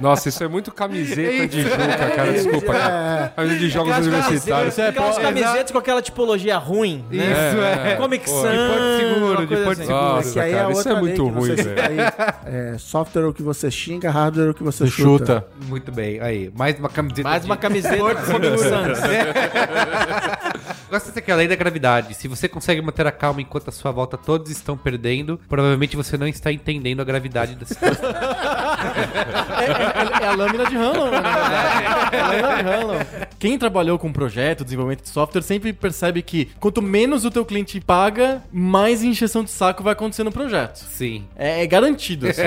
Speaker 4: Nossa, isso é muito camiseta de
Speaker 3: Isso.
Speaker 4: Juca, cara. Desculpa.
Speaker 7: É.
Speaker 4: Camiseta de jogos universitários.
Speaker 6: Isso é
Speaker 5: Aquelas
Speaker 6: pó-
Speaker 5: camisetas com aquela tipologia ruim, né?
Speaker 3: Isso é.
Speaker 5: Comic
Speaker 4: Pô,
Speaker 5: Sans,
Speaker 4: de Porto Seguro,
Speaker 5: uma
Speaker 4: de
Speaker 5: coisa
Speaker 4: Porto
Speaker 5: assim.
Speaker 4: Seguro. Nossa,
Speaker 7: que aí
Speaker 4: cara,
Speaker 7: é
Speaker 4: isso
Speaker 7: outra
Speaker 4: é muito
Speaker 7: lei que não
Speaker 4: ruim,
Speaker 7: sei se
Speaker 4: velho.
Speaker 7: tá aí. É, software é o que você xinga, hardware é o que você chuta.
Speaker 6: Chuta.
Speaker 3: Muito bem, aí, mais uma camiseta.
Speaker 5: Mais
Speaker 3: de-
Speaker 5: uma camiseta com Comic Sans.
Speaker 3: Gosto dessa aqui, a lei da gravidade. Se você consegue manter a calma enquanto à sua volta todos estão perdendo, provavelmente você não está entendendo a gravidade da situação.
Speaker 6: É, é a lâmina de Hanlon, né? É a lâmina de Hanlon. Quem trabalhou com projeto, desenvolvimento de software, sempre percebe que quanto menos o teu cliente paga, mais injeção de saco vai acontecer no projeto.
Speaker 3: Sim.
Speaker 6: É, é garantido, assim.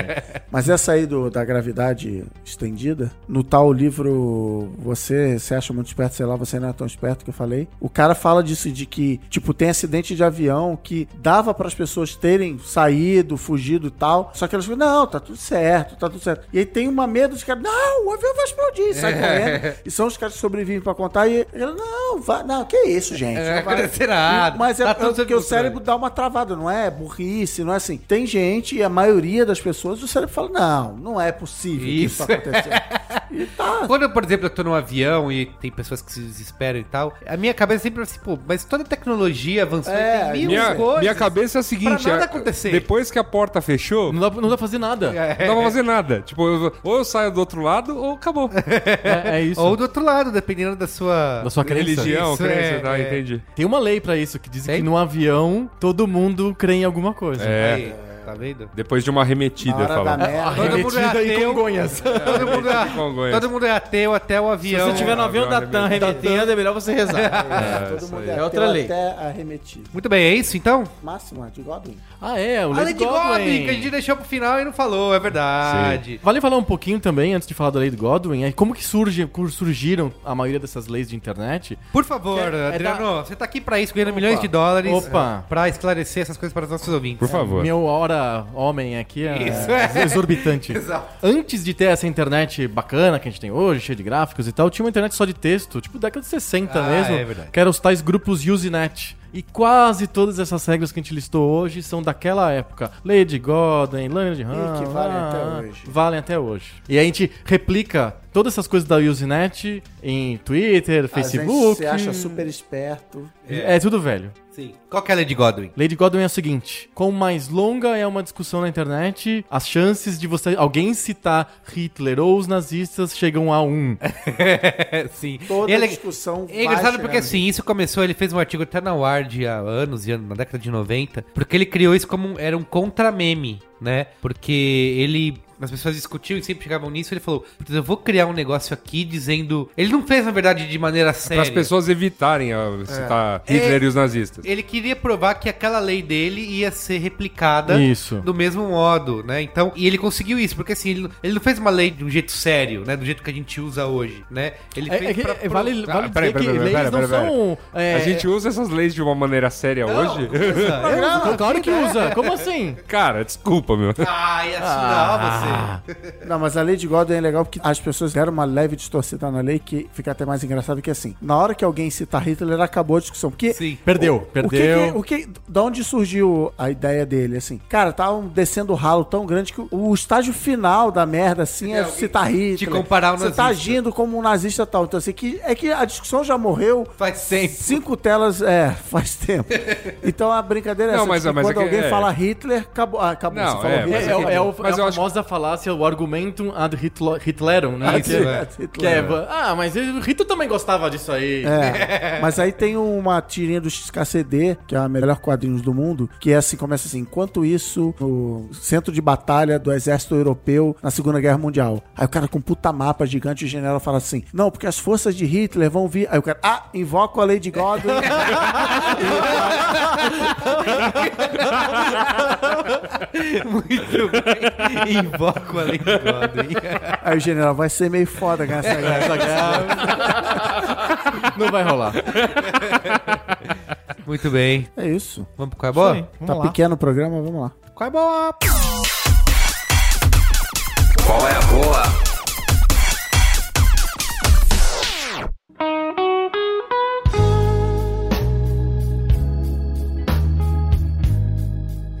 Speaker 7: Mas essa aí do, da gravidade estendida, no tal livro Você se acha muito esperto, sei lá, você não é tão esperto que eu falei. O cara fala disso, de que, tipo, tem acidente de avião que dava para as pessoas terem saído, fugido e tal. Só que elas falam, não, tá tudo certo, tá tudo certo. E aí tem uma medo de cara, não, o avião vai explodir, sai correndo. E são os caras que sobrevivem para contar e ela, não, vai, não, que isso, gente.
Speaker 3: É,
Speaker 7: não vai."
Speaker 3: será?
Speaker 7: Mas é
Speaker 3: Tá tudo sob
Speaker 7: porque o
Speaker 3: controle.
Speaker 7: cérebro dá uma travada, não é burrice, não é assim. Tem gente, e a maioria das pessoas, o cérebro fala, não, não é possível
Speaker 3: Isso.
Speaker 7: que isso aconteceu. e tá.
Speaker 3: Quando, por exemplo, eu tô num avião e tem pessoas que se desesperam e tal, a minha cabeça sempre assim, pô, mas toda a tecnologia avançou,
Speaker 7: É,
Speaker 3: tem mil
Speaker 4: Minha,
Speaker 3: coisas.
Speaker 4: minha cabeça é a seguinte:
Speaker 3: Pra nada
Speaker 4: é,
Speaker 3: acontecer.
Speaker 4: depois que a porta fechou,
Speaker 6: Não dá, pra- não dá pra fazer
Speaker 3: É.
Speaker 6: nada.
Speaker 4: não dá pra fazer nada. Tipo, eu- ou eu saio do outro lado, ou acabou.
Speaker 6: É, é isso.
Speaker 3: Ou do outro lado, dependendo da sua...
Speaker 6: da sua crença.
Speaker 4: Religião,
Speaker 3: Isso,
Speaker 4: crença,
Speaker 3: é,
Speaker 4: tá,
Speaker 3: é.
Speaker 4: entendi.
Speaker 6: Tem uma lei pra isso que diz
Speaker 3: Tem?
Speaker 6: que no avião todo mundo crê em alguma coisa.
Speaker 4: É.
Speaker 3: Aí, tá vendo?
Speaker 4: Depois de uma
Speaker 7: Na
Speaker 4: arremetida,
Speaker 7: hora da
Speaker 4: falando.
Speaker 6: Ah,
Speaker 7: merda. né?
Speaker 3: Todo mundo é
Speaker 6: Arremetida e
Speaker 3: ateu.
Speaker 6: congonhas.
Speaker 3: Todo mundo,
Speaker 4: Que
Speaker 3: é,
Speaker 4: Congonhas.
Speaker 3: todo mundo é ateu até o
Speaker 5: Se
Speaker 3: avião.
Speaker 5: você tiver no avião da TAM remetendo, Então, é melhor você rezar.
Speaker 7: É, todo mundo é,
Speaker 5: É outra
Speaker 7: ateu
Speaker 5: lei.
Speaker 7: até arremetido.
Speaker 3: Muito bem, é isso então?
Speaker 7: Máximo, de Goblin.
Speaker 6: Ah, é, o
Speaker 3: A
Speaker 6: Lady
Speaker 3: Lady Goblin, que a gente
Speaker 6: Godwin.
Speaker 3: deixou pro final e não falou, é verdade.
Speaker 6: Vale falar um pouquinho também, antes de falar da Lady Godwin, é como que surge, como surgiram a maioria dessas leis de internet.
Speaker 3: Por favor,
Speaker 6: É- é
Speaker 3: Adriano, você tá aqui pra isso, ganhando milhões de dólares. é,
Speaker 6: Opa.
Speaker 3: Pra esclarecer essas coisas para os nossos ouvintes.
Speaker 4: Por favor.
Speaker 6: Meu hora homem aqui é
Speaker 3: Isso, é.
Speaker 6: exorbitante.
Speaker 3: Exato.
Speaker 6: Antes de ter essa internet bacana que a gente tem hoje, cheia de gráficos e tal, tinha uma internet só de texto, tipo década de 60
Speaker 3: Ah,
Speaker 6: mesmo,
Speaker 3: é verdade.
Speaker 6: que eram os tais grupos Usenet. E quase todas essas regras que a gente listou hoje são daquela época. Lady Godwin, Lady Han,
Speaker 7: que valem
Speaker 6: lá,
Speaker 7: até hoje.
Speaker 6: ah, Valem até hoje. E a gente replica todas essas coisas da Usenet em Twitter,
Speaker 7: A gente
Speaker 6: Facebook.
Speaker 7: se acha super esperto.
Speaker 6: É tudo velho.
Speaker 3: Sim. Qual que é a Lady Godwin?
Speaker 6: Lady Godwin é o seguinte: quão mais longa é uma discussão na internet, as chances de você alguém citar Hitler ou os nazistas chegam a um.
Speaker 3: É, sim.
Speaker 7: Toda
Speaker 3: Ele-
Speaker 7: discussão né,
Speaker 3: É engraçado
Speaker 7: vai
Speaker 3: porque
Speaker 7: chegar
Speaker 3: assim, isso começou, ele fez um artigo até na Ward há anos e anos, na década de 90, porque ele criou isso como um, era um contra-meme, né? Porque ele as pessoas discutiam e sempre chegavam nisso, ele falou, "Putz, eu vou criar um negócio aqui dizendo... Ele não fez, na verdade, de maneira séria.
Speaker 4: Para as pessoas evitarem a, citar Hitler e os nazistas.
Speaker 3: Ele queria provar que aquela lei dele ia ser replicada
Speaker 6: Isso.
Speaker 3: do mesmo modo, né? Então, e ele conseguiu isso, porque assim, ele, ele não fez uma lei de um jeito sério, né? Do jeito que a gente usa hoje, né? Ele
Speaker 6: É,
Speaker 3: fez
Speaker 6: é que,
Speaker 3: pra
Speaker 6: é, vale
Speaker 4: Ah,
Speaker 6: vale dizer
Speaker 4: peraí,
Speaker 6: que
Speaker 4: peraí, peraí,
Speaker 6: leis
Speaker 4: peraí,
Speaker 6: não
Speaker 4: peraí.
Speaker 6: são... é,
Speaker 4: A gente usa essas leis de uma maneira séria hoje?
Speaker 3: usa.
Speaker 6: é, usa, claro que usa. Como assim?
Speaker 4: Cara, desculpa, meu.
Speaker 3: Ai, é
Speaker 6: Ah.
Speaker 3: assim, assinava você.
Speaker 7: Não, mas a lei de Gordon é legal porque as pessoas deram uma leve distorcida na lei que fica até mais engraçado que assim. Na hora que alguém cita Hitler, acabou a discussão. Porque
Speaker 3: Sim.
Speaker 6: Perdeu, perdeu.
Speaker 7: O que, que- o que, da onde surgiu a ideia dele, assim? Cara, estavam descendo o ralo tão grande que o, o estágio final da merda, assim, é
Speaker 3: alguém
Speaker 7: citar Hitler.
Speaker 3: te comparar ao
Speaker 7: Você
Speaker 3: nazista.
Speaker 7: tá agindo como um nazista tal. Então, assim, que, é que a discussão já morreu.
Speaker 3: Faz tempo.
Speaker 7: Cinco telas, é, faz tempo. Então, a brincadeira é
Speaker 4: Não,
Speaker 7: essa.
Speaker 4: mas-
Speaker 7: tipo,
Speaker 4: mas é
Speaker 7: quando
Speaker 4: que-
Speaker 7: alguém
Speaker 4: é.
Speaker 7: fala Hitler, acabou. ah, acabou
Speaker 4: Não,
Speaker 7: você falou
Speaker 4: é,
Speaker 7: Hitler.
Speaker 6: É, é, o- é o-
Speaker 4: Mas
Speaker 6: é
Speaker 4: eu
Speaker 6: a
Speaker 4: acho-
Speaker 6: famosa falácia, o argumentum ad Hitlo- Hitlerum, né?
Speaker 4: Ah,
Speaker 3: Isso,
Speaker 6: que,
Speaker 3: é.
Speaker 6: que é, ah, mas ele- o Hitler também gostava disso aí.
Speaker 7: É. Mas aí tem uma tirinha do XKCD, que é a melhor quadrinhos do mundo, que é assim, começa assim, enquanto isso, no centro de batalha do exército europeu na Segunda Guerra Mundial. Aí o cara com um puta mapa gigante, o general fala assim, não, porque as forças de Hitler vão vir... Aí o cara, ah, invoco a lei de Godwin.
Speaker 3: Muito bem. Invoco a lei de Godwin.
Speaker 7: aí o general, vai ser meio foda ganhar essa guerra.
Speaker 6: Essa guerra- Não vai rolar.
Speaker 3: Muito bem.
Speaker 7: É isso.
Speaker 3: Vamos pro Caibola?
Speaker 6: Isso aí.
Speaker 7: tá
Speaker 6: Vamos lá. é
Speaker 7: pequeno o programa, vamos lá.
Speaker 3: Caibola!
Speaker 8: Qual é a boa?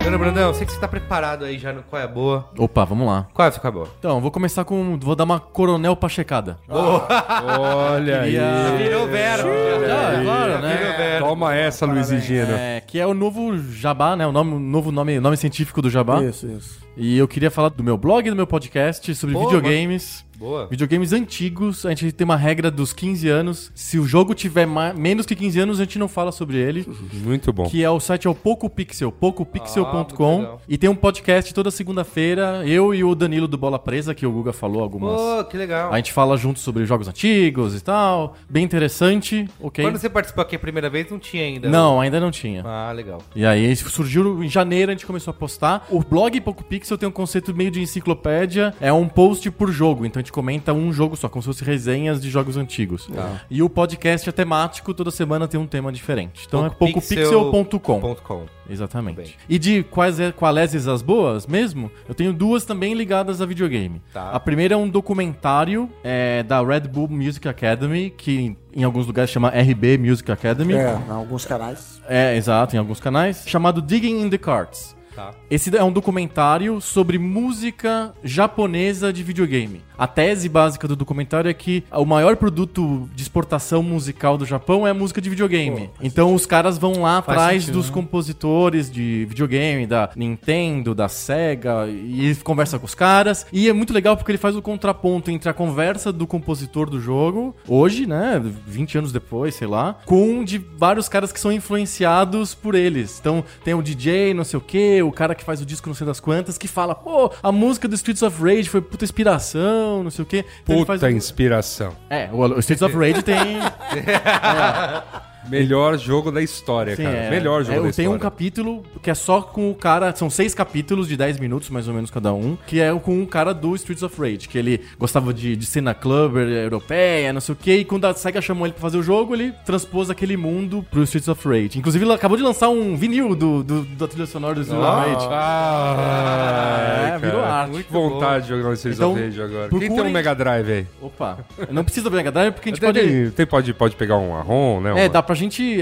Speaker 3: Dona Brandão, eu sei que você tá preparado aí já no Qual é a Boa.
Speaker 6: Opa, vamos lá.
Speaker 3: Qual é o seu Caibola?
Speaker 6: Então, vou começar com. Vou dar uma coronel pachecada.
Speaker 4: Olha aí.
Speaker 3: Virou verbo.
Speaker 6: Já, claro, né?
Speaker 3: Virou verbo.
Speaker 4: Toma essa, Luiz e Gino.
Speaker 6: É, que é o novo Jabá, né? O nome, o novo nome, nome científico do Jabá.
Speaker 7: Isso, isso.
Speaker 6: E eu queria falar do meu blog, do meu podcast sobre
Speaker 3: Pô,
Speaker 6: videogames.
Speaker 3: Boa.
Speaker 6: Videogames antigos, a gente tem uma regra dos 15 anos. Se o jogo tiver ma- menos que 15 anos, a gente não fala sobre ele.
Speaker 3: Uhum.
Speaker 4: Muito bom.
Speaker 6: Que é o site é o PocoPixel,
Speaker 3: Ah, muito
Speaker 6: PocoPixel.com.
Speaker 3: legal.
Speaker 6: e tem um podcast toda segunda-feira, eu e o Danilo do Bola Presa, que o Guga falou algumas.
Speaker 3: Pô, que legal.
Speaker 6: A gente fala junto sobre jogos antigos e tal. Bem interessante, ok?
Speaker 3: Quando você participou aqui a primeira vez, não tinha ainda. né?
Speaker 6: Não, ainda não tinha.
Speaker 3: Ah, legal.
Speaker 6: E aí isso surgiu em janeiro, a gente começou a postar. O blog Poco Pixel tem um conceito meio de enciclopédia, é um post por jogo, então a gente comenta um jogo só, como se fosse resenhas de jogos antigos.
Speaker 3: Tá.
Speaker 6: E o podcast é temático, toda semana tem um tema diferente. Então é PocoPixel.com.
Speaker 3: Ponto com. Bem.
Speaker 6: Exatamente. E de quais é, qualeses as boas mesmo, eu tenho duas também ligadas a videogame.
Speaker 3: Tá.
Speaker 6: A primeira é um documentário é, da Red Bull Music Academy, que em alguns lugares chama RB Music Academy.
Speaker 7: É, em alguns canais.
Speaker 6: É, exato, em alguns canais, chamado Digging in the Cards.
Speaker 3: Tá.
Speaker 6: Esse é um documentário sobre música japonesa de videogame. A tese básica do documentário é que o maior produto de exportação musical do Japão é a música de videogame. então os caras vão lá
Speaker 3: Faz
Speaker 6: atrás
Speaker 3: sentido,
Speaker 6: dos
Speaker 3: né?
Speaker 6: compositores de videogame, da Nintendo, da Sega, e conversa com os caras. E é muito legal porque ele faz o contraponto entre a conversa do compositor do jogo, hoje, né, 20 anos depois, sei lá, com um de vários caras que são influenciados por eles. Então tem o DJ, não sei o quê, o cara que faz o disco não sei das quantas, que fala, pô, a música do Streets of Rage foi puta inspiração, não sei o quê. Então ele
Speaker 4: Puta
Speaker 6: faz-
Speaker 4: inspiração.
Speaker 6: É, o o Streets of Rage tem...
Speaker 4: Melhor jogo da história,
Speaker 6: Sim,
Speaker 4: cara.
Speaker 6: é.
Speaker 4: Melhor jogo
Speaker 6: É,
Speaker 4: da
Speaker 6: Tem
Speaker 4: história.
Speaker 6: um capítulo que é só com o cara. São seis capítulos de 10 minutos, mais ou menos, cada um. Que é com um cara do Streets of Rage. Que ele gostava de, de cena clubber europeia, não sei o quê. E quando a SEGA chamou ele pra fazer o jogo, ele transpôs aquele mundo pro Streets of Rage. Inclusive, ele acabou de lançar um vinil do, do, da trilha sonora do Streets of Rage.
Speaker 4: Ah,
Speaker 6: É, virou
Speaker 4: cara.
Speaker 6: arte.
Speaker 4: Muito vontade de jogar no Streets
Speaker 6: Então,
Speaker 4: of Rage agora. Quem tem
Speaker 6: procurem-
Speaker 4: um Mega Drive aí?
Speaker 6: Opa. Não precisa do Mega Drive porque a gente
Speaker 4: Até
Speaker 6: pode.
Speaker 4: tem- tem- pode, pode pegar um ROM, né?
Speaker 6: É,
Speaker 4: uma-
Speaker 6: dá pra gente.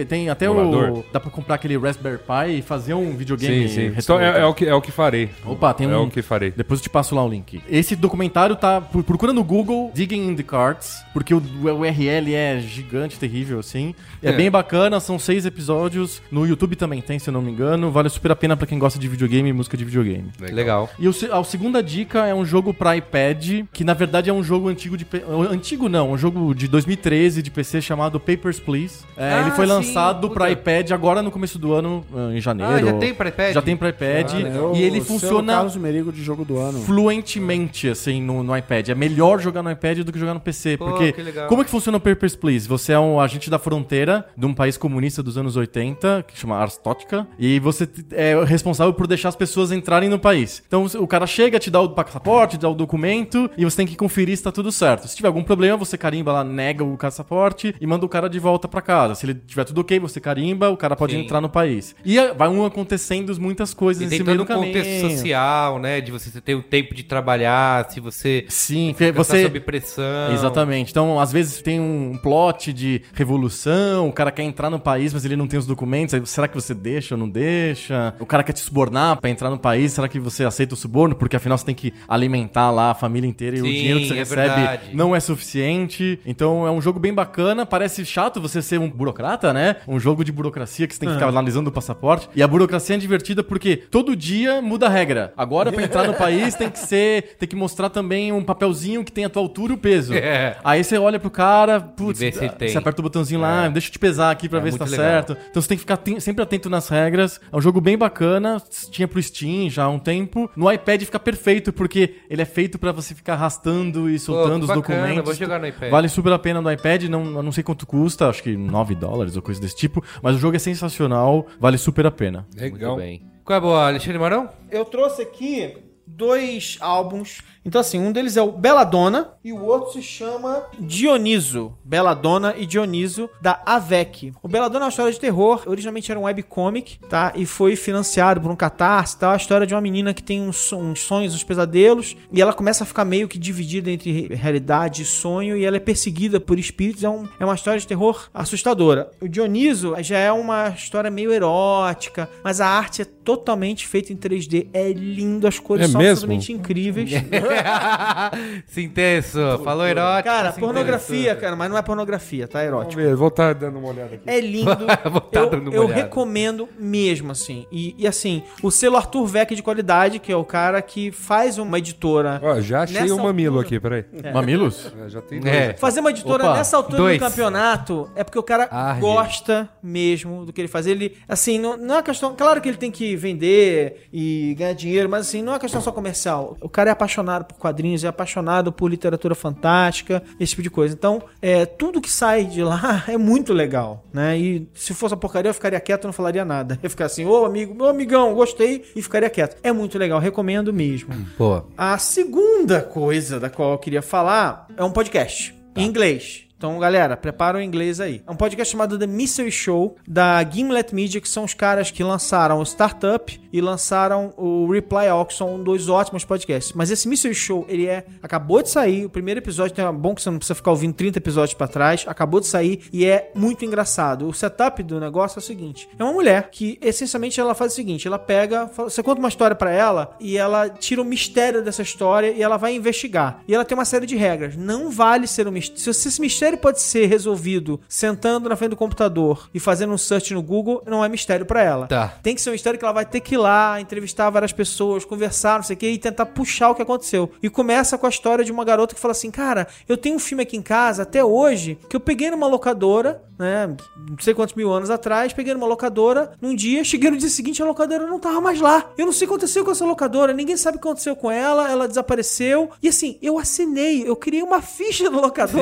Speaker 6: Tem até
Speaker 4: Emulador.
Speaker 6: o. Dá pra comprar aquele Raspberry Pi e fazer um videogame.
Speaker 4: Sim, sim.
Speaker 6: retrô,
Speaker 4: Então,
Speaker 6: tá?
Speaker 4: é, é o que, é o que farei.
Speaker 6: Opa, tem
Speaker 4: É
Speaker 6: um-
Speaker 4: o que farei.
Speaker 6: Depois eu te passo lá o link. Esse documentário tá. pro- Procura no Google Digging in the Cards, porque o o URL é gigante, terrível, assim. É,
Speaker 4: É.
Speaker 6: bem bacana, são seis episódios. No YouTube também tem, se eu não me engano. Vale super a pena pra quem gosta de videogame e música de videogame.
Speaker 3: Legal.
Speaker 6: E o se- a segunda dica é um jogo pra iPad, que na verdade é um jogo antigo de. pe- Antigo não, um jogo de 2013 de PC chamado Papers, Please. É, né? Ele foi
Speaker 3: Ah, sim,
Speaker 6: lançado para
Speaker 3: puta.
Speaker 6: iPad agora no começo do ano, ah, em janeiro.
Speaker 3: Ah, já tem pra iPad?
Speaker 6: Já tem para iPad.
Speaker 7: Cara,
Speaker 6: e
Speaker 7: eu-
Speaker 6: ele
Speaker 7: seu
Speaker 6: funciona
Speaker 7: Carlos Merigo de jogo do ano.
Speaker 6: fluentemente, assim, no, no iPad. É melhor jogar no iPad do que jogar no PC.
Speaker 3: Pô,
Speaker 6: porque
Speaker 3: que legal.
Speaker 6: como é que funciona o Papers, Please? Você é um agente da fronteira de um país comunista dos anos 80, que chama Arstótica, e você t- é responsável por deixar as pessoas entrarem no país. Então o cara chega, te dá o passaporte, te dá o documento, e você tem que conferir se tá tudo certo. Se tiver algum problema, você carimba lá, nega o passaporte e manda o cara de volta pra casa. Se ele tiver tudo ok, você carimba, o cara pode
Speaker 3: Sim.
Speaker 6: entrar no país. E ah, vai um acontecendo muitas coisas
Speaker 3: E
Speaker 6: nesse
Speaker 3: tem
Speaker 6: meio
Speaker 3: todo
Speaker 6: do
Speaker 3: um contexto
Speaker 6: caminho.
Speaker 3: social, né? De você ter o tempo de trabalhar, se você
Speaker 6: Sim, porque
Speaker 3: ficar
Speaker 6: você
Speaker 3: sob pressão.
Speaker 6: Exatamente. Então, às vezes tem um plot de revolução, o cara quer entrar no país, mas ele não tem os documentos. aí será que você deixa ou não deixa? O cara quer te subornar pra entrar no país, será que você aceita o suborno? Porque afinal você tem que alimentar lá a família inteira e o
Speaker 3: Sim,
Speaker 6: dinheiro que você
Speaker 3: é
Speaker 6: recebe
Speaker 3: verdade.
Speaker 6: não é suficiente. Então, é um jogo bem bacana. Parece chato você ser um burocrata, né? Um jogo de burocracia que você tem que
Speaker 3: É.
Speaker 6: ficar analisando o passaporte. E a burocracia é divertida porque todo dia muda a regra. Agora, pra entrar no país, tem que ser, tem que mostrar também um papelzinho que tem a tua altura e o peso.
Speaker 3: É.
Speaker 6: Aí você olha pro cara, putz, ah,
Speaker 3: vê se ele tem. É.
Speaker 6: você aperta o botãozinho lá, "Ah, deixa eu te pesar aqui pra ver se tá
Speaker 3: muito legal.
Speaker 6: certo. Então você tem que ficar aten- sempre atento nas regras. É um jogo bem bacana, tinha pro Steam já há um tempo. No iPad fica perfeito, porque ele é feito pra você ficar arrastando e soltando
Speaker 3: que
Speaker 6: os
Speaker 3: bacana,
Speaker 6: documentos.
Speaker 3: vou jogar no iPad.
Speaker 6: Vale super a pena no iPad, não, eu não sei quanto custa, acho que 9 dólares ou coisa desse tipo, mas o jogo é sensacional, vale super a pena.
Speaker 3: Muito bem. Qual é a boa, Alexandre Marão?
Speaker 5: Eu trouxe aqui dois álbuns. Então, assim, um deles é o Belladonna e o outro se chama Dioniso. Belladonna e Dioniso, da AVEC. O Belladonna é uma história de terror. Originalmente era um webcomic, tá? E foi financiado por um catarse e tal. A história de uma menina que tem uns, son- uns sonhos, uns pesadelos. E ela começa a ficar meio que dividida entre re- realidade e sonho. E ela é perseguida por espíritos. É, um- é uma história de terror assustadora. O Dioniso já é uma história meio erótica. Mas a arte é totalmente feita em 3D. É lindo, as cores
Speaker 4: É
Speaker 5: são
Speaker 4: mesmo?
Speaker 5: absolutamente incríveis.
Speaker 3: Sintenso, falou erótico.
Speaker 5: Cara,
Speaker 3: sintenso.
Speaker 5: pornografia, cara, mas não é pornografia, tá? É
Speaker 4: Vamos
Speaker 5: erótico.
Speaker 4: ver, vou estar dando uma olhada aqui.
Speaker 5: É lindo.
Speaker 3: Vou tá
Speaker 5: eu
Speaker 3: dando uma
Speaker 5: eu
Speaker 3: olhada.
Speaker 5: recomendo mesmo, assim. E, e, assim, o selo Arthur Vec de qualidade, que é o cara que faz uma editora.
Speaker 4: Ó, já achei
Speaker 5: Nessa
Speaker 4: o mamilo
Speaker 5: altura-
Speaker 4: aqui, peraí.
Speaker 6: Mamilos?
Speaker 4: É, já tem
Speaker 3: É.
Speaker 4: dois.
Speaker 5: Fazer uma editora
Speaker 6: Opa,
Speaker 5: nessa altura
Speaker 3: dois.
Speaker 5: do campeonato é porque o cara
Speaker 4: Ah,
Speaker 5: gosta mesmo do que ele faz. Ele, assim, não, não é uma questão. Claro que ele tem que vender e ganhar dinheiro, mas assim, não é uma questão só comercial. O cara é apaixonado por quadrinhos, é apaixonado por literatura fantástica, esse tipo de coisa. Então, é, tudo que sai de lá é muito legal, né? E se fosse uma porcaria, eu ficaria quieto e não falaria nada. Eu ficar assim, ô amigo, meu amigão, gostei e ficaria quieto. É muito legal, recomendo mesmo.
Speaker 3: Pô,
Speaker 5: A segunda coisa da qual eu queria falar é um podcast em inglês. Então, galera, prepara o inglês aí. É um podcast chamado The Mystery Show, da Gimlet Media, que são os caras que lançaram o Startup e lançaram o Reply All, que são dois ótimos podcasts. Mas esse Mystery Show, ele é. Acabou de sair, o primeiro episódio tem é bom que você não precisa ficar ouvindo 30 episódios pra trás. Acabou de sair e é muito engraçado. O setup do negócio é o seguinte: é uma mulher que essencialmente ela faz o seguinte: ela pega, fala- você conta uma história pra ela e ela tira o mistério dessa história e ela vai investigar. E ela tem uma série de regras. Não vale ser um mistério. Se esse mistério pode ser resolvido sentando na frente do computador e fazendo um search no Google, não é mistério pra ela.
Speaker 3: Tá.
Speaker 5: Tem que ser um mistério que ela vai ter que ir lá, entrevistar várias pessoas, conversar, não sei o quê, e tentar puxar o que aconteceu. E começa com a história de uma garota que fala assim: Cara, eu tenho um filme aqui em casa até hoje que eu peguei numa locadora, né? Não sei quantos mil anos atrás, peguei numa locadora num dia, cheguei no dia seguinte, a locadora não tava mais lá. Eu não sei o que aconteceu com essa locadora, ninguém sabe o que aconteceu com ela, ela desapareceu. E assim, eu assinei, eu criei uma ficha da locadora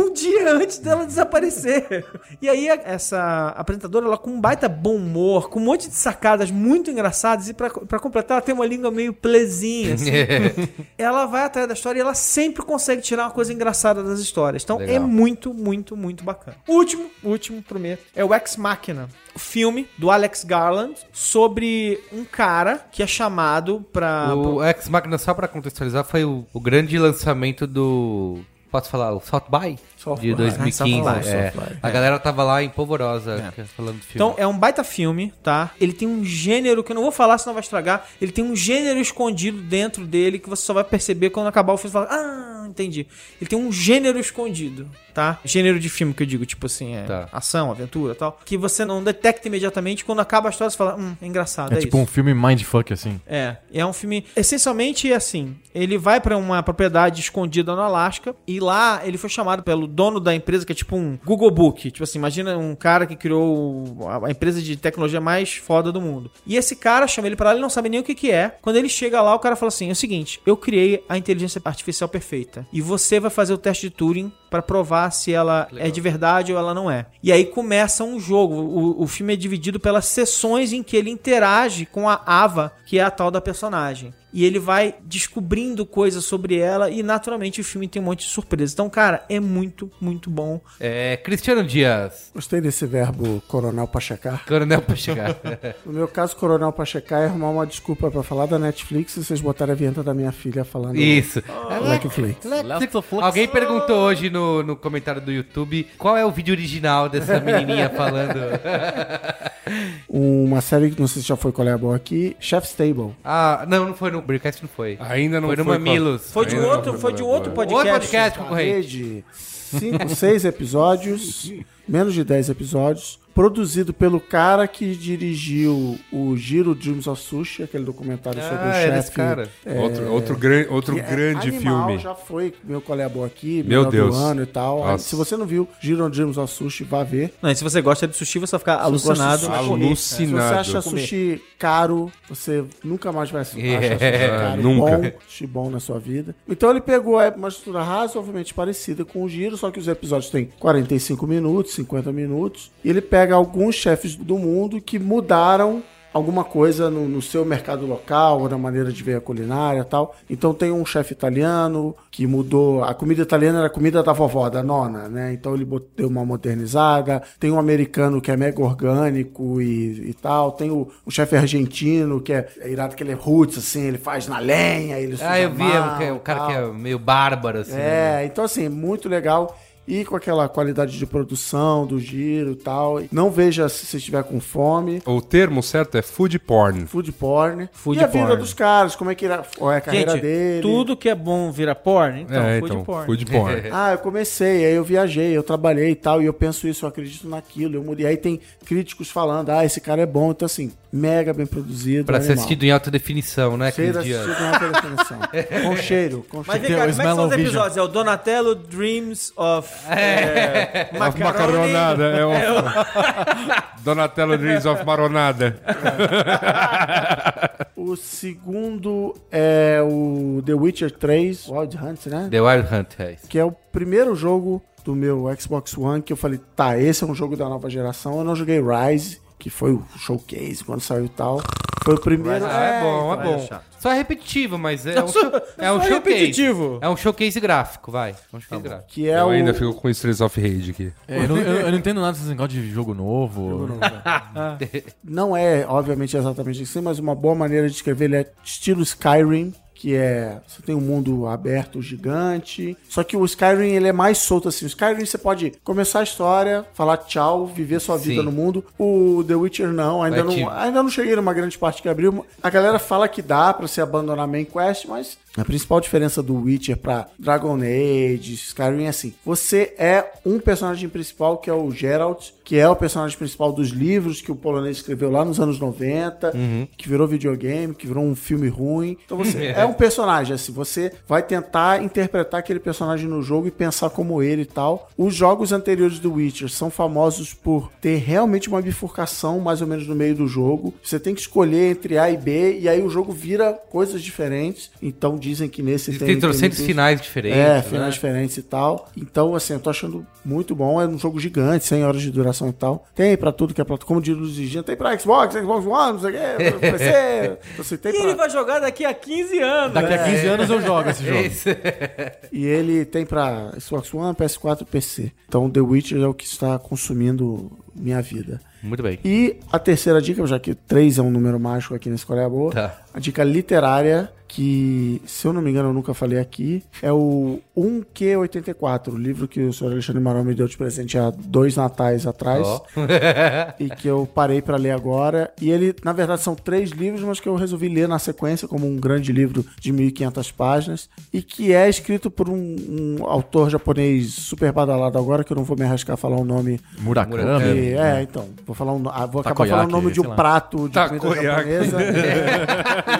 Speaker 5: um dia antes dela desaparecer. E aí a- essa apresentadora, ela com um baita bom humor, com um monte de sacadas muito engraçadas e pra pra completar, ela tem uma língua meio plezinha, assim. ela vai atrás da história e ela sempre consegue tirar uma coisa engraçada das histórias. Então é
Speaker 3: Legal.
Speaker 5: muito, muito, muito bacana. Último, último, prometo, é o Ex Machina. O filme do Alex Garland sobre um cara que é chamado pra...
Speaker 3: Ah, o Ex Machina, só pra contextualizar, foi o, o grande lançamento do... Posso falar? O South By? de 2015.
Speaker 5: Ah, South By,
Speaker 3: é. A galera tava lá em polvorosa falando do filme.
Speaker 5: Então, é um baita filme, tá? Ele tem um gênero que eu não vou falar, senão vai estragar. Ele tem um gênero escondido dentro dele que você só vai perceber quando acabar o filme e falar, ah, entendi. Ele tem um gênero escondido, tá? Gênero de filme que eu digo, tipo assim, é
Speaker 3: Tá.
Speaker 5: ação, aventura tal. Que você não detecta imediatamente. Quando acaba a história, você fala, hum, é engraçado.
Speaker 6: É
Speaker 5: É,
Speaker 6: tipo
Speaker 5: isso.
Speaker 6: um filme mindfuck, assim.
Speaker 5: É, é um filme. Essencialmente é assim: ele vai pra uma propriedade escondida no Alasca e lá ele foi chamado pelo dono da empresa, que é tipo um Google Book. Tipo assim, imagina um cara que criou a a empresa de tecnologia mais foda do mundo. E esse cara chama ele pra lá, ele não sabe nem o que, que é. Quando ele chega lá, o cara fala assim: é o seguinte, eu criei a inteligência artificial perfeita e você vai fazer o teste de Turing pra provar se ela é de verdade ou ela não é. E aí começa um jogo. O, o filme é dividido pelas sessões em que ele interage com a Ava, que é a tal da personagem. E ele vai descobrindo coisas sobre ela e naturalmente o filme tem um monte de surpresa. Então, cara, é muito, muito bom.
Speaker 3: É, Cristiano Dias,
Speaker 7: Gostei desse verbo coronel pra checar.
Speaker 3: coronel pra chegar.
Speaker 7: No meu caso, coronel pra checar é arrumar uma desculpa pra falar da Netflix e vocês botarem a vinheta da minha filha falando
Speaker 3: Isso.
Speaker 7: Netflix.
Speaker 3: Alguém perguntou hoje no, no comentário do YouTube qual é o vídeo original dessa menininha falando.
Speaker 7: Uma série que não sei se já foi colabor aqui, Chef's Table.
Speaker 3: Ah, não, não foi no Braincast, não foi.
Speaker 4: Ainda não
Speaker 3: Foi no Mamilos.
Speaker 5: Foi de
Speaker 4: Ainda
Speaker 5: outro,
Speaker 4: não
Speaker 5: foi de outro podcast.
Speaker 3: Outro podcast concorrente.
Speaker 7: Rede, 5, 6 episódios, menos de 10 episódios, produzido pelo cara que dirigiu o Giro Dreams of Sushi, aquele documentário sobre o
Speaker 3: Ah, era esse
Speaker 7: chefe.
Speaker 3: cara.
Speaker 4: É. Outro, outro, gran- outro
Speaker 7: Que é
Speaker 4: grande
Speaker 7: Animal
Speaker 4: filme.
Speaker 7: já foi meu colega aqui,
Speaker 4: Meu
Speaker 7: melhor do
Speaker 4: Deus.
Speaker 7: ano e tal.
Speaker 4: Nossa.
Speaker 7: Se você não viu Giro Dreams of Sushi, vá ver.
Speaker 5: Não, e se você gosta de sushi, você vai ficar
Speaker 7: gosta de
Speaker 5: alucinado.
Speaker 7: sushi, Se você
Speaker 4: Alucinado.
Speaker 7: acha sushi caro, você nunca mais vai achar
Speaker 3: É,
Speaker 7: sushi caro. e
Speaker 4: nunca.
Speaker 7: Bom, sushi bom na sua vida. Então ele pegou é, uma estrutura razoavelmente parecida com o Giro, só que os episódios têm 45 minutos, 50 minutos. E ele pega alguns chefes do mundo que mudaram alguma coisa no, no seu mercado local ou na maneira de ver a culinária e tal. Então tem um chefe italiano que mudou. A comida italiana era a comida da vovó, da nona, né? Então ele bot- deu uma modernizada. Tem um americano que é mega orgânico e, e tal. Tem o, o chefe argentino que é, é irado que ele é roots, assim, ele faz na lenha, ele
Speaker 3: Ah, eu vi, é um ca-
Speaker 7: é
Speaker 3: o cara que é meio bárbaro, assim. né?
Speaker 7: é, então assim, muito legal. E com aquela qualidade de produção, do giro e tal. Não veja se você estiver com fome.
Speaker 4: O termo certo é food porn.
Speaker 7: Food porn.
Speaker 5: Food
Speaker 7: e a vida
Speaker 5: porn.
Speaker 7: dos caras, como é que era, qual é a carreira
Speaker 5: Gente,
Speaker 7: dele.
Speaker 5: tudo que é bom vira porn, então,
Speaker 4: é,
Speaker 5: food
Speaker 4: então,
Speaker 5: porn.
Speaker 4: food porn.
Speaker 7: Ah, eu comecei, aí eu viajei, eu trabalhei e tal, e eu penso isso, eu acredito naquilo, eu mudei. Aí tem críticos falando, ah, esse cara é bom, então assim, mega bem produzido.
Speaker 3: Pra ser
Speaker 7: animal.
Speaker 3: assistido em alta definição, né,
Speaker 7: Ser
Speaker 3: Cris Dias? É.
Speaker 7: assistido na alta definição. com cheiro, com
Speaker 5: Mas
Speaker 7: cheiro.
Speaker 5: vem cá,
Speaker 6: o
Speaker 5: como é que são os
Speaker 6: Smell-O-Vision.
Speaker 5: episódios? É o Donatello Dreams of é,
Speaker 4: Of macaronada. É o... Donatello Dreams of Maronada.
Speaker 7: O segundo é o The Witcher 3, Wild Hunt, né?
Speaker 3: The Wild Hunt, é isso.
Speaker 7: que é o primeiro jogo do meu Xbox One que eu falei, tá, esse é um jogo da nova geração. Eu não joguei Rise, que foi o showcase quando saiu e tal. Foi o primeiro.
Speaker 3: Ah, é, bom, é
Speaker 7: então,
Speaker 3: bom. Só é repetitivo, mas é um, show, é um
Speaker 5: só é
Speaker 3: showcase.
Speaker 5: repetitivo.
Speaker 3: É um showcase gráfico, vai. Um showcase gráfico.
Speaker 7: Que é
Speaker 4: Eu
Speaker 7: o.
Speaker 4: ainda fico com Streets of Rage aqui.
Speaker 6: É, eu, não, eu- eu não entendo nada desses negócios de jogo novo.
Speaker 7: Não é, obviamente, exatamente assim, mas uma boa maneira de escrever. Ele é estilo Skyrim. Que é, você tem um mundo aberto gigante. Só que o Skyrim, ele é mais solto assim. O Skyrim, você pode começar a história, falar tchau, viver sua vida
Speaker 3: Sim.
Speaker 7: no mundo. O The Witcher, não. Ainda,
Speaker 3: Vai te-
Speaker 7: não, ainda não cheguei numa grande parte que abriu. A galera fala que dá pra você abandonar a main quest, mas a principal diferença do Witcher pra Dragon Age, Skyrim é assim: você é um personagem principal que é o Geralt, que é o personagem principal dos livros que o polonês escreveu lá nos anos 90,
Speaker 3: Uhum.
Speaker 7: que virou videogame, que virou um filme ruim. Então você é um personagem assim, você vai tentar interpretar aquele personagem no jogo e pensar como ele e tal. Os jogos anteriores do Witcher são famosos por ter realmente uma bifurcação mais ou menos no meio do jogo. Você tem que escolher entre A e B e aí o jogo vira coisas diferentes. Então dizem que nesse
Speaker 3: Tem trocentos
Speaker 7: tem-
Speaker 3: finais diferentes.
Speaker 7: é,
Speaker 3: né?
Speaker 7: finais diferentes e tal. Então, assim, eu tô achando muito bom. É um jogo gigante, 100 horas de duração e tal. Tem pra tudo que é plataforma. Como diz o Luiz Virgínia, tem pra Xbox, Xbox One, não sei o quê, pra PC. Você assim, tem
Speaker 5: E ele
Speaker 7: pra...
Speaker 5: vai jogar daqui a 15 anos.
Speaker 6: Daqui a 15 anos eu jogo esse
Speaker 3: É
Speaker 6: jogo.
Speaker 3: isso.
Speaker 7: E ele tem pra Xbox One, PS4 e PC. Então, The Witcher é o que está consumindo minha vida.
Speaker 3: Muito bem.
Speaker 7: E a terceira dica, já que 3 é um número mágico aqui nesse Coreia Boa,
Speaker 3: Tá.
Speaker 7: a dica literária que, se eu não me engano, eu nunca falei aqui, é o 1Q84, o livro que o senhor Alexandre Marão me deu de presente há dois natais atrás
Speaker 3: Ó.
Speaker 7: e que eu parei pra ler agora. E ele, na verdade, são três livros, mas que eu resolvi ler na sequência como um grande livro de 1.500 páginas e que é escrito por um, um autor japonês super badalado agora, que eu não vou me arriscar a falar o nome.
Speaker 6: Murakami.
Speaker 7: porque- é, então, vou falar um, no- ah, vou acabar
Speaker 6: né? Takoyaki,
Speaker 7: falando o nome de
Speaker 6: sei
Speaker 7: um
Speaker 6: lá.
Speaker 7: prato de comida
Speaker 4: Takoyaki.
Speaker 7: japonesa. né?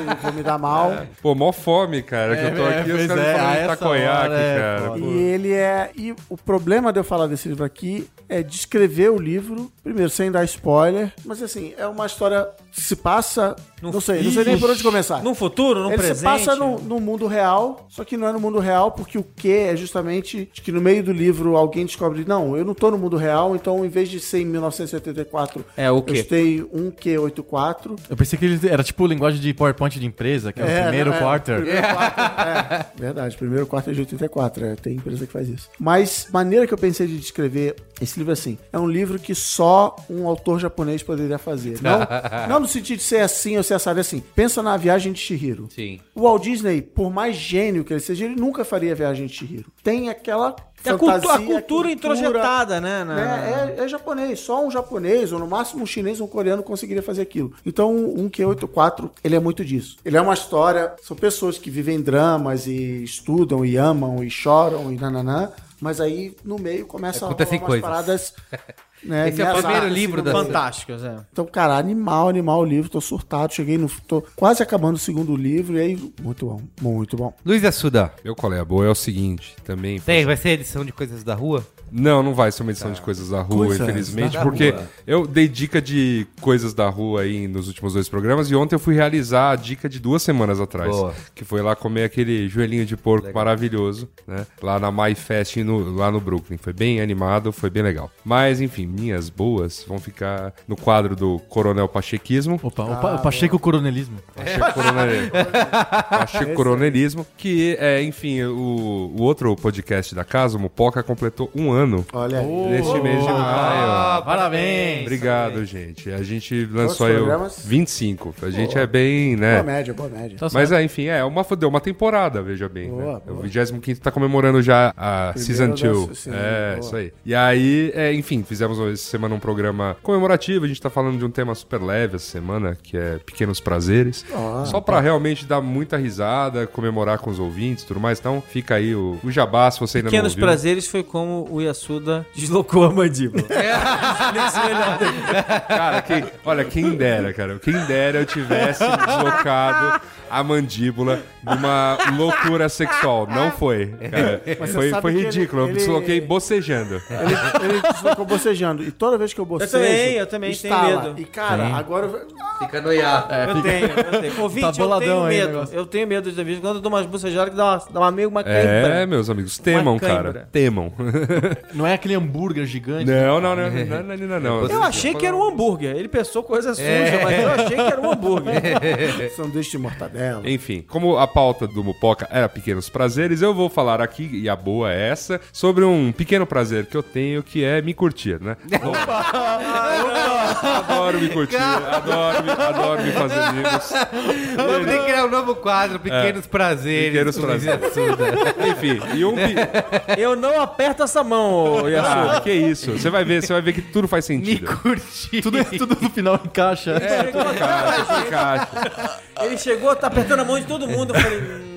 Speaker 7: E vou me dar mal.
Speaker 4: Pô, mó fome, cara, que eu tô
Speaker 6: É,
Speaker 4: aqui os
Speaker 6: pois
Speaker 4: caras
Speaker 6: é,
Speaker 4: me
Speaker 6: a
Speaker 4: falando de
Speaker 6: essa
Speaker 4: takoyaki,
Speaker 6: hora, é,
Speaker 4: cara.
Speaker 7: E
Speaker 4: Pô.
Speaker 7: ele é. E o problema de eu falar desse livro aqui é descrever o livro, primeiro, sem dar spoiler, mas assim, é uma história que se passa.
Speaker 9: No-
Speaker 7: não sei, não sei nem por onde começar.
Speaker 9: Num futuro, num
Speaker 7: ele
Speaker 9: presente.
Speaker 7: se passa no, no mundo real, só que não é no mundo real, porque o que é justamente de que no meio do livro alguém descobre, não, eu não tô no mundo real, então em vez de ser em 1984,
Speaker 3: É, o
Speaker 7: eu
Speaker 3: quê?
Speaker 7: estei um Q84.
Speaker 6: Eu pensei que ele era tipo linguagem de PowerPoint de empresa, que é, o primeiro
Speaker 7: não,
Speaker 6: quarter.
Speaker 7: primeiro quarter, é. Verdade, primeiro quarter de 84. É, tem empresa que faz isso. Mas, maneira que eu pensei de descrever esse livro assim: é um livro que só um autor japonês poderia fazer. Não, não no sentido de ser assim ou ser assado, é assim. Pensa na viagem de Shihiro.
Speaker 3: Sim.
Speaker 7: O Walt Disney, por mais gênio que ele seja, ele nunca faria a viagem de Chihiro. Tem aquela.
Speaker 9: É a, cultu- a
Speaker 7: fantasia,
Speaker 9: cultura introjetada, né? na-
Speaker 7: né? É, é japonês, só um japonês, ou no máximo um chinês ou um coreano conseguiria fazer aquilo. Então, um Q84, ele é muito disso. Ele é uma história, são pessoas que vivem dramas e estudam e amam e choram e nananã, mas aí no meio começa
Speaker 3: Acontecem
Speaker 7: rolar
Speaker 3: coisas.
Speaker 7: paradas. Né,
Speaker 3: Esse é o
Speaker 7: engraçadas,
Speaker 3: primeiro
Speaker 7: assim,
Speaker 3: livro
Speaker 7: no
Speaker 3: da-
Speaker 7: meio.
Speaker 9: Fantásticos, é.
Speaker 7: Então, cara, animal, animal o livro, tô surtado, cheguei no. tô quase acabando o segundo livro, e aí. Muito bom, muito bom.
Speaker 3: Luiz Assuda.
Speaker 4: Meu qual é a boa é o seguinte, também.
Speaker 3: Tem, vai ser edição de coisas da rua?
Speaker 4: Não, não vai ser uma edição de coisas da rua,
Speaker 7: Coisas
Speaker 4: infelizmente,
Speaker 3: Tá. da
Speaker 4: porque
Speaker 3: rua.
Speaker 4: eu dei dica de coisas da rua aí nos últimos dois programas e ontem eu fui realizar a dica de duas semanas atrás,
Speaker 3: Boa.
Speaker 4: que foi lá comer aquele joelhinho de porco maravilhoso, né? Lá na My Fest no- lá no Brooklyn. Foi bem animado, foi bem legal. Mas enfim, minhas boas vão ficar no quadro do Coronel Pachequismo.
Speaker 6: Opa, opa, eu achei que o coronelismo.
Speaker 4: Pacheco Coronel- Pacheco Coronelismo, que é, enfim, o, o outro podcast da casa, o Mupoca, completou um ano
Speaker 7: Olha aí.
Speaker 4: neste mês de
Speaker 3: Ah,
Speaker 4: maio.
Speaker 6: parabéns!
Speaker 4: Obrigado, gente. A gente lançou
Speaker 7: Quantos
Speaker 4: aí o
Speaker 7: programas?
Speaker 4: 25. A gente é bem, né?
Speaker 7: Boa média, boa média.
Speaker 6: Tá certo.
Speaker 4: Mas é, enfim, é uma deu uma temporada, veja bem.
Speaker 7: Boa,
Speaker 4: né?
Speaker 7: boa.
Speaker 4: O 25 tá comemorando já a Season
Speaker 7: da-
Speaker 4: 2.
Speaker 7: sim,
Speaker 4: É,
Speaker 7: boa.
Speaker 4: isso aí. E aí, é, enfim, fizemos essa semana um programa comemorativo. A gente tá falando de um tema super leve essa semana, que é Pequenos Prazeres.
Speaker 7: Ah,
Speaker 4: Só
Speaker 7: tá.
Speaker 4: pra realmente dar muita risada, comemorar com os ouvintes e tudo mais. Então, fica aí o, o jabá, se você ainda
Speaker 9: Pequenos
Speaker 4: não ouviu.
Speaker 9: prazeres foi como o Yasuda deslocou a mandíbula.
Speaker 4: Cara, quem- olha, quem dera, cara. Quem dera eu tivesse deslocado a mandíbula numa loucura sexual. Não foi. cara.
Speaker 7: Mas você
Speaker 4: Foi,
Speaker 7: sabe
Speaker 4: foi
Speaker 7: que ele-
Speaker 4: ridículo. Eu
Speaker 7: ele-
Speaker 4: desloquei bocejando.
Speaker 7: Ele, ele deslocou bocejando. E toda vez que eu bocejo...
Speaker 9: também, eu também tenho
Speaker 7: estala.
Speaker 9: medo.
Speaker 7: E, cara, agora... eu-
Speaker 2: Fica noiado.
Speaker 9: eu tenho, eu tenho. Ouvinte,
Speaker 6: boladão
Speaker 9: eu tenho
Speaker 6: aí o
Speaker 9: medo.
Speaker 6: negócio.
Speaker 9: Eu tenho medo de vez. Quando eu dou umas bocejadas, que dá, uma, dá uma meio uma
Speaker 4: É,
Speaker 9: cãibra.
Speaker 4: meus amigos, temam,
Speaker 9: cãibra.
Speaker 4: cara. Temam.
Speaker 6: Não é aquele hambúrguer gigante.
Speaker 4: Não, não, não, não, não, não, não, não.
Speaker 9: Eu achei que era um hambúrguer. Ele pensou coisa suja, mas eu achei que era um hambúrguer.
Speaker 4: É.
Speaker 7: Sanduíche um de mortadela.
Speaker 4: Enfim, como a pauta do Mupoca era pequenos prazeres, eu vou falar aqui, e a boa é essa, sobre um pequeno prazer que eu tenho, que é me curtir, né? adoro me curtir, adoro, me- adoro me fazer amigos.
Speaker 3: Vamos ter que criar um novo quadro, Pequenos Prazeres.
Speaker 4: É. Pequenos
Speaker 3: com Luiz
Speaker 4: prazeres.
Speaker 3: Assuda.
Speaker 4: Enfim, e um. pi-
Speaker 9: Eu não aperto essa mão, ô Yasuda.
Speaker 4: Ah, que isso? Você vai ver, você vai ver que tudo faz
Speaker 3: Me
Speaker 4: sentido.
Speaker 3: curti.
Speaker 6: Tudo, tudo no final encaixa.
Speaker 3: É.
Speaker 4: É,
Speaker 9: Chegou atrás,
Speaker 4: Encaixa, encaixa.
Speaker 9: Ele chegou, tá apertando a mão de todo mundo. Eu falei, hum,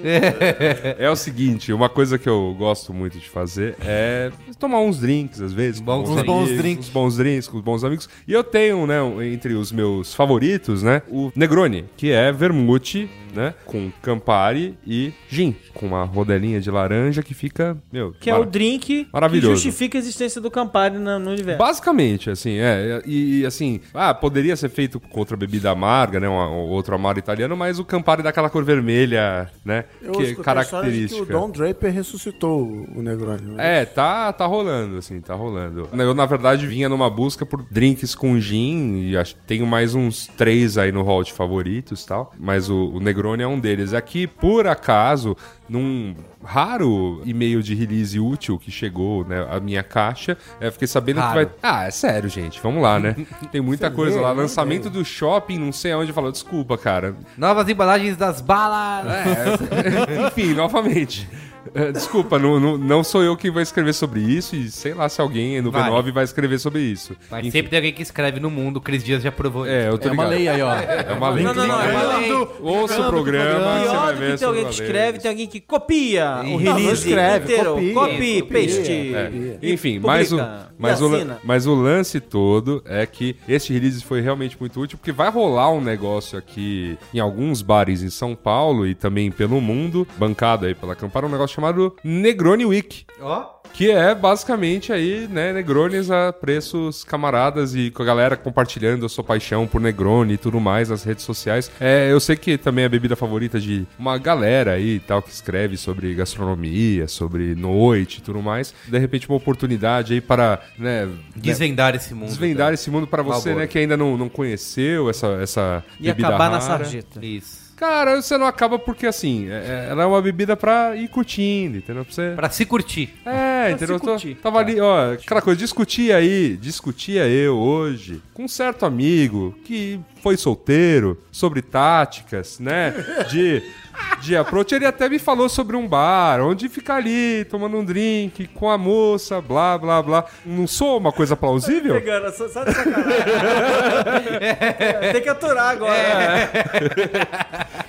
Speaker 4: É o seguinte, uma coisa que eu gosto muito de fazer é tomar uns drinks, às vezes. com
Speaker 3: Bons
Speaker 4: uns
Speaker 3: drinks.
Speaker 4: amigos, Uns bons drinks com bons amigos. E eu tenho, né, um- entre os meus favoritos, né, o Negroni, que é vermute, né, com Campari e gin, com uma rodelinha de laranja que fica, meu...
Speaker 9: que é o
Speaker 4: mara-
Speaker 9: drink que
Speaker 4: Maravilhoso.
Speaker 9: justifica a existência do Campari na- no universo.
Speaker 4: Basicamente, assim, é. E, e, assim, ah, poderia ser feito com outra bebida amarga, né? Uma, um outro amaro italiano, mas o Campari dá aquela cor vermelha, né?
Speaker 7: Eu
Speaker 4: que é
Speaker 7: escutei a história de
Speaker 4: característica.
Speaker 7: que o Don Draper ressuscitou o Negroni. né?
Speaker 4: É, tá, tá rolando, assim, tá rolando. Eu, na verdade, vinha numa busca por drinks com gin, e acho, tenho mais uns três aí no hall de favoritos e tal, mas o, o Negroni é um deles. Aqui, por É acaso, num raro e-mail de release útil que chegou, né, a minha caixa, eu fiquei sabendo
Speaker 3: Raro.
Speaker 4: que vai... Ah, é sério, gente, vamos lá, né? Tem muita coisa lá, lançamento do shopping, não sei aonde, falou, desculpa, cara.
Speaker 3: Novas embalagens das balas.
Speaker 4: É, enfim, novamente... É, Desculpa, não, não, não sou eu quem vai escrever sobre isso e sei lá se alguém no
Speaker 3: Vai.
Speaker 4: V9 vai escrever sobre isso.
Speaker 3: Mas
Speaker 4: Enfim.
Speaker 3: sempre tem alguém que escreve no mundo, o Cris Dias já provou
Speaker 4: É, eu tô
Speaker 6: É uma
Speaker 4: ligado.
Speaker 6: lei aí, ó.
Speaker 4: É uma lei.
Speaker 5: Não, não, não, é uma
Speaker 4: Lei. Ouça o programa, você
Speaker 5: Pior
Speaker 4: vai ver
Speaker 5: do que tem
Speaker 4: sobre
Speaker 5: alguém
Speaker 4: uma
Speaker 5: que
Speaker 4: lei.
Speaker 5: escreve, tem alguém que copia o
Speaker 3: Isso.
Speaker 5: release.
Speaker 3: Não,
Speaker 7: escreve,
Speaker 5: inteiro.
Speaker 7: copia,
Speaker 5: Copie,
Speaker 7: copia.
Speaker 5: paste.
Speaker 4: É.
Speaker 5: E
Speaker 4: Enfim,
Speaker 5: publica.
Speaker 4: mas o, mas,
Speaker 5: E
Speaker 4: o, lan-
Speaker 5: assina.
Speaker 4: mas o lance todo é que este release foi realmente muito útil, porque vai rolar um negócio aqui em alguns bares em São Paulo e também pelo mundo, bancado aí pela Campara, um negócio chamado Negroni Week.
Speaker 3: Ó.
Speaker 4: Que é basicamente aí, né, Negrones a preços camaradas e com a galera compartilhando a sua paixão por Negroni e tudo mais nas redes sociais. É, eu sei que também é a bebida favorita de uma galera aí e tal que escreve sobre gastronomia, sobre noite e tudo mais. De repente uma oportunidade aí para, né,
Speaker 3: Desvendar esse mundo. então.
Speaker 4: desvendar esse mundo para você,
Speaker 3: Malboro.
Speaker 4: né, que ainda não, não conheceu essa essa
Speaker 5: E acabar na
Speaker 4: rara.
Speaker 5: sarjeta.
Speaker 3: Isso.
Speaker 4: Cara, você não acaba porque assim, é- é- ela é uma bebida pra ir curtindo, entendeu? Pra você
Speaker 3: Pra se curtir.
Speaker 4: é, entendeu? Eu tô-
Speaker 5: curtir.
Speaker 4: tava ali, ó, aquela coisa, discutia aí, discutia eu hoje com um certo amigo que foi solteiro, sobre táticas, né? De, de approach. Ele até me falou sobre um bar, onde ficar ali, tomando um drink com a moça, blá, blá, blá. Não sou uma coisa plausível?
Speaker 5: Pegando, só, só de sacanagem. É, Tem que aturar agora.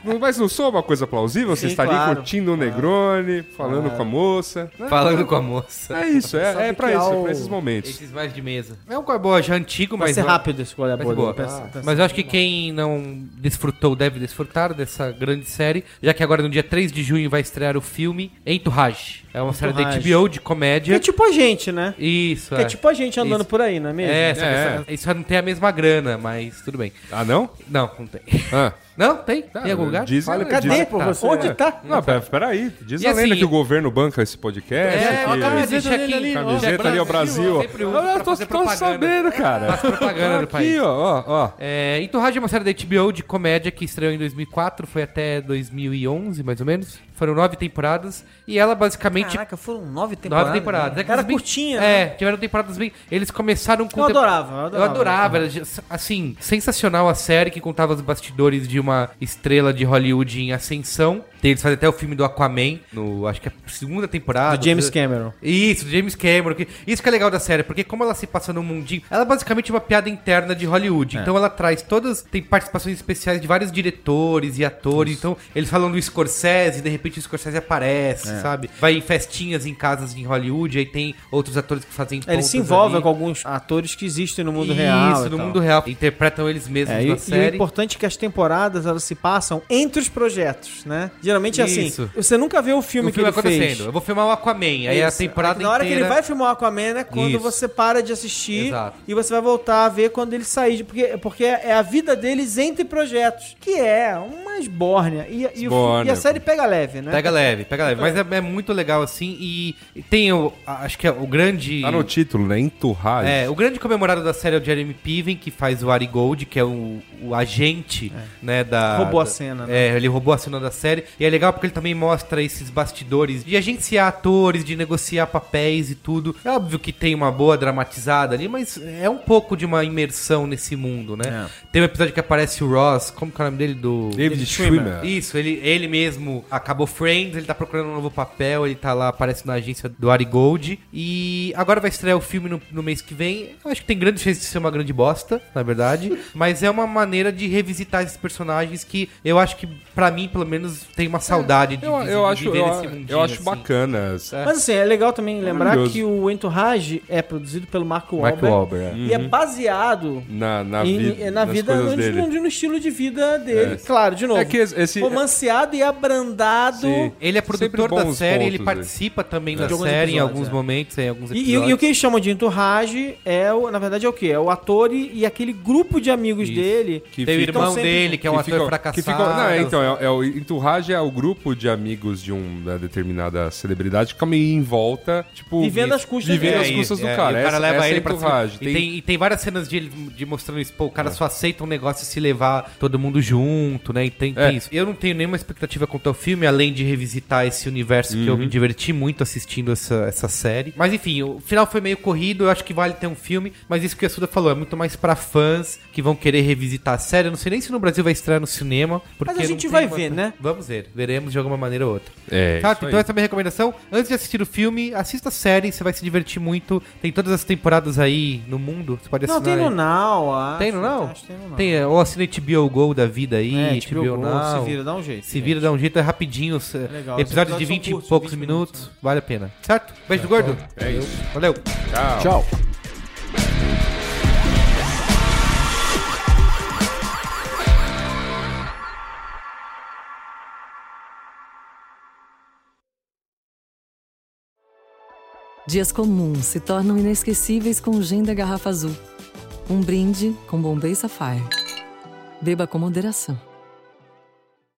Speaker 4: Não- Mas não sou uma coisa plausível? Você
Speaker 5: Sim,
Speaker 4: estaria
Speaker 5: claro.
Speaker 4: curtindo um Negroni, falando com a moça. né?
Speaker 3: Falando com a moça.
Speaker 4: É isso, é, é pra isso, é
Speaker 7: o-
Speaker 4: pra esses momentos.
Speaker 3: Esses mais de mesa. É um boa, já antigo,
Speaker 5: Vai
Speaker 3: mas.
Speaker 5: ser
Speaker 4: é
Speaker 3: não-
Speaker 5: rápido esse
Speaker 4: um
Speaker 5: colher
Speaker 3: Mas, boa.
Speaker 5: boa.
Speaker 4: Tá,
Speaker 5: Pensa- pensa-
Speaker 3: mas eu acho que quem não desfrutou deve desfrutar dessa grande série, já que agora no dia 3 de junho vai estrear o filme Entourage. É uma série da
Speaker 5: Entourage.
Speaker 3: HBO de
Speaker 5: Que é
Speaker 3: comédia.
Speaker 5: tipo a gente, né?
Speaker 3: Isso,
Speaker 5: Que é tipo a gente andando
Speaker 3: Isso.
Speaker 5: por aí, não é mesmo?
Speaker 3: É, essa,
Speaker 4: É.
Speaker 3: essa- isso não tem a mesma grana, mas tudo bem.
Speaker 4: Ah, não?
Speaker 3: Não, não tem.
Speaker 4: Ah.
Speaker 3: Não, tem? tem algum lugar?
Speaker 4: Dizem,
Speaker 7: Olha,
Speaker 4: dizem-
Speaker 7: cadê? você,
Speaker 5: Onde
Speaker 7: né?
Speaker 5: tá?
Speaker 4: Não, pera- peraí. Diz
Speaker 3: E
Speaker 4: a lenda
Speaker 3: assim-
Speaker 4: que o governo banca esse podcast.
Speaker 3: É,
Speaker 4: que...
Speaker 3: ó, a camiseta
Speaker 6: Camiseta
Speaker 3: dele ali, ó.
Speaker 4: Camiseta ali, ó, Brasil.
Speaker 3: Sempre usa
Speaker 4: Olha, eu
Speaker 3: pra
Speaker 4: tô,
Speaker 3: fazer
Speaker 4: tô
Speaker 3: propaganda.
Speaker 4: sabendo, cara.
Speaker 3: Faz propaganda do
Speaker 4: Aqui,
Speaker 3: país.
Speaker 4: ó, ó, ó.
Speaker 3: É, Entourage é uma série da HBO de comédia que estreou em 2004, foi até 2011, mais ou menos. Foram nove temporadas. E ela basicamente...
Speaker 5: Caraca, foram nove temporadas.
Speaker 3: Nove temporadas.
Speaker 5: né?
Speaker 3: que
Speaker 5: Era
Speaker 3: eles bem-
Speaker 5: curtinha,
Speaker 3: É,
Speaker 5: né?
Speaker 3: tiveram temporadas bem. Eles começaram com.
Speaker 5: Eu
Speaker 3: tem-
Speaker 5: adorava, eu
Speaker 3: Eu
Speaker 5: adorava.
Speaker 3: adorava. Era, assim, sensacional a série que contava os bastidores de uma estrela de Hollywood em ascensão. Eles fazem até o filme do Aquaman, no, acho que é a segunda temporada.
Speaker 5: Do James Cameron.
Speaker 3: Isso, do James Cameron. que- isso que é legal da série, porque como ela se passa num mundinho, ela é basicamente uma piada interna de
Speaker 5: É.
Speaker 3: Hollywood. Então ela traz todas. Tem participações especiais de vários diretores e atores. Então eles falam do Scorsese, de repente o Scorsese aparece,
Speaker 5: É.
Speaker 3: sabe? Vai em festinhas em casas em Hollywood, aí tem outros atores que fazem.
Speaker 5: Eles
Speaker 3: pontas
Speaker 5: se envolvem
Speaker 3: ali.
Speaker 5: com alguns atores que existem no mundo
Speaker 3: Isso,
Speaker 5: real. e
Speaker 3: no
Speaker 5: tal.
Speaker 3: mundo real. Interpretam eles mesmos
Speaker 5: É, e,
Speaker 3: na
Speaker 5: e o
Speaker 3: série.
Speaker 5: importante é que as temporadas elas se passam entre os projetos, né? Geralmente é assim.
Speaker 3: Isso.
Speaker 5: Você nunca vê o filme
Speaker 3: o
Speaker 5: que
Speaker 3: filme
Speaker 5: ele
Speaker 3: acontecendo.
Speaker 5: fez.
Speaker 3: Eu vou filmar o Aquaman, aí a
Speaker 5: Isso.
Speaker 3: temporada
Speaker 5: É que Na hora que ele
Speaker 3: inteira-
Speaker 5: vai filmar o Aquaman é quando
Speaker 3: Isso.
Speaker 5: você para de assistir
Speaker 3: Exato.
Speaker 5: e você vai voltar a ver quando ele sair. de- Porque, porque é a vida deles entre projetos, que é uma esbórnia. E, e o fi-
Speaker 4: Esbórnia.
Speaker 5: e a série pega leve, né?
Speaker 3: Pega leve, pega leve. Mas é, é muito legal assim. E e tem o. a- Acho que é o grande.
Speaker 4: Tá no título, né? Enturrar.
Speaker 3: É, o grande comemorado da série é o Jeremy Piven, que faz o Ari Gold, que é o, o agente, né, da...
Speaker 5: É. Roubou a
Speaker 3: da-
Speaker 5: cena, né?
Speaker 3: É, ele roubou a cena da série. E é legal porque ele também mostra esses bastidores de agenciar atores, de negociar papéis e tudo. É óbvio que tem uma boa dramatizada ali, mas é um pouco de uma imersão nesse mundo, né? Tem um episódio que aparece o Ross, como que é o nome dele? Do...
Speaker 4: David Schwimmer.
Speaker 3: Isso, ele, ele mesmo acabou Friends, ele tá procurando um novo papel, ele tá lá, aparece na agência do Ari Gold. E agora vai estrear o filme no, no mês que vem. Eu acho que tem grande chance de ser uma grande bosta, na verdade. mas é uma maneira de revisitar esses personagens que eu acho que, pra mim, pelo menos, tem uma saudade de,
Speaker 4: É, Eu,
Speaker 3: de-
Speaker 4: eu
Speaker 3: de
Speaker 4: acho, eu, eu acho
Speaker 3: assim.
Speaker 4: bacana. É.
Speaker 5: Mas assim, é legal também lembrar
Speaker 4: Maravilhoso.
Speaker 5: que o Entourage é produzido pelo Marco
Speaker 4: Mark
Speaker 5: Wahlberg.
Speaker 4: Wahlberg.
Speaker 5: E é
Speaker 3: Uhum.
Speaker 5: baseado
Speaker 4: Na, na,
Speaker 5: em-
Speaker 4: vi-
Speaker 5: é na
Speaker 4: nas
Speaker 5: vida,
Speaker 4: coisas
Speaker 5: no,
Speaker 4: dele.
Speaker 5: no- no estilo de vida dele. Claro, de novo.
Speaker 4: É que esse- esse-
Speaker 5: romanceado e abrandado.
Speaker 4: Sim.
Speaker 3: Ele é
Speaker 4: Sempre
Speaker 3: produtor da
Speaker 4: bons
Speaker 3: série, ele
Speaker 4: pontos, né?
Speaker 3: participa também da
Speaker 5: De alguns
Speaker 3: série em
Speaker 5: episódios,
Speaker 3: alguns
Speaker 5: é.
Speaker 3: momentos, em alguns
Speaker 5: E, e- e
Speaker 3: episódios.
Speaker 5: o que eles chamam de entourage é, o, na verdade, é o quê? É o ator e, e aquele grupo de amigos dele.
Speaker 4: Que
Speaker 3: Tem o
Speaker 4: ficam
Speaker 3: irmão
Speaker 5: sempre-
Speaker 3: dele, que é um ator
Speaker 4: ficam-
Speaker 3: fracassado.
Speaker 4: Que ficam, não, é, então, é, é o enturrage é é o grupo de amigos de uma determinada celebridade que fica meio em volta, tipo.
Speaker 9: Vivendo às custas
Speaker 4: vivendo
Speaker 9: dele.
Speaker 4: às custas do
Speaker 3: é,
Speaker 4: cara.
Speaker 3: e o cara
Speaker 4: Essa-
Speaker 3: leva
Speaker 4: essa é
Speaker 3: ele
Speaker 4: a
Speaker 3: pra cima.
Speaker 4: enturragem.
Speaker 3: E tem, e tem várias cenas de, de mostrando isso. Pô, o
Speaker 4: É.
Speaker 3: cara só aceita um negócio e se levar todo mundo junto, né? E tem, tem
Speaker 4: É.
Speaker 3: isso. Eu não tenho nenhuma expectativa quanto ao filme, além de revisitar esse universo
Speaker 4: Uhum.
Speaker 3: que eu me diverti muito assistindo essa, essa série. Mas enfim, o final foi meio corrido, eu acho que vale ter um filme. Mas isso que a Suda falou, é muito mais pra fãs que vão querer revisitar a série. Eu não sei nem se no Brasil vai estrear no cinema. Porque
Speaker 9: Mas a
Speaker 3: não
Speaker 9: gente
Speaker 3: tem
Speaker 9: vai
Speaker 3: uma-
Speaker 9: ver, né?
Speaker 3: Vamos ver. Veremos de alguma maneira ou outra.
Speaker 4: É,
Speaker 3: Tá,
Speaker 4: isso aí.
Speaker 3: então essa é a minha recomendação. Antes de assistir o filme, assista a série, você vai se divertir muito. Tem todas as temporadas aí no mundo. Você pode
Speaker 9: Não,
Speaker 3: assinar.
Speaker 9: tem no
Speaker 3: aí.
Speaker 9: Now, acho.
Speaker 3: é. Tem no Now?
Speaker 9: Acho que tem no Now.
Speaker 3: Tem, é, ou assina HBO Go da vida aí,
Speaker 9: É,
Speaker 3: HBO,
Speaker 9: HBO Go,
Speaker 3: Now.
Speaker 9: se vira, dá um jeito.
Speaker 3: Se
Speaker 5: né?
Speaker 3: vira, dá um jeito, é rapidinho. os, é,
Speaker 9: legal, os
Speaker 3: Episódios de
Speaker 9: episódios são
Speaker 3: 20
Speaker 9: curtos, Tá
Speaker 3: e poucos
Speaker 9: 20
Speaker 3: minutos, vale a pena. Certo? Beijo do gordo.
Speaker 4: É isso.
Speaker 3: Valeu.
Speaker 7: Tchau.
Speaker 1: Dias comuns se tornam inesquecíveis com o gin da garrafa azul. Um brinde com Bombay Sapphire. Beba com moderação.